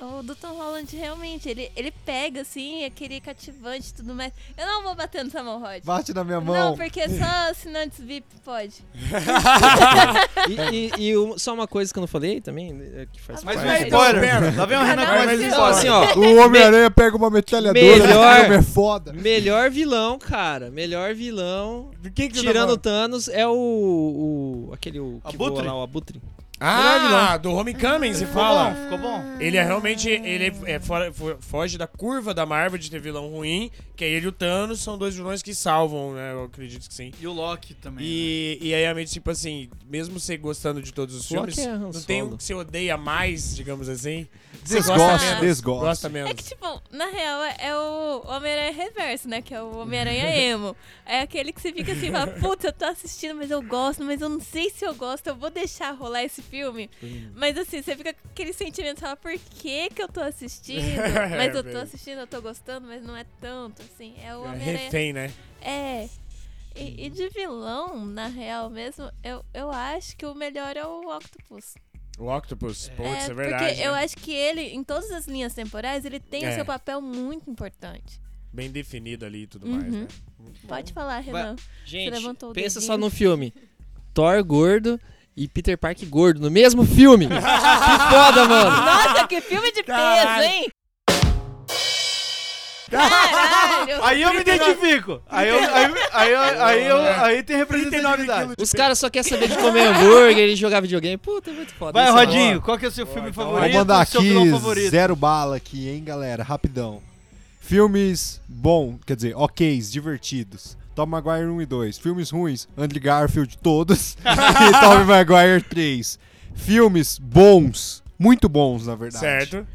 S7: O do Tom Holland, realmente, ele, ele pega, assim, aquele cativante e tudo mais. Eu não vou bater no Samuel Rod.
S8: Bate na minha
S7: Não,
S8: mão.
S7: porque só assinantes VIP pode.
S2: É.
S6: E, e- e um- só uma coisa que eu não falei também, é, que faz
S1: Mais
S6: parte.
S1: um spoiler. Lá vem o Renan com mais um
S6: Então,
S1: spoiler.
S6: assim, ó.
S8: O Homem-Aranha pega uma metralhadora.
S6: Melhor-
S8: O filme é foda.
S6: Melhor vilão, cara. Melhor vilão.
S2: que que você tá
S6: tirando o
S2: falando?
S6: Thanos é o. o- aquele o que voa
S2: Abutre?
S6: lá, o Abutre.
S2: Ah, do Homecoming, se fala.
S1: Ficou bom?
S2: Ele é realmente. Ele é fora- fo- foge da curva da Marvel de ter vilão ruim, que é ele e o Thanos são dois vilões que salvam, né? Eu acredito que sim.
S1: E o Loki também.
S2: E, e aí, a mente, tipo assim, mesmo você gostando de todos os
S6: Loki
S2: filmes,
S6: é Han
S2: não tem um
S6: Solo.
S2: que você odeia mais, digamos assim. Você
S8: Desgosto,
S2: gosta menos.
S8: desgosto.
S2: Gosta
S7: É
S2: menos.
S7: que, tipo, na real, é- é o Homem-Aranha Reverso, né? Que é o Homem-Aranha Emo. É aquele que você fica assim, fala, putz, eu tô assistindo, mas eu gosto, mas eu não sei se eu gosto, eu vou deixar rolar esse filme. Mas assim, você fica com aquele sentimento, fala, por que que eu tô assistindo? Mas eu tô
S2: velho.
S7: assistindo, eu tô gostando, mas não é tanto, assim. É o
S2: É
S7: Homem-Aranha
S2: refém, né?
S7: é. E, e de vilão, na real mesmo, eu, eu acho que o melhor é o Octopus.
S2: O Octopus. Putz, é,
S7: porque
S2: verdade.
S7: eu
S2: né?
S7: acho que ele, em todas as linhas temporais, ele tem
S2: É.
S7: o seu papel muito importante.
S2: Bem definido ali e tudo mais,
S7: Uhum.
S2: né?
S7: Pode falar, Renan. Você
S6: Gente,
S7: levantou o
S6: pensa
S7: dedinho.
S6: só no filme. Thor gordo e Peter Park gordo no mesmo filme. que foda, mano.
S7: Nossa, que filme de peso, hein? Caralho!
S14: Aí eu me identifico. Aí, eu, aí, aí, aí, aí eu- aí tem representatividade.
S6: Os caras só querem saber de comer hambúrguer e jogar videogame. Puta, é muito foda.
S1: Vai,
S6: isso.
S1: Rodinho, qual que é o seu filme
S8: Vou
S1: favorito?
S8: mandar
S1: seu vilão
S8: aqui
S1: favorito?
S8: zero bala aqui, hein, galera? Rapidão. Filmes bom, quer dizer, ok, divertidos. Tom Maguire 1 e 2. Filmes ruins, Andy Garfield todos. e Tom Maguire 3. Filmes bons, muito bons, na verdade.
S2: Certo.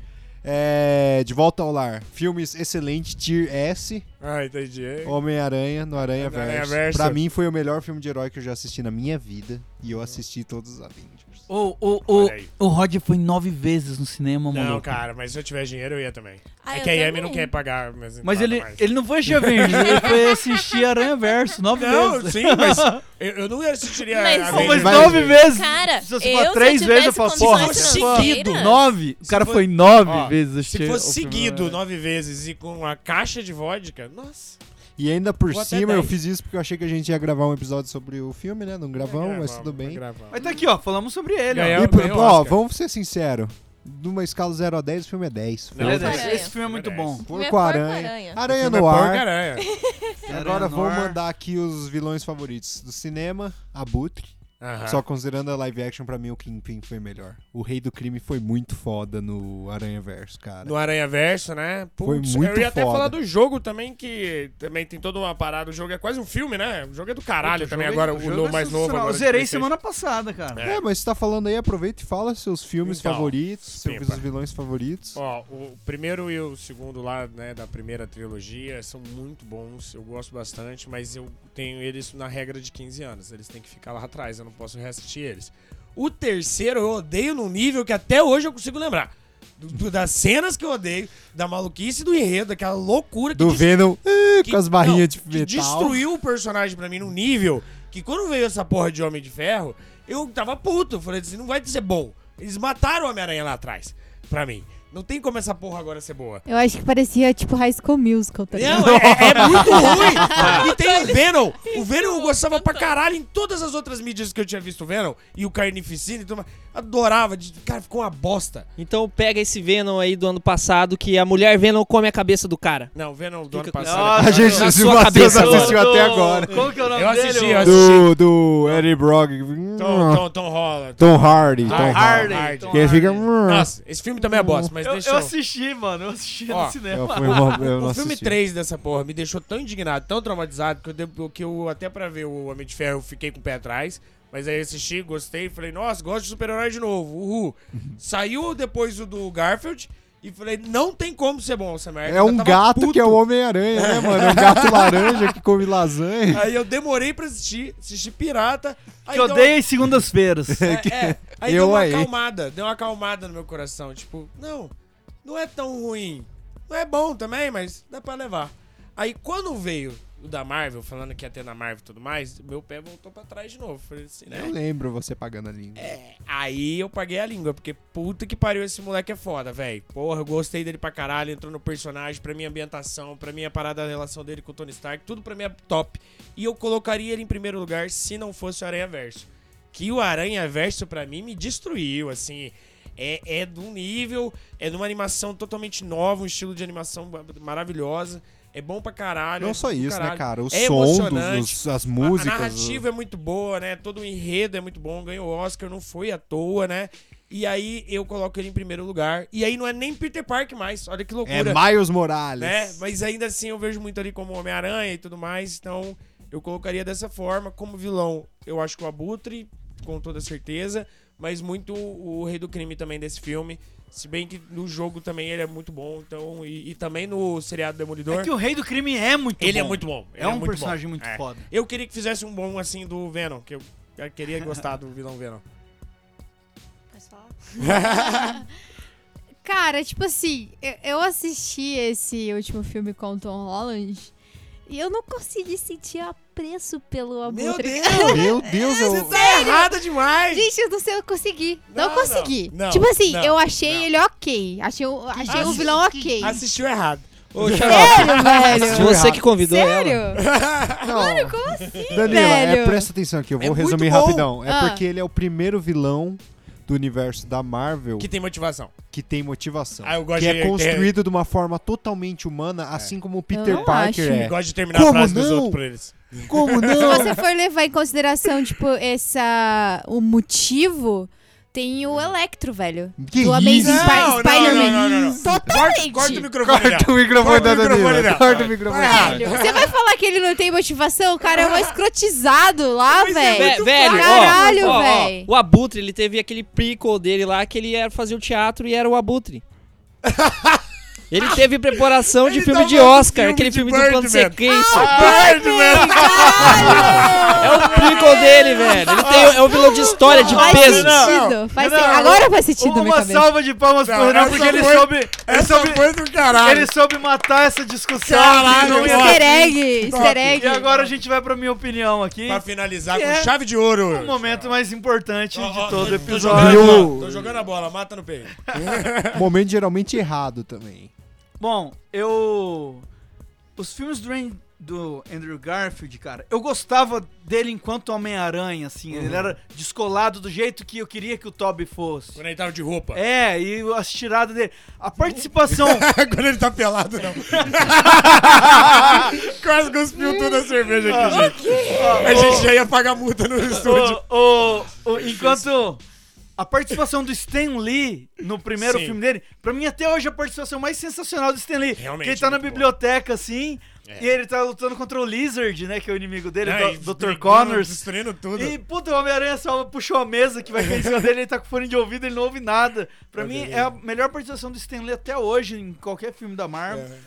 S8: É, De Volta ao Lar. Filmes excelente, Tier S.
S2: Ah, entendi.
S8: Homem-Aranha no Aranha
S2: No Aranha
S8: Verso.
S2: Verso.
S8: Pra mim foi o melhor filme de herói que eu já assisti na minha vida. E eu assisti todos os Avengers.
S1: O, o, o, o Rod foi nove vezes no cinema, mano.
S2: Não, cara, mas se eu tiver dinheiro, eu ia também.
S7: Ah,
S2: é
S7: eu
S2: que a Yami
S7: também.
S2: não quer pagar minhas
S1: Mas
S2: entradas
S1: ele,
S2: mais.
S1: ele não foi assistir Avengers, ele foi assistir Aranha Verso nove
S2: Não,
S1: vezes.
S2: sim,
S8: *laughs*
S2: mas eu, eu não assistiria
S7: Mas-
S2: a
S7: Pô,
S1: Pô, mas
S2: Avengers.
S1: nove vezes.
S7: Cara,
S1: se você
S7: eu,
S1: for
S7: se eu
S1: três
S7: tivesse
S1: vezes, eu falo,
S7: condições
S1: porra,
S7: financeiras-
S1: seguido. Nove? O
S2: Se
S1: cara
S2: for-
S1: foi nove
S2: Ó,
S1: vezes
S2: Se
S1: assistir
S2: fosse
S1: o filme,
S2: seguido
S1: né?
S2: nove vezes e com uma caixa de vodka, nossa.
S8: E ainda por
S2: Ou até
S8: cima eu
S2: dez.
S8: fiz isso porque eu achei que a gente ia gravar um episódio sobre o filme, né? Não gravamos, mas
S2: gravamos,
S8: tudo bem.
S1: Mas tá aqui, ó, falamos sobre ele. ó.
S8: e por, ó, vamos ser sinceros. Numa escala 0 a 10, o filme é 10.
S1: Não,
S8: Foda-se.
S1: esse, esse filme é muito bom. é
S8: Porco Aranha. Aranha,
S2: é
S8: no ar. Agora vou mandar aqui os vilões favoritos do cinema, Abutre.
S2: Aham.
S8: Só considerando a live action, pra mim o Kingpin foi melhor. O Rei do Crime foi muito foda no Aranha Verso, cara.
S2: No Aranha Verso, né?
S8: Foi muito
S2: eu ia até
S8: foda.
S2: falar do jogo também, que também tem toda uma parada. O jogo é quase um filme, né? O jogo é do caralho
S1: Puta,
S2: também
S1: jogo é-
S2: agora, o,
S1: jogo
S2: no-
S1: é
S2: mais novo.
S1: sensacional.
S2: Agora,
S1: Eu
S2: de
S1: zerei
S2: PlayStation.
S1: semana passada, cara.
S8: É, mas você tá falando aí, aproveita e fala seus filmes
S2: Então,
S8: favoritos, seus
S2: pimpa.
S8: vilões favoritos.
S2: Ó, o primeiro e o segundo lá, né, da primeira trilogia, são muito bons, eu gosto bastante, mas eu tenho eles na regra de 15 anos, eles têm que ficar lá atrás, eu não posso reassistir eles. O terceiro eu odeio num nível que até hoje eu consigo lembrar. Do- do- das cenas que eu odeio, da maluquice do enredo, daquela loucura que
S8: Do
S2: des-
S8: Venom eh,
S2: que-
S8: com as barrinhas de
S2: não, que
S8: metal.
S2: destruiu o personagem pra mim num nível que quando veio essa porra de Homem de Ferro, eu tava puto. Eu Falei assim, não vai ser bom. Eles mataram o Homem-Aranha lá atrás, pra mim. Não tem como essa porra agora ser boa.
S5: Eu acho que parecia tipo High School Musical, tá ligado?
S2: Não, é,
S8: *laughs*
S2: é muito
S8: Ah.
S2: ruim. E tem o Venom. O Venom eu gostava pra caralho em todas as outras mídias que eu tinha visto o Venom. E o Carnificina e tudo mais. Adorava. de- Cara, ficou uma bosta.
S6: Então pega esse Venom aí do ano passado que a mulher Venom come a cabeça do cara.
S2: Não, o Venom do ano
S6: com-
S2: passado. é
S6: Nossa, A gente-
S2: Na
S6: se
S2: sua
S6: o Matheus
S2: cabeça,
S6: assistiu
S2: mano.
S6: até agora.
S1: Como que é o nome
S2: Eu assisti,
S1: dele?
S2: eu assisti.
S8: Do, do Eddie Brock. Hum,
S2: Tom, Tom, Tom Holland.
S8: Tom Hardy. Tom
S2: Hardy,
S8: Hardy.
S2: Tom
S8: Que ele fica. hum.
S2: Nossa, esse filme também é bosta, mas
S1: Eu,
S2: deixa
S1: eu assisti, mano. Eu assisti
S2: Ó,
S1: no cinema.
S8: eu fui uma- eu não
S2: o filme
S8: assisti.
S2: 3 dessa porra me deixou tão indignado, tão traumatizado, que eu, de- que eu até pra ver o Homem de Ferro eu fiquei com o pé atrás. Mas aí eu assisti, gostei, falei, nossa, gosto de super-herói de
S8: *laughs*
S2: novo, uhul. Saiu depois o do Garfield e falei, não tem como ser bom essa merda.
S8: É
S2: Eu
S8: um
S2: tava
S8: gato
S2: puto.
S8: que é o Homem-Aranha, né, mano? É um gato laranja que come lasanha.
S2: Aí eu demorei pra assistir, assisti Pirata. Aí
S1: Que eu
S2: deu-
S1: odeio as segundas-feiras.
S8: *laughs*
S2: É, é. Aí
S8: Eu
S2: deu uma
S8: aí.
S2: acalmada, deu uma acalmada no meu coração. Tipo, não, não é tão ruim. Não é bom também, mas dá pra levar. Aí quando veio o da Marvel, falando que ia ter na Marvel e tudo mais, meu pé voltou pra trás de novo. Falei assim, né?
S8: Eu lembro você pagando a língua.
S2: É, Aí eu paguei a língua, porque puta que pariu, esse moleque é foda, velho. Porra, eu gostei dele pra caralho, entrou no personagem, pra minha ambientação, pra minha parada, a relação dele com o Tony Stark, tudo pra mim é top. E eu colocaria ele em primeiro lugar se não fosse o Aranha Verso. Que o Aranha Verso pra mim me destruiu, assim. É, é de um nível, é de uma animação totalmente nova, um estilo de animação maravilhosa. É bom pra caralho.
S8: Não
S2: é
S8: só
S2: do
S8: isso, né,
S2: caralho.
S8: cara? Os
S2: É
S8: sons,
S2: emocionante.
S8: os- as
S2: A-
S8: músicas.
S2: A narrativa é muito boa, né? Todo o enredo é muito bom. Ganhou o Oscar, não foi à toa, né? E aí eu coloco ele em primeiro lugar. E aí não é nem Peter Park mais. Olha que
S8: É
S2: loucura.
S8: Miles Morales.
S2: né? Mas ainda assim eu vejo muito ali como Homem-Aranha e tudo mais. Então eu colocaria dessa forma. Como vilão, eu acho que o Abutre, com toda certeza. Mas muito o o Rei do Crime também desse filme. Se bem que no jogo também ele é muito bom. Então, e, e também no seriado Demolidor.
S1: É que o Rei do Crime é muito
S2: Ele
S1: bom.
S2: é muito bom. ele
S1: é um
S2: muito
S1: personagem
S2: bom.
S1: muito
S2: É.
S1: foda.
S2: Eu queria que fizesse um bom assim do Venom, que eu eu queria gostar do vilão Venom.
S5: Cara, tipo assim, eu, eu assisti esse último filme com o Tom Holland e eu não consegui sentir apreço pelo amor.
S8: Meu Deus, eu.
S2: tá errada demais!
S5: Gente, eu não sei, eu consegui. Não,
S2: Não, não,
S5: consegui.
S2: não,
S5: tipo assim,
S2: não,
S5: eu achei ele ok. Achei, o- achei o vilão ok.
S2: Assistiu errado.
S6: Ô,
S5: Sério, velho?
S6: Você que convidou
S5: Sério?
S6: ela.
S5: Mano, como assim,
S8: Danila, é,
S5: velho?
S2: É
S8: presta atenção aqui, eu vou
S5: muito
S8: resumir
S5: bom.
S8: rapidão. É
S5: Ah.
S8: porque ele é o primeiro vilão do do universo da Marvel
S2: Que tem motivação.
S8: que tem motivação.
S2: Ah, eu gosto
S8: que
S2: de-
S8: é construído de uma forma totalmente humana, assim como o Peter
S5: não
S8: Parker
S5: acho.
S8: é.
S5: Eu
S2: gosto de terminar a frase dos outros por eles.
S8: Como não?
S5: Se você for levar em consideração, tipo, essa. o motivo, tem o Electro, velho.
S8: Que
S5: do
S8: isso?
S5: Amazing Spi-
S2: Não, não,
S5: Spider-Man.
S2: não, não, não.
S5: Totalmente.
S2: Corta o microfone Tá
S8: Corta
S2: dela.
S8: o microfone da Danila,
S2: dela.
S8: corta o microfone dela.
S5: Velho, Você vai falar que ele não tem motivação? O cara é um escrotizado lá,
S2: é
S6: Vé-
S5: velho.
S6: É, velho, ó,
S5: Caralho,
S6: ó, ó,
S5: velho.
S6: o Abutre, ele teve aquele prequel dele lá que ele era fazer o teatro e era o
S2: *laughs*
S6: Abutre. ele teve preparação de
S2: Ele
S6: filme
S2: tá
S6: de
S2: falando do
S6: Oscar,
S2: filme
S6: aquele
S2: de
S6: filme do plano
S2: Birdman.
S6: sequência.
S2: Birdman! Ah,
S6: é o prequel dele, velho. Ele tem, é um vilão de história, de
S5: Faz
S6: peso.
S5: sentido. Faz sentido. Agora faz sentido, minha
S1: Uma
S5: cabeça.
S1: salva de palmas
S2: Não,
S1: pro Renan,
S2: essa
S1: porque ele
S2: foi-
S1: soube. Ele
S2: Essa
S1: soube,
S2: foi do caralho.
S1: ele soube matar essa discussão.
S2: Caralho,
S1: que não ia-
S2: ó.
S5: Easter egg,
S2: Top.
S5: easter egg.
S1: E agora a gente vai pra minha opinião aqui.
S2: Pra finalizar
S1: que
S2: com
S1: é
S2: chave de ouro.
S1: O momento mais importante
S2: Ó, ó,
S1: de todo
S2: tô-
S1: o
S2: tô jogando
S1: episódio.
S2: a
S8: Viu?
S2: bola, Tô jogando a bola, mata no peito.
S8: Momento geralmente errado também.
S1: Bom, eu. Os filmes do, An- do Andrew Garfield, cara, eu gostava dele enquanto Homem-Aranha, assim.
S2: Uhum.
S1: Ele era descolado do jeito que eu queria que o Toby fosse.
S2: Quando ele tava de roupa.
S1: É, e as tiradas dele. A
S2: *laughs*
S1: participação.
S2: Quando ele tá pelado,
S5: *laughs*
S2: não. Quase cuspiu toda a cerveja aqui, gente. A gente já ia pagar multa no estúdio.
S1: o, o- o- enquanto. A participação do Stan Lee no primeiro
S2: Sim.
S1: filme dele, pra mim até hoje é a participação mais sensacional do Stan Lee.
S2: Realmente,
S1: que ele tá na
S2: muito bom.
S1: biblioteca, assim, e ele tá lutando contra o Lizard, né? Que é o inimigo dele,
S2: Né,
S1: o
S2: e
S1: do- Dr.
S2: brigando,
S1: Connors.
S2: Destruindo tudo.
S1: E, puta, o Homem-Aranha só puxou a mesa que vai cair em cima dele, ele tá com fone de ouvido, ele não ouve nada. Pra mim, é a melhor participação do Stanley até hoje em qualquer filme da Marvel.
S2: É.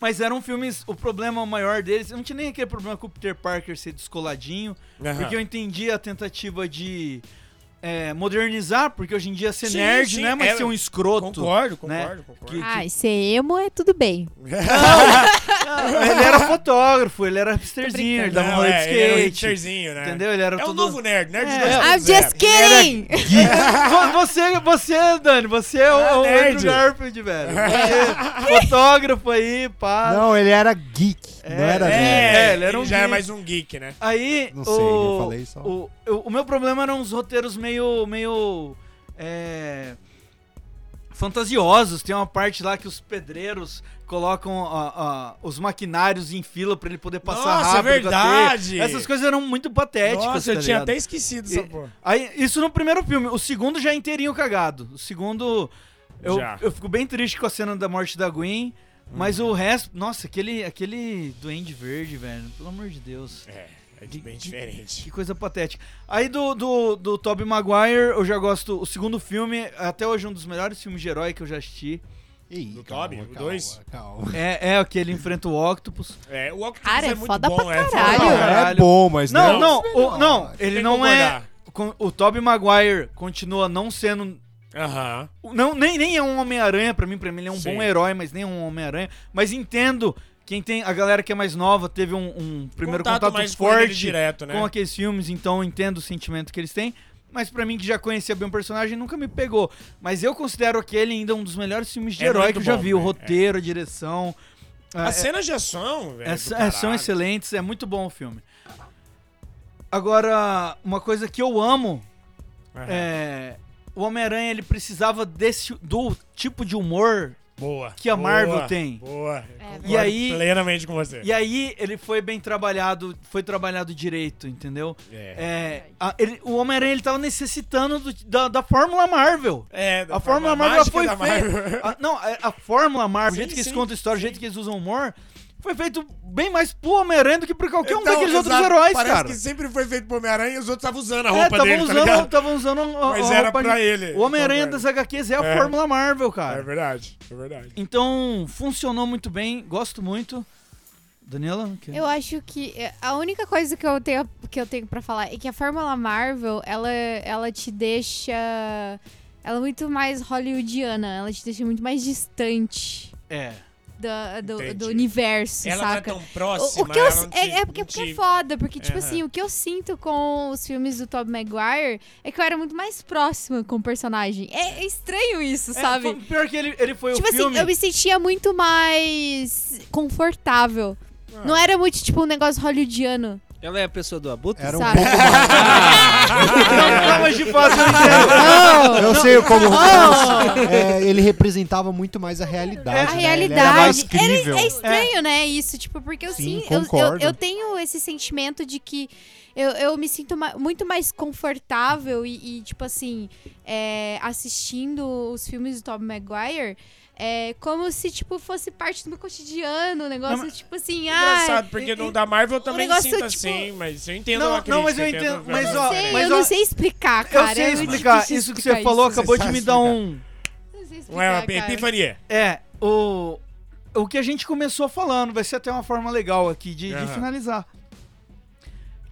S1: Mas eram filmes, o problema maior deles, eu não tinha nem aquele problema com o Peter Parker ser descoladinho,
S2: Aham.
S1: porque eu entendi a tentativa de é, modernizar, porque hoje em dia ser
S2: Sim,
S1: nerd,
S2: sim,
S1: né, mas
S2: é,
S1: ser um escroto.
S2: Concordo,
S1: né?
S2: concordo, concordo. Ah,
S1: Que-
S5: Ai, ser emo é tudo bem.
S1: Ele era fotógrafo, ele era hipsterzinho, ele dava um
S2: Não,
S1: rolê de
S2: é, ele era um
S1: skate.
S2: hipsterzinho, né?
S1: Entendeu? Ele era
S2: É o
S1: todo-
S2: novo nerd, nerd de
S1: É.
S2: 2000.
S5: I'm just
S2: *laughs*
S5: kidding!
S1: Vo- Você, você, Dani, você é
S2: Ah,
S1: o, o
S2: nerd.
S1: Andrew Garfield,
S2: *laughs*
S1: velho. Você, é fotógrafo aí, pá.
S5: Ah.
S8: Não, ele era geek, não era nerd.
S1: É,
S2: É,
S1: ele era um
S2: já é
S1: geek.
S2: mais um geek, né?
S1: Aí,
S8: Não
S1: o,
S8: sei, eu falei só.
S1: O, eu- o meu problema eram os roteiros meio, meio, é, fantasiosos. Tem uma parte lá que os pedreiros colocam a- a- os maquinários em fila pra ele poder passar
S2: Nossa, é
S1: rápido. com a teia.
S2: verdade!
S1: Essas coisas eram muito patéticas,
S2: Nossa,
S1: tá
S2: eu tinha
S1: ligado?
S2: até esquecido
S1: E-
S2: essa porra.
S1: Aí, isso no primeiro filme. O segundo já é inteirinho cagado. O segundo. Eu,
S2: Já.
S1: eu fico bem triste com a cena da morte da Gwen. Mas o resto. Nossa, aquele, aquele duende verde, velho. Pelo amor de Deus.
S2: É, é de bem diferente.
S1: Que coisa patética. Aí do, do, do Tobey Maguire, eu já gosto. O segundo filme, até hoje, um dos melhores filmes de herói que eu já assisti.
S8: Ih,
S2: Do Toby,
S8: calma,
S2: o
S8: calma,
S2: dois?
S8: Calma.
S1: É, é aquele enfrenta o Octopus.
S2: É, o Octopus
S5: Cara,
S2: é
S5: é
S2: muito
S5: foda
S2: bom,
S5: pra
S2: é foda
S5: caralho.
S2: pra
S8: É bom, mas
S1: Não,
S8: é
S1: não,
S8: um dos
S1: o- não,
S8: melhores.
S1: ele
S2: que
S1: não é.
S2: concordar.
S1: com- O Tobey Maguire continua não sendo
S2: Aham.
S1: Não, nem, nem é um Homem-Aranha pra mim, pra mim ele é um
S2: Sim.
S1: bom herói, mas nem é um Homem-Aranha. Mas entendo, quem tem, a galera que é mais nova teve um, um primeiro
S2: Contato
S1: contato,
S2: mais com ele
S1: forte
S2: direto, né?
S1: com aqueles filmes, então eu entendo o sentimento que eles têm. Mas pra mim, que já conhecia bem o personagem, nunca me pegou. Mas eu considero aquele ainda um dos melhores filmes de
S2: É
S1: herói
S2: muito
S1: que eu já
S2: bom,
S1: vi. O
S2: né?
S1: roteiro, a direção. a-
S2: As cenas de ação, velho.
S1: é,
S2: do
S1: são- é, são
S2: caralho.
S1: excelentes, é muito bom o filme. Agora, uma coisa que eu amo
S2: Aham.
S1: é. O Homem-Aranha ele precisava desse do tipo de humor.
S2: Boa.
S1: que a
S2: boa,
S1: Marvel tem.
S2: Boa.
S5: É,
S2: Concordo
S1: E aí-
S2: Plenamente com você.
S1: E aí ele foi bem trabalhado, foi trabalhado direito, entendeu?
S2: É.
S1: É, a- ele- o Homem-Aranha ele tava necessitando do- da, da fórmula Marvel.
S2: É, da
S1: A fórmula Marvel ela
S2: mágica
S1: foi *laughs*
S2: da
S1: feita.
S2: Marvel. *laughs*
S1: a- Não, é, a, a fórmula Marvel, o
S2: Sim,
S1: jeito que eles
S2: sim,
S1: contam a história, o jeito que eles usam humor, foi feito bem mais pro Homem-Aranha do que pra qualquer um
S2: Então,
S1: daqueles outros
S2: exato,
S1: heróis,
S2: parece
S1: cara.
S2: que sempre foi feito pro Homem-Aranha e os outros estavam usando a
S1: É,
S2: roupa
S1: tavam
S2: dele, tá
S1: usando,
S2: ligado?
S1: tavam usando a- a
S2: Mas era
S1: roupa
S2: pra
S1: de-
S2: ele.
S1: O Homem-Aranha
S2: Concordo.
S1: das HQs é a
S2: É.
S1: fórmula Marvel,
S2: É
S1: cara.
S2: verdade, é verdade.
S1: Então, funcionou muito bem, gosto muito. Daniela? quer-
S5: Eu acho que é, a única coisa que eu tenho, que eu tenho pra falar é que a Fórmula Marvel, ela, ela te deixa. Ela é muito mais hollywoodiana, ela te deixa muito mais distante
S1: É.
S5: da- do, do,
S2: Entendi.
S5: universo,
S2: Ela
S5: saca?
S2: não é tão próxima.
S5: o, o que eu,
S2: ela
S5: si-
S2: não
S5: é,
S2: te-
S5: é porque,
S2: não
S5: porque é
S2: te-
S5: foda, porque, tipo
S2: Aham.
S5: assim, o que eu sinto com os filmes do Tobey Maguire é que eu era muito mais próxima com o personagem. É, é estranho isso,
S1: É,
S5: sabe?
S1: foi- pior que ele, ele foi
S5: Tipo
S1: o
S5: assim,
S1: filme.
S5: eu me sentia muito mais confortável.
S1: Ah.
S5: Não era muito, tipo, um negócio hollywoodiano,
S6: Ela é a pessoa do Abutre?
S8: Era um
S5: sabe?
S8: pouco mais.
S1: *laughs* Não, não, mas de fato eu entendo.
S8: eu
S1: não.
S8: sei como.
S5: Não.
S8: É, ele representava muito mais a realidade.
S5: A
S8: né? Ele era mais
S5: realidade. Era-
S8: crível.
S5: é estranho, né? Isso, tipo, porque eu sim,
S8: Sim,
S5: eu- eu, eu,
S8: concordo.
S5: tenho esse sentimento de que eu, eu me sinto ma- muito mais confortável e, e, tipo assim, é, assistindo os filmes do Tobey Maguire. É como se, tipo, fosse parte do meu cotidiano, o negócio,
S2: Não, mas-
S5: tipo
S1: é
S5: assim, ah...
S2: Engraçado, porque não da Marvel eu também
S5: negócio,
S2: sinto
S5: tipo-
S2: assim, mas eu entendo
S1: Não,
S2: a crítica.
S1: não, mas eu entendo,
S2: a-
S1: mas, ó,
S5: sei,
S1: mas,
S5: eu
S1: ó,
S5: não sei explicar, cara.
S1: Eu sei
S5: é muito
S1: explicar.
S5: difícil
S1: Isso que
S5: explicar
S1: você falou
S5: isso.
S1: acabou de me dar um.
S5: Não é uma explicar, cara. epifania.
S1: É, o. O que a gente começou falando, vai ser até uma forma legal aqui de, de
S14: Aham.
S1: finalizar.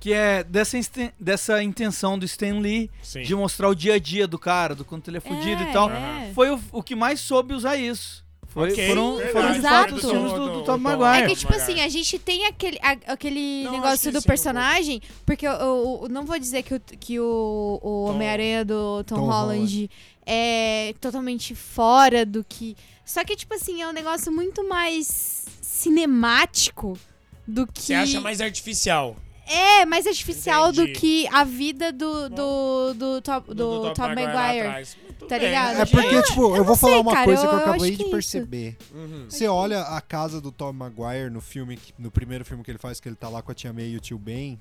S1: Que é dessa, insten- dessa intenção do Stan Lee
S14: Sim.
S1: de um mostrar o dia a dia do cara, do quanto ele é fudido e tal.
S14: é.
S1: Foi o, o que mais soube usar isso. Foi,
S14: Ok,
S1: foram
S14: verdade.
S1: foram de fato os
S14: Exato.
S1: filmes do, do
S14: É
S1: Tom
S14: que,
S1: Maguire.
S5: É que, tipo assim, a gente tem aquele, a- aquele
S1: acho que
S5: negócio do
S1: sim,
S5: personagem, porque eu, eu- eu não vou dizer que o, que o, o Homem-Aranha do Tom,
S7: Tom
S5: Holland,
S7: Holland.
S5: é totalmente fora do que. Só que, tipo assim, é um negócio muito mais cinemático do que.
S2: Você acha mais artificial.
S5: É, mais artificial
S2: Entendi.
S5: do que a vida do, do, do, Top- do,
S2: Tobey
S5: Tom
S2: Maguire lá
S5: Maguire.
S2: atrás.
S5: Tá
S8: É,
S5: ligado?
S8: É porque,
S5: Eu-
S8: tipo, eu,
S5: não
S8: vou falar
S5: sei,
S8: uma
S5: cara,
S8: coisa que eu
S5: acho
S8: acabei
S5: que
S8: de
S5: é isso.
S8: perceber. Você olha a casa do Tom Maguire no filme, que- no primeiro filme que ele faz, que ele tá lá com a tia May e o tio Ben.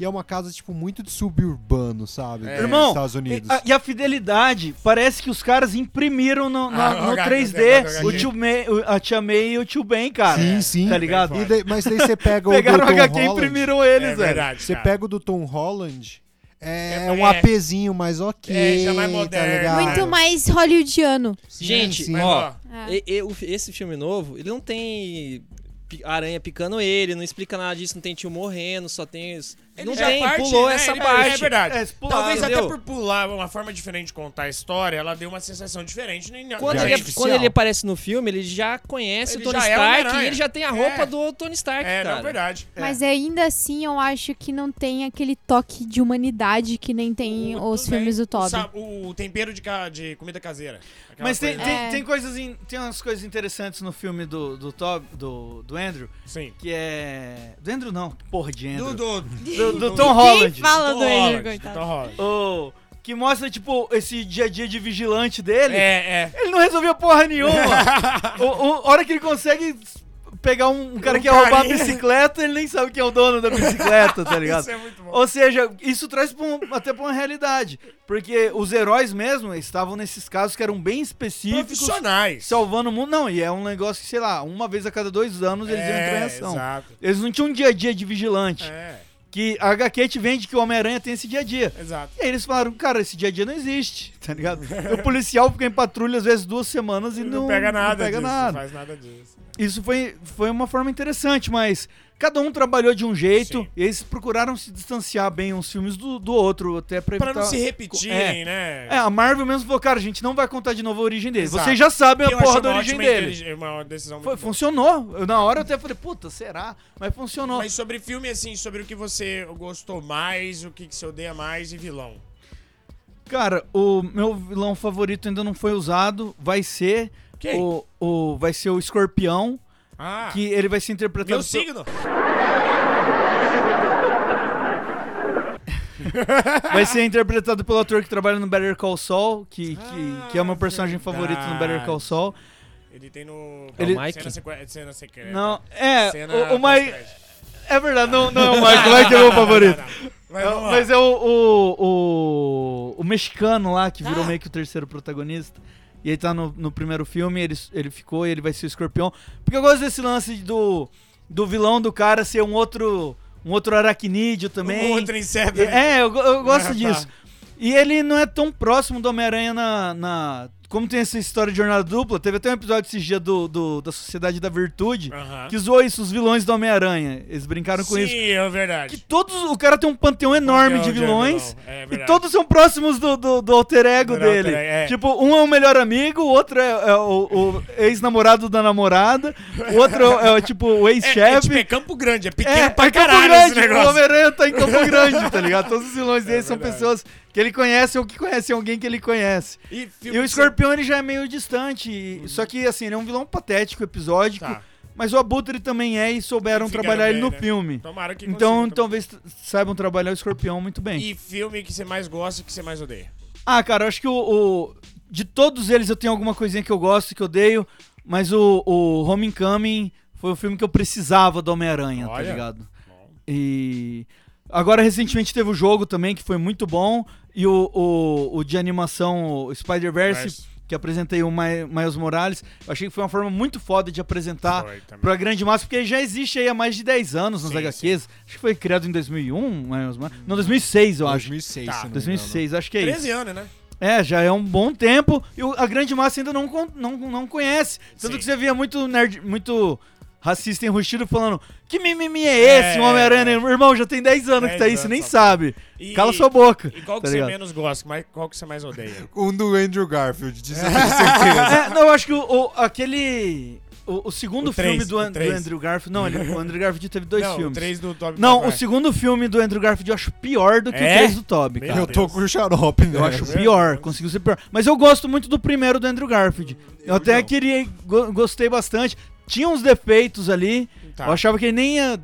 S8: E é uma casa, tipo, muito de suburbano, sabe? dos
S1: É. Irmão,
S8: É, Estados Unidos.
S1: E, a, e a fidelidade, parece que os caras imprimiram no, na-
S8: Ah,
S1: no
S8: no HD,
S1: 3D
S8: no
S1: o
S8: HD.
S1: tio May, o- a tia May e o tio Ben, cara.
S8: Sim, sim.
S1: Tá ligado?
S8: E daí- mas daí você pega o
S1: Pegaram
S8: do
S1: o
S8: Tom
S1: HQ e
S8: Holland,
S1: imprimiram eles, velho.
S8: Você pega o do Tom Holland, é,
S1: É,
S8: um
S1: é.
S8: APzinho mais ok.
S2: É, já mais
S8: tá
S2: moderno.
S8: ligado?
S5: Muito mais hollywoodiano.
S6: Gente,
S8: sim.
S6: ó,
S2: É.
S5: Mas, ó.
S6: e- e o- esse filme novo, ele não tem pi- aranha picando ele, não explica nada disso, não tem tio morrendo, só tem. os- não
S2: já
S6: tem,
S2: parte,
S6: pulou
S2: né?
S6: essa
S2: Ele-
S6: parte.
S2: É verdade. Talvez até
S6: Entendeu?
S2: por pular uma forma diferente de contar a história, ela deu uma sensação diferente. no-
S6: Quando
S2: no
S6: ele,
S2: artificial.
S6: quando ele aparece no filme, ele já conhece o
S2: Ele
S6: Tony
S2: já é o
S6: Stark
S2: Homem-Aranha.
S6: e ele já tem a roupa
S2: É.
S6: do Tony Stark,
S2: É, não,
S6: cara.
S2: é verdade.
S5: Mas ainda assim, eu acho que não tem aquele toque de humanidade que nem tem os filmes do
S2: O,
S5: Toby.
S2: sa- o tempero de, ca- de comida caseira. Aquela
S1: Mas tem,
S2: coisa.
S1: tem, tem coisas in- tem umas coisas interessantes no filme do, do, Tob, do, do Andrew.
S2: Sim.
S1: Que é. Do Andrew não, porra de Andrew.
S2: Do-
S1: do,
S2: do-
S1: do
S2: do-
S1: Tom
S2: Quem
S1: Holland.
S2: fala do Tom Andrew, Holland, coitado? do Tom Holland.
S1: O- que mostra, tipo, esse dia a dia de vigilante dele.
S2: É, é.
S1: Ele não resolveu porra nenhuma. o,
S2: *laughs*
S1: o- a hora que ele consegue pegar um, um cara
S14: Um
S1: que ia roubar a
S14: carinha.
S1: bicicleta, ele nem sabe quem é o dono da bicicleta,
S2: *laughs*
S1: tá ligado?
S14: Isso é muito bom.
S1: Ou seja, isso traz pra um- até pra uma realidade. Porque os heróis mesmo estavam nesses casos que eram bem específicos.
S2: Profissionais.
S1: Salvando o mundo. Não, e é um negócio que, sei lá, uma vez a cada dois anos eles iam
S2: É,
S1: entrar em ação.
S2: exato. É.
S1: Eles não tinham um dia a dia de vigilante. Que a HQ te vende que o Homem-Aranha tem esse dia a dia.
S2: Exato.
S1: E aí eles falaram, cara, esse dia a dia não existe, *laughs* tá ligado? o policial fica em patrulha às vezes duas semanas e não,
S2: Não, pega nada
S1: não pega
S2: disso,
S1: nada.
S2: Não faz nada disso.
S1: Isso foi, foi uma forma interessante, mas cada um trabalhou de um jeito e eles procuraram se distanciar bem uns filmes do, do outro, até pra
S2: Pra
S1: evitar...
S2: não se repetirem,
S1: É.
S2: né?
S1: É, a Marvel mesmo falou, cara, a gente não vai contar de novo a origem dele.
S2: Exato.
S1: Vocês já sabem a
S2: Eu acho
S1: porra da
S2: uma
S1: origem
S2: ótima
S1: dele.
S2: intelig- é Uma decisão
S1: Foi,
S2: muito boa.
S1: funcionou. Eu, na hora eu até falei, puta, será? Mas funcionou.
S2: Mas sobre filme, assim, sobre o que você gostou mais, o que, que você odeia mais e vilão.
S1: Cara, o meu vilão favorito ainda não foi usado. Vai ser.
S2: Quem?
S1: O, o, vai ser o Escorpião.
S2: Ah.
S1: Que ele vai ser interpretado.
S2: Meu
S1: por-
S2: signo!
S1: Vai ser interpretado pelo ator que trabalha no Better Call Saul, que, que, que é o meu personagem favorito no Better Call Saul.
S2: Ele tem no.
S1: Ele-
S2: Cena, sequ... cena secreta.
S1: Não, é,
S2: Cena
S1: o, o Mike.
S2: pós-crédito.
S1: É verdade, não, não é o Mike, o Mike é o meu
S2: *laughs*
S1: favorito.
S2: Mas
S1: É,
S2: vamos lá.
S1: Mas é o, o, o, o mexicano lá que virou meio que o terceiro protagonista. E ele tá no, no primeiro filme, ele, ele ficou e ele vai ser o escorpião. Porque eu gosto desse lance do, do vilão do cara ser um outro. Um outro aracnídeo também.
S2: Um outro inseto.
S1: É, eu, go- eu gosto
S2: Ah, tá.
S1: disso. E ele não é tão próximo do Homem-Aranha na, na- Como tem essa história de jornada dupla, teve até um episódio esse dia do, do- da Sociedade da Virtude
S2: Aham.
S1: que zoou isso, os vilões do Homem-Aranha. Eles brincaram com
S2: Sim,
S1: isso.
S2: é verdade.
S1: Que todos. O cara tem um panteão enorme
S2: Panteão
S1: de
S2: de
S1: vilões.
S2: vilão, é
S1: e
S2: verdade.
S1: todos são próximos do, do, do alter ego
S2: Do alter
S1: dele.
S2: ego, é.
S1: Tipo, um é o melhor amigo, o outro é, é o, o ex-namorado da namorada, o outro é, o, tipo o ex-chefe.
S2: *laughs* É, é tipo, é Campo Grande, é pequeno pra
S1: Campo
S2: caralho
S1: Grande,
S2: esse negócio.
S1: O Homem-Aranha tá em
S2: *laughs*
S1: Campo Grande, tá ligado? Todos os vilões dele são pessoas que ele conhece ou que conhecem alguém que ele conhece.
S2: E,
S1: o Escorpião, ele já é meio distante. e- Só que, assim, ele é um vilão patético, episódico.
S2: Tá.
S1: Mas o Abutre também é e souberam
S2: Ficaram
S1: trabalhar ele
S2: bem,
S1: no
S2: né?
S1: filme.
S2: Tomara que
S1: então,
S2: consigam
S1: talvez tra- saibam trabalhar o Escorpião muito bem.
S2: E filme que você mais gosta e que você mais odeia.
S1: Ah, cara, eu acho que o, o- De todos eles eu tenho alguma coisinha que eu gosto, que eu odeio, mas o, o Homecoming foi o filme que eu precisava do Homem-Aranha, tá
S11: Olha.
S1: ligado? E. Agora, recentemente teve o jogo também, que foi muito bom, e o, o, o de animação, o Spider-Verse.
S11: Verse.
S1: Que apresentei o Ma- Miles Morales. Eu achei que foi uma forma muito foda de apresentar tá. pra grande massa, porque ele já existe aí há mais de 10 anos nos HQs. Acho que foi criado em 2001, Miles Morales.
S8: Uhum.
S1: Não, 2006, eu acho.
S8: 2006, se não me engano.
S1: 2006, acho que é isso.
S2: 13 anos, né?
S1: É, já é um bom tempo e o- a grande massa ainda não, con- não, não conhece. Tanto que você via muito nerd, muito racista enrustido falando: Que mimimi é esse?
S2: É.
S1: um Homem-Aranha. Irmão, já tem 10 anos que tá
S2: 10
S1: aí, você
S2: anos,
S1: nem
S2: só.
S1: sabe.
S2: E-
S1: Cala sua boca. *laughs*
S2: E qual que
S1: tá
S2: você
S1: ligado?
S2: menos gosta? Mas qual que você mais odeia?
S8: Um do Andrew Garfield, disso eu tenho certeza.
S1: *laughs* É, não, eu acho que o, o- aquele. O, o segundo
S8: O três,
S1: filme do,
S8: o
S1: An- do
S8: três.
S1: Andrew Garfield. Não, ele- o Andrew Garfield teve *laughs* dois
S2: Não, o
S1: filmes.
S2: três do Tobey
S1: Não,
S2: Maguire.
S1: o segundo filme do Andrew Garfield eu acho pior do que
S8: É?
S1: o 3 do Toby,
S8: Meu
S1: cara.
S8: Deus. Eu tô com o xarope, né?
S1: Eu acho
S8: Tá vendo?
S1: pior, conseguiu ser pior. Mas eu gosto muito do primeiro do Andrew Garfield. Eu, até queria. go- gostei bastante. Tinha uns defeitos ali.
S2: Tá.
S1: Eu achava que ele nem ia.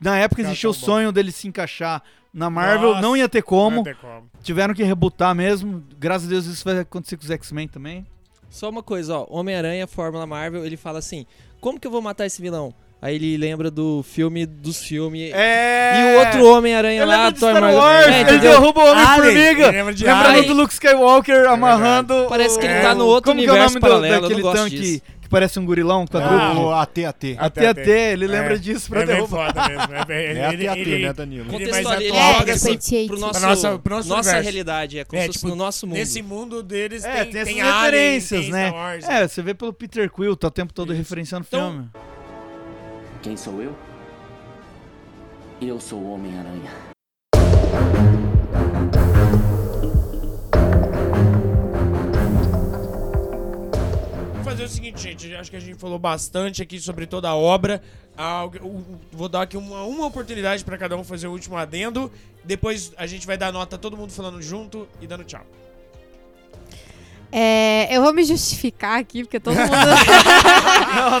S1: Na época
S2: Ficar
S1: existia o
S2: tão bom.
S1: sonho dele se encaixar na Marvel,
S2: Nossa,
S1: não ia ter como.
S2: não ia ter como.
S1: Tiveram que rebutar mesmo. Graças a Deus isso vai acontecer com os X-Men também.
S6: Só uma coisa, ó. Homem-Aranha, Fórmula Marvel, ele fala assim: como que eu vou matar esse vilão? Aí ele lembra do filme dos filmes.
S1: É!
S6: E o outro Homem-Aranha
S1: Eu
S6: lá,
S1: lembro de Star Wars, ele
S6: É, entendeu?
S1: derruba o
S6: Alien,
S1: Homem-Formiga.
S6: ele lembra de
S1: Lembrando
S6: Alien.
S1: do Luke Skywalker amarrando.
S6: Parece que ele
S1: o-
S6: tá no outro
S1: Como
S6: universo
S1: que é o nome do-
S6: paralelo, eu não
S1: daquele
S6: gosto
S1: tanque
S6: disso.
S1: que parece um gurilão
S8: Ah, o
S1: quadrúpede?
S8: AT-AT.
S1: AT-AT, ele lembra disso pra
S2: é bem
S1: derrubar.
S2: foda mesmo, é bem- ele-
S8: É AT-AT,
S2: ele-
S8: né, Danilo?
S2: ele-
S6: Contextualiza
S2: mas
S6: ele
S2: atual,
S6: joga
S2: né,
S6: assim
S2: pro-
S6: pro
S2: pra
S6: nosso-
S2: nossa, pro nosso
S6: nossa
S2: universo.
S6: realidade, é como se fosse no nosso mundo.
S2: tipo, Nesse mundo deles
S1: É,
S2: tem,
S1: tem essas
S2: Alien,
S1: referências,
S2: tem
S1: né?
S2: Star Wars. Então,
S1: É, você vê pelo Peter Quill, tá o tempo todo referenciando o filme.
S4: Quem sou eu? Eu sou o Homem-Aranha.
S2: Vamos fazer o seguinte, gente. Acho que a gente falou bastante aqui sobre toda a obra. Ah, o- o- Vou dar aqui uma, uma oportunidade pra cada um fazer o último adendo. Depois a gente vai dar nota, todo mundo falando junto e dando tchau.
S5: É, eu vou me justificar aqui, porque todo
S2: *laughs*
S5: mundo.
S2: ah,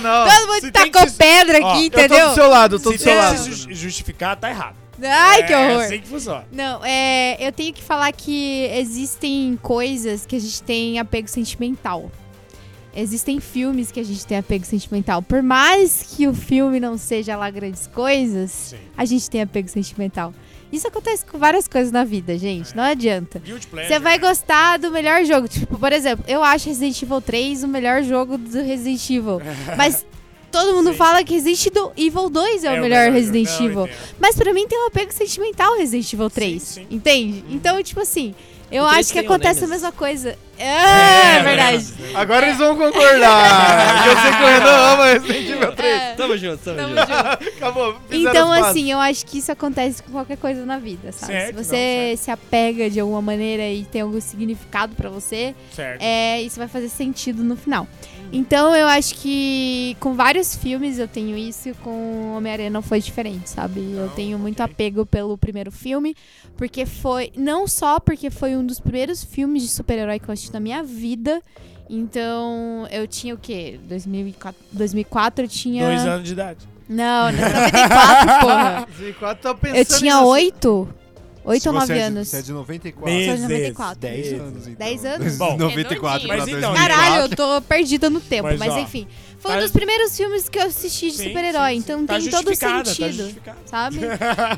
S1: não, não.
S5: Todo mundo
S2: Se tem
S5: tacou
S2: que se-
S5: pedra aqui,
S2: Ó, eu tô do
S5: entendeu?
S2: seu
S1: lado, eu tô do
S2: Se
S1: seu
S2: tem que
S1: lado. né?
S2: se ju- justificar, tá errado.
S5: Ai, que
S2: É
S5: horror.
S2: assim que funciona.
S5: Não, é, eu tenho que falar que existem coisas que a gente tem apego sentimental. Existem filmes que a gente tem apego sentimental. Por mais que o filme não seja lá grandes coisas, a gente tem apego sentimental. Isso acontece com várias coisas na vida,
S2: É.
S5: gente. Não adianta.
S2: pleasure,
S5: Você vai gostar do melhor jogo. Tipo, por exemplo, eu acho Resident Evil 3 o melhor jogo do Resident *laughs* Evil. Mas todo mundo fala que Resident Evil 2 é, o melhor Resident
S14: Não,
S5: Evil. Mas pra mim tem um apego sentimental Resident Evil 3. Entende? Então, tipo assim, eu
S14: Uhum. O três
S5: acho que
S14: tem o
S5: acontece a
S14: Nemesis.
S5: mesma coisa. É,
S2: *laughs*
S14: É,
S5: verdade.
S1: Agora eles vão
S2: *laughs*
S1: concordar. que eu sei que o Renan ama Resident Evil 3.
S6: *laughs* Tamo junto, tamo,
S5: Tamo
S6: junto.
S1: Acabou. fizeram
S5: É. Então,
S1: as bases.
S5: assim, eu acho que isso acontece com qualquer coisa na vida, sabe?
S1: Certo,
S5: Se você se apega de alguma maneira e tem algum significado pra você,
S2: Certo.
S5: é, isso vai fazer sentido no final. Então, eu acho que com vários filmes eu tenho isso, e com Homem-Aranha não foi diferente, sabe? Eu tenho muito apego pelo primeiro filme, porque foi. Não só porque foi um dos primeiros filmes de super-herói que eu assisti na minha vida. Então, eu tinha o quê? 2004, 2004 eu tinha.
S2: Dois anos de idade.
S5: Não,
S8: *laughs*
S5: 94, porra.
S1: 94, tava
S5: assim, Eu
S1: tá pensando
S5: tinha
S1: nisso.
S5: 8, 8
S8: assim. Se
S5: ou
S8: você
S5: 9
S8: é de-
S5: anos.
S8: Você é de 94.
S5: Sou de 94.
S8: 10 anos, então.
S5: 10 anos?
S8: Bom, 94 pra
S5: Mas
S8: 2004.
S5: Caralho, eu tô perdida no tempo,
S8: Mas,
S5: mas,
S8: ó,
S5: enfim. Foi um dos primeiros filmes que eu assisti de
S14: Sim,
S5: super-herói,
S14: sim, sim.
S5: então
S14: Tá
S5: tem todo
S14: justificado, tá
S5: sentido,
S14: justificado.
S5: sabe?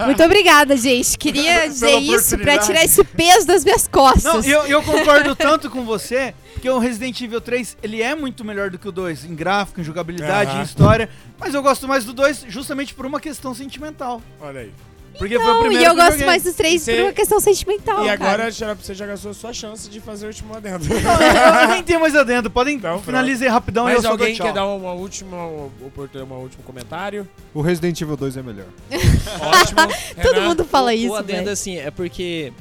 S5: Muito obrigada, gente. Queria
S1: Pela
S5: dizer isso pra
S1: oportunidade.
S5: tirar esse peso das minhas costas.
S1: Não, e eu, eu concordo tanto com você que o Resident Evil 3 ele é muito melhor do que o 2 em gráfico, em jogabilidade,
S2: Aham.
S1: em história. Mas eu gosto mais do 2 justamente por uma questão sentimental.
S2: Olha aí.
S5: Então
S1: Porque foi o
S5: Não,
S1: primeiro
S5: e eu
S1: que
S5: gosto
S1: joguei.
S5: mais dos três por uma questão sentimental,
S2: e
S5: cara.
S2: agora, Xarope, você já gastou a sua chance de fazer o último adendo.
S1: Eu nem tenho mais adendo. Podem finalizar rapidão e eu
S2: Mas
S1: só
S2: Então, alguém
S1: dou tchau.
S2: quer dar uma última oportunidade, um último comentário?
S8: O Resident Evil 2 é melhor.
S5: Todo mundo fala
S6: o,
S5: isso,
S6: O adendo,
S5: velho.
S6: assim, é porque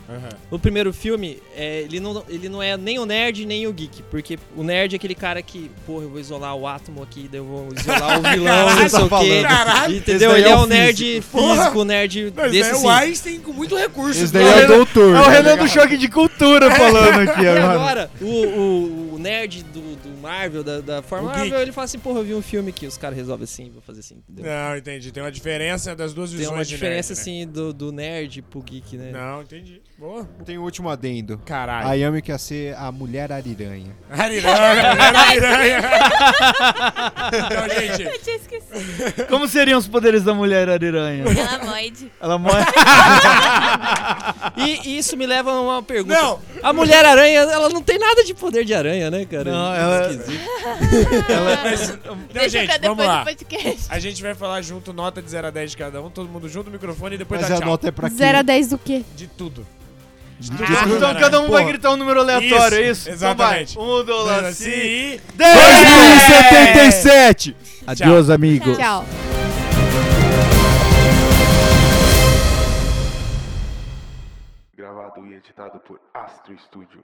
S6: o primeiro filme, é, ele, não, ele não é nem o nerd, nem o geek. Porque o nerd é aquele cara que, porra, eu vou isolar o átomo aqui, daí eu vou isolar o
S2: *laughs*
S6: vilão,
S2: Caralho,
S6: não sei o quê.
S2: caralho.
S6: Entendeu?
S2: Tá Esse daí
S6: Ele
S2: é
S6: é
S2: o
S6: o nerd
S2: físico.
S6: físico,
S2: Porra.
S6: o nerd
S2: Mas
S6: desse
S2: é
S6: sim.
S2: o Einstein com muito recurso.
S6: Esse daí é o
S2: Renan-
S6: doutor,
S1: É o
S6: tá
S1: Renan do
S6: ligado?
S14: É.
S1: choque de cultura falando aqui
S6: *laughs* E
S1: agora.
S6: agora, o, o- o nerd do, do Marvel, da, da forma
S2: O
S6: Marvel,
S2: geek.
S6: ele fala assim, porra, eu vi um filme que os caras resolvem assim, vou fazer assim, entendeu?
S2: Não, entendi. Tem uma diferença das duas
S6: Tem
S2: visões
S6: uma
S2: de
S6: diferença,
S2: nerd, né?
S6: assim, do, do nerd pro geek, né?
S2: Não, entendi. Boa.
S8: Tem o último adendo.
S2: Caralho.
S8: A Yami quer ser a mulher ariranha.
S2: Ariranha, mulher ariranha. Então, gente,
S7: Eu tinha
S14: *laughs*
S7: esquecido.
S14: Como seriam os poderes da mulher ariranha?
S7: Ela moide.
S14: Ela
S2: *laughs*
S14: morre.
S6: E isso me leva a uma pergunta.
S14: Não.
S6: A Mulher-Aranha, ela não tem nada de poder de aranha, né, cara?
S14: Não, ela-
S6: Esquisito.
S2: Mas, então,
S7: Deixa pra
S2: gente,
S7: depois
S2: vamos lá.
S7: do podcast.
S2: A gente vai falar junto, nota de 0 a 10 de cada um, todo mundo junto, no microfone e depois
S8: Mas
S2: dá
S8: a
S2: tchau.
S8: nota é pra quê?
S5: 0 a 10 do quê?
S2: De tudo. De tudo.
S14: Ah, então cada um vai gritar um número aleatório,
S2: né?
S14: é isso?
S2: Isso, exatamente.
S14: Então vai. Um, dois,
S2: Dois,
S14: dois,
S2: e-
S14: e... Dez!
S8: 2077! Adeus, amigos.
S5: Tchau.
S15: Gravado e editado por Astro Studio.